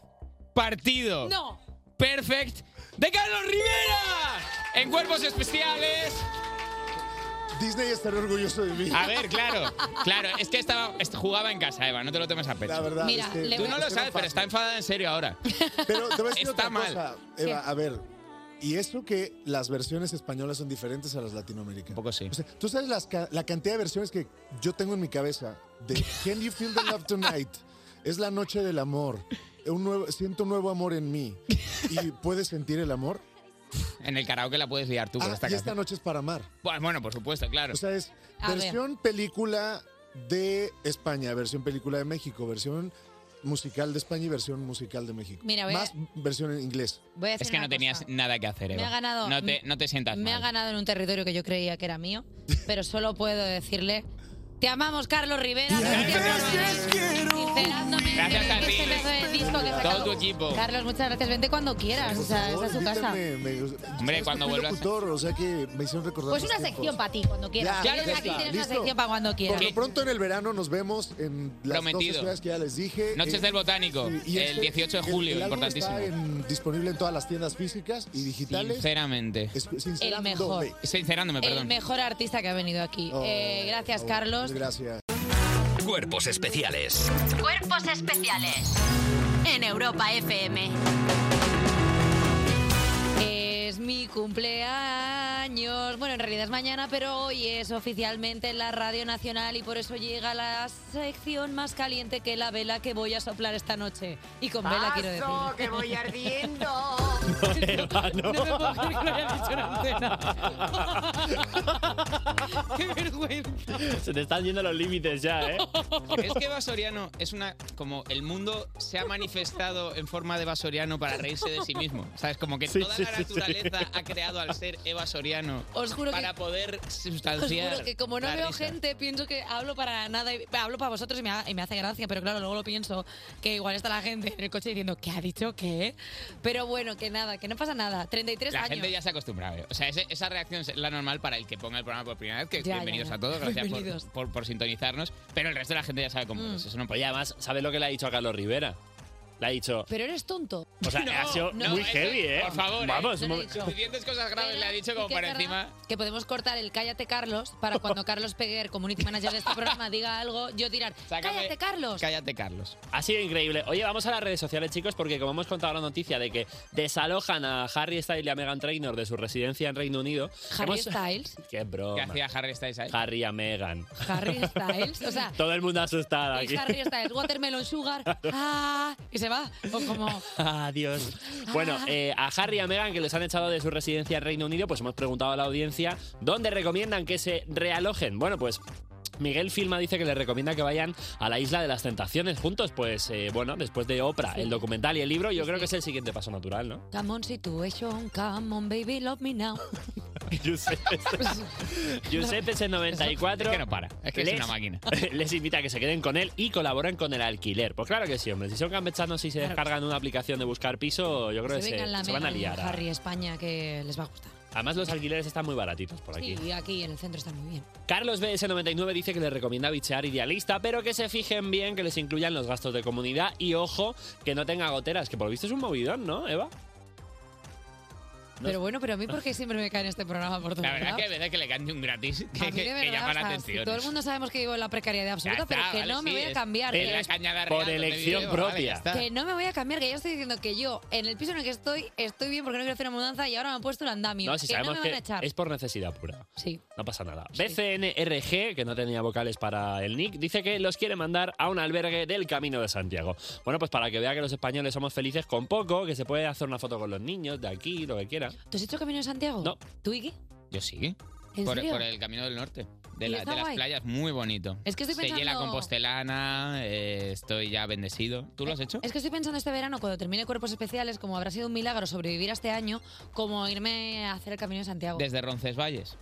partido,
No.
perfect de Carlos Rivera en cuerpos especiales.
Disney estará orgulloso de mí.
A ver, claro, claro, es que estaba, est- jugaba en casa, Eva, no te lo tomes a pecho.
La verdad, Mira, es que- le
tú
voy-
no
es
lo
que no
sabes, pero
pasa.
está enfadada en serio ahora.
Pero te voy a decir
Está
otra cosa,
mal.
Eva,
Sí.
a ver. Y eso que las versiones españolas son diferentes a las latinoamericanas. Un poco
sí.
Tú sabes las ca- la cantidad de versiones que yo tengo en mi cabeza de Can You Feel the Love Tonight? Es la noche del amor. Un nuevo, siento un nuevo amor en mí. ¿Y puedes sentir el amor?
En el karaoke la puedes liar tú con
Ah,
esta
y esta
canción.
noche es para amar.
Bueno, bueno, por supuesto, claro.
O sea, es
A ver.
versión película de España, versión película de México, versión musical de España y versión musical de México.
Mira, voy a-
Más versión en inglés.
Voy a decir
es que
una
no tenías
cosa.
nada que hacer,
Me
Eva.
ha ganado-
No te, no te sientas
Me ha
mal.
ganado en un territorio que yo creía que era mío, pero solo puedo decirle. Te amamos, Carlos Rivera. Gracias, Sincerándome,
Gracias
de
a
este
ti.
pedazo de disco que he
Todo
sacado.
tu equipo.
Carlos, muchas gracias. Vente cuando quieras. O sea, esta es su casa.
Invítenme, me-
Hombre,
sabes
cuando
que soy
vuelvas-
locutor, o sea que me hicieron recordar.
Pues
los
una
tiempos.
sección para ti, cuando quieras.
Ya,
Tienes-
ya
aquí
está,
tienes
listo.
una sección para cuando quieras.
Por lo pronto en el verano nos vemos en las
Prometido.
12 ciudades que ya les dije.
Noches
Eh,
del Botánico,
y
el
este-
18 de
el-
julio,
el álbum
importantísimo.
Está en- disponible en todas las tiendas físicas y digitales.
Sinceramente.
Es- sinceramente.
El mejor.
Sincerándome,
El
perdón.
mejor artista que ha venido aquí.
Oh,
Eh, gracias, Carlos.
Gracias.
Cuerpos especiales.
Cuerpos especiales en Europa FM.
Hoy cumpleaños. Bueno, en realidad es mañana, pero hoy es oficialmente la Radio Nacional y por eso llega la sección más caliente que la vela que voy a soplar esta noche. Y con vela quiero decir.
Paso, que voy ardiendo.
No me puedo creer que lo haya dicho en antena.
¡Qué vergüenza! Se te están yendo los límites ya, ¿eh?
Es que Vasoriano es una. Como el mundo se ha manifestado en forma de Vasoriano para reírse de sí mismo. ¿Sabes? Como que
Sí,
toda
sí,
la
sí, sí.
naturaleza ha creado al ser Eva Soriano
Os juro que-
para poder
Os
sustanciar.
juro que como no
la
veo
risa.
gente, pienso que hablo para nada, y- hablo para vosotros y me, ha- y me hace gracia, pero claro, luego lo pienso que igual está la gente en el coche diciendo, ¿qué ha dicho? ¿Qué? Pero bueno, que nada, que no pasa nada. 33
La
años.
gente ya se ha acostumbrado. ¿eh? O sea, ese- esa reacción es la normal para el que ponga el programa por primera vez. Que
Ya, ya,
bienvenidos
ya.
a todos, gracias por-
Bienvenidos.
Por, por sintonizarnos. Pero el resto de la gente ya sabe cómo
Mm.
es. Eso no puede.
Oye, además, ¿sabes lo que le ha dicho a Carlos Rivera? Le ha dicho.
Pero eres tonto.
O sea,
No,
ha sido
no,
muy
ese-
heavy, ¿eh?
Por favor,
Vamos,
¿eh?
un momen-
suficientes cosas graves le ha dicho como
Sí que
para
es verdad
encima.
Que podemos cortar el cállate Carlos para cuando Carlos Peguer, community manager de este programa, diga algo, yo tirar cállate Carlos.
Cállate, Carlos.
Ha sido increíble. Oye, vamos a las redes sociales, chicos, porque como hemos contado la noticia de que desalojan a Harry Styles y a Meghan Trainor de su residencia en Reino Unido.
Harry
hemos-
Styles.
Qué broma.
¿Qué hacía Harry Styles ahí?
Harry a Meghan.
Harry Styles. O sea,
Todo el mundo asustado
y
aquí.
Harry Styles, Watermelon Sugar. Ah, y se va. O como.
Adiós. Bueno, eh, a Harry y a Meghan, que les han echado de su residencia en Reino Unido, pues hemos preguntado a la audiencia dónde recomiendan que se realojen. Bueno, pues. Miguel Filma dice que les recomienda que vayan a la isla de las tentaciones juntos, pues eh, bueno, después de Oprah, el documental y el libro, yo creo que es el siguiente paso natural, ¿no?
Come on situation, come on baby, love me now.
este Giuseppe es el 94.
Es que no para, es que es una máquina.
Les invita a que se queden con él y colaboren con el alquiler. Pues claro que sí, hombre. Si son campechanos y se descargan una aplicación de buscar piso, yo creo que
se
se,
vengan la
se van a
Meghan y
liar.
Harry España que les va a gustar.
Además, los alquileres están muy baratitos por aquí.
Sí, y aquí en el centro está muy bien.
Carlos BS99 dice que les recomienda bichear idealista, pero que se fijen bien, que les incluyan los gastos de comunidad y ojo, que no tenga goteras, que por lo visto es un movidón, ¿no, Eva? No
Pero bueno, pero a mí porque siempre me cae en este programa por todo
La verdad que a veces que le cante un gratis que, que- que llama la atención.
todo el mundo sabemos que vivo en la precariedad absoluta,
Ya
pero
está,
que
vale,
no me
sí,
voy a
es-
cambiar.
es
que-
la caña de Por Arriaga donde elección vivo, vale, propia. ya está.
Pues que no me voy a cambiar, que yo estoy diciendo que yo, en el piso en el que estoy, estoy bien porque no quiero hacer una mudanza y ahora me han puesto el andamio.
No, si
que no
sabemos
me van a
que
echar.
es por necesidad pura.
Sí.
No pasa nada. BCNRG, que no tenía vocales para el nick, dice que los quiere mandar a un albergue del Camino de Santiago. Bueno, pues para que vea que los españoles somos felices con poco, que se puede hacer una foto con los niños de aquí, lo que quiera.
¿Tú has Pues hecho Camino de Santiago? No. ¿Tú, Iggy?
Yo sí.
¿En
Por,
serio?
por el camino del norte. De,
¿Y
la-
está
de las
guay?
playas, muy bonito.
Es que estoy
Se llena
pensando-
Compostelana, eh, estoy ya bendecido. ¿Tú lo has hecho?
Es que estoy pensando este verano, cuando termine Cuerpos Especiales, como habrá sido un milagro sobrevivir a este año, como irme a hacer el Camino de Santiago.
Desde Roncesvalles.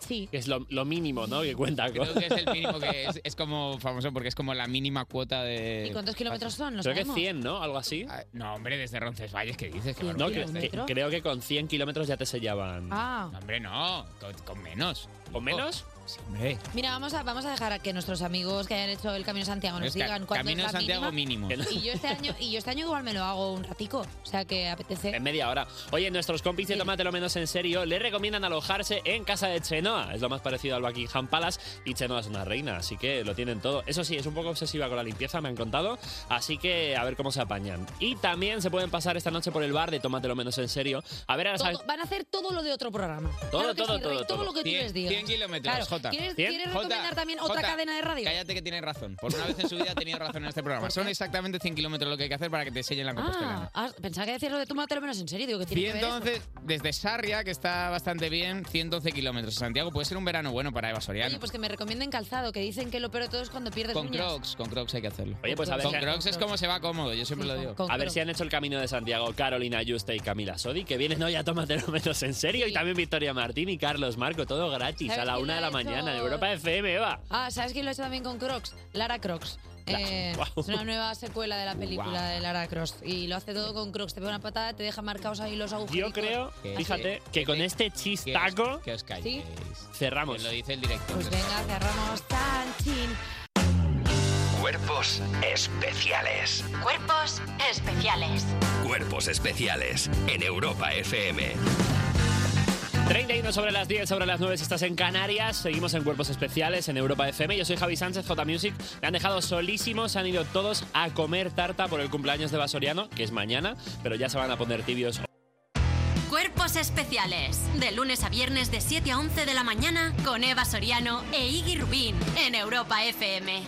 Sí.
Es lo, lo mínimo, ¿no? Que cuenta.
Creo que es el mínimo que es, es como famoso porque es como la mínima cuota de. Ah,
¿Y cuántos kilómetros son? ¿Lo
Creo que
sabemos?
100, ¿no? Algo así.
No, hombre, desde Roncesvalles, ¿qué dices? ¿Qué
No,
barbaridad.
que- que- creo que con 100 kilómetros ya te sellaban.
Ah.
No, hombre, no. Con, con menos.
¿Con menos? Oh,
Sí, hombre.
Mira, vamos a, vamos a dejar a que nuestros amigos que hayan hecho el Camino de Santiago nos
Es ca-
digan cuánto
Camino
es la
de Santiago
mínima.
mínimo.
Y yo, este año, y yo este año igual me lo hago un ratico, o sea que apetece.
En media hora. Oye, nuestros compis de Tómatelo Menos en Serio le recomiendan alojarse en casa de Chenoa. Es lo más parecido al Buckingham Palace y Chenoa es una reina, así que lo tienen todo. Eso sí, es un poco obsesiva con la limpieza, me han contado, así que a ver cómo se apañan. Y también se pueden pasar esta noche por el bar de Tómatelo Menos en Serio. A ver a las...
Todo- van a hacer todo lo de otro programa. Claro
Todo,
que
todo,
sí, Rey,
todo, todo.
lo que tú
100
les digas.
100 kilómetros,
Claro.
Jota.
¿Quieres,
100?
quieres
Jota,
recomendar también otra
Jota,
cadena de radio?
Cállate que tienes razón. Por una vez en su vida ha tenido razón en este programa. Son exactamente 100 kilómetros lo que hay que hacer para que te sellen la compostelana.
Ah, ah, pensaba que decías lo de tómatelo menos en serio. Digo que tiene que ver eso.
111, desde Sarria, que está bastante bien, 112 kilómetros. Santiago puede ser un verano bueno para Eva Soriano.
Oye, pues que me recomienden calzado, que dicen que lo peor de todo es cuando pierdes
con
uñas.
Crocs, con Crocs hay que hacerlo.
Oye, pues a ver
Con
si-
Crocs es como se va cómodo, yo siempre lo digo.
A ver si han hecho el camino de Santiago Carolina Yuste y Camila Sodi, que vienen hoy a Tómatelo Menos en Serio. Y también Victoria Martín y Carlos Marco, todo gratis
¿Sabes
a la
quién
una
lo
de
ha
la
hecho?
mañana en Europa FM, Eva.
Ah, ¿sabes quién lo ha hecho también con Crocs? Lara Crocs. Eh,
Guau.
Es una nueva secuela de la película de Lara Crocs. Y lo hace todo con Crocs. Te pega una patada, te deja marcados ahí los agujeritos.
Yo creo, fíjate, que con este chistaco
que os calléis.
Sí.
cerramos.
Lo dice el director.
Pues venga, cerramos tan chin.
Cuerpos especiales.
Cuerpos especiales.
Cuerpos especiales en Europa FM.
31 sobre las 10, sobre las 9 si estás en Canarias. Seguimos en Cuerpos Especiales en Europa FM. Yo soy Javi Sánchez, J Music. Me han dejado solísimos, se han ido todos a comer tarta por el cumpleaños de Basoriano, que es mañana, pero ya se van a poner tibios.
Cuerpos Cuerpos especiales. De lunes a viernes de 7 a 11 de la mañana con Eva Soriano e Iggy Rubín en Europa FM.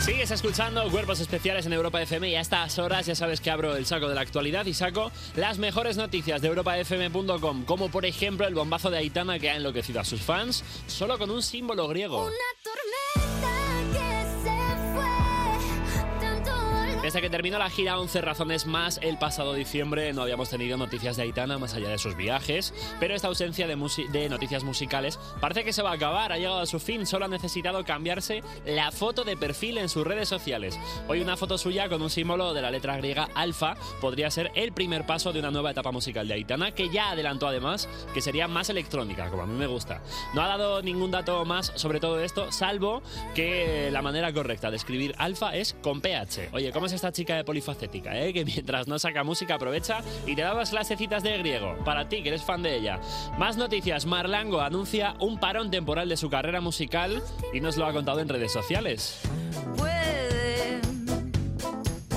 Sigues escuchando Cuerpos Especiales en Europa FM y a estas horas ya sabes que abro el saco de la actualidad y saco las mejores noticias de europafm.com, como por ejemplo el bombazo de Aitana que ha enloquecido a sus fans solo con un símbolo griego. Desde que terminó la gira 11 razones más el pasado diciembre no habíamos tenido noticias de Aitana más allá de sus viajes, pero esta ausencia de, musi- de noticias musicales parece que se va a acabar, ha llegado a su fin, solo ha necesitado cambiarse la foto de perfil en sus redes sociales. Hoy una foto suya con un símbolo de la letra griega alfa podría ser el primer paso de una nueva etapa musical de Aitana que ya adelantó además que sería más electrónica, como a mí me gusta. No ha dado ningún dato más sobre todo esto, salvo que la manera correcta de escribir alfa es con ph. Oye, ¿cómo es esta chica de polifacética, eh? Que mientras no saca música aprovecha y te da las clasecitas de griego. Para ti, que eres fan de ella. Más noticias, Marlango anuncia un parón temporal de su carrera musical y nos lo ha contado en redes sociales.
Puede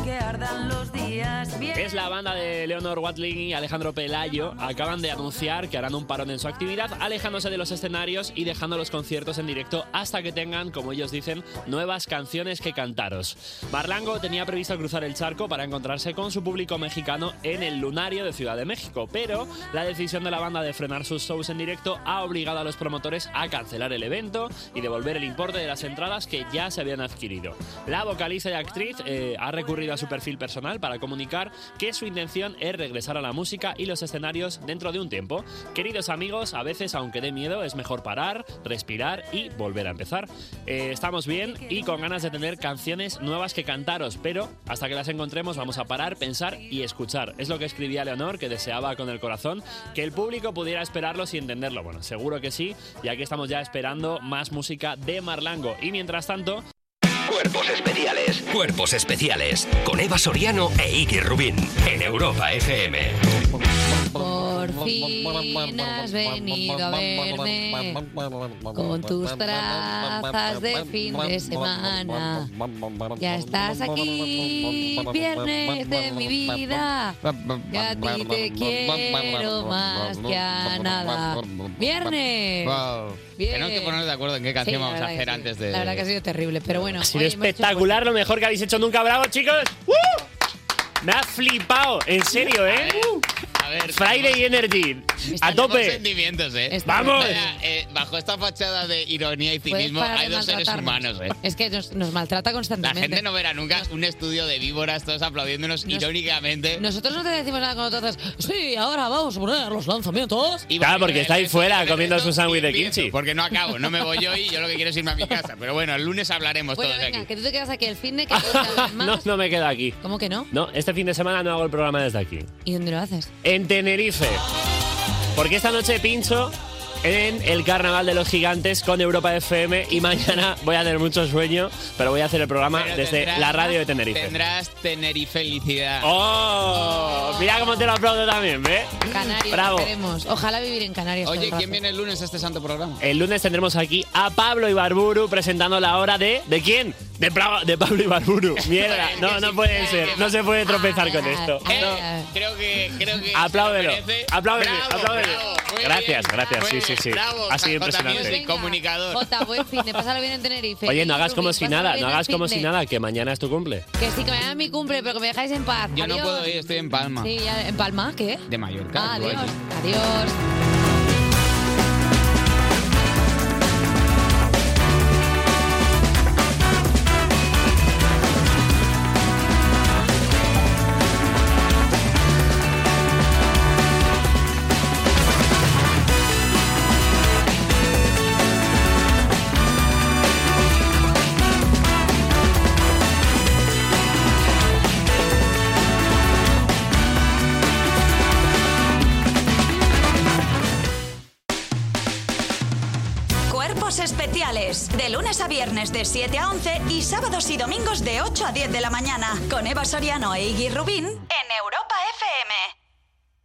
que ardan los días bien.
Es la banda de Leonor Watling y Alejandro Pelayo. Acaban de anunciar que harán un parón en su actividad, alejándose de los escenarios y dejando los conciertos en directo hasta que tengan, como ellos dicen, nuevas canciones que cantaros. Marlango tenía previsto cruzar el charco para encontrarse con su público mexicano en el Lunario de Ciudad de México, pero la decisión de la banda de frenar sus shows en directo ha obligado a los promotores a cancelar el evento y devolver el importe de las entradas que ya se habían adquirido. La vocalista y actriz eh, ha recurrido a su perfil personal para comunicar que su intención es regresar a la música y los escenarios dentro de un tiempo. Queridos amigos, a veces aunque dé miedo es mejor parar, respirar y volver a empezar. Eh, estamos bien y con ganas de tener canciones nuevas que cantaros, pero hasta que las encontremos vamos a parar, pensar y escuchar. Es lo que escribía Leonor, que deseaba con el corazón que el público pudiera esperarlos y entenderlo. Bueno, seguro que sí, y aquí estamos ya esperando más música de Marlango. Y mientras tanto...
Cuerpos especiales. Cuerpos especiales. Con Eva Soriano e Iggy Rubín. En Europa FM.
Por fin has venido a verme con tus trazas de fin de semana. Ya estás aquí, viernes de mi vida. Y a ti te quiero más que a nada. Viernes.
Wow.
Bien.
Tenemos que ponernos de acuerdo en qué canción
Sí, la
vamos a
verdad que
hacer
sí.
antes de.
La verdad que ha sido terrible, pero bueno.
Ha sido
oye, hemos hecho
espectacular, lo mejor que habéis hecho nunca. ¡Bravo, chicos! ¡Uh! Me ha flipado, en serio, ¿eh?
A ver,
Friday Energy, a
Tenemos
tope.
sentimientos, ¿eh?
Está ¡Vamos! bien.
Vaya, eh, bajo esta fachada de ironía y
Puedes
cinismo
parar de
hay dos seres
maltratarnos.
humanos, ¿eh?
Es que nos, nos maltrata
La
constantemente.
gente no verá nunca un estudio de víboras todos aplaudiéndonos irónicamente.
Nosotros no te decimos nada cuando tú haces, sí, ahora vamos a poner los lanzamientos.
Claro, porque está ahí fuera comiendo su sándwich de
empiezo,
kimchi.
Porque no acabo, no me voy yo y yo lo que quiero es irme a mi casa. Pero bueno, el lunes hablaremos
Bueno,
todos de
venga,
aquí.
que tú te quedas aquí el fin de que todos te hablan más.
No, no me quedo aquí.
¿Cómo que no?
No, este fin de semana no hago el programa desde aquí.
¿Y dónde lo haces?
En Tenerife. Porque esta noche pincho en el Carnaval de los Gigantes con Europa FM y mañana voy a tener mucho sueño, pero voy a hacer el programa
Pero
desde
tendrás-
la radio de Tenerife.
Tendrás Tenerife felicidad.
¡Oh! Mira cómo te lo aplaudo también, Ah, ¿ves?
Canarias,
Bravo.
queremos. Ojalá vivir en Canarias. todo
Oye,
el rato.
¿quién viene el lunes a este santo programa?
El lunes tendremos aquí a Pablo Ibarburu presentando la hora de... ¿De quién? De, Pla- de Pablo Ibarburu. Mierda. No, no puede ser. No se puede tropezar con esto.
Eh, creo que, creo que.
Apláudelo.
se lo merece.
Apláudelo.
Bravo,
Apláudelo.
bravo, muy
Gracias,
bien,
gracias.
muy
Sí, sí,
bien,
sí.
bravo,
Ha sido
Jota Music,
impresionante.
comunicador.
Jota, buen fin de, pásalo bien en Tenerife.
Oye, no hagas
Rubi,
como si
pásalo
nada,
bien
no
el
hagas como
fin
si
de.
nada, que mañana es tu cumple.
Que sí, que mañana es mi cumple, pero que me dejáis en paz.
Yo no
Adiós.
puedo ir, estoy en Palma.
Sí, ya- ¿en Palma? ¿Qué?
De Mallorca.
Ah,
tú
adiós,
allí.
adiós.
Cuerpos especiales, de lunes a viernes de 7 a 11 y sábados y domingos de 8 a 10 de la mañana, con Eva Soriano e Iggy Rubín en Europa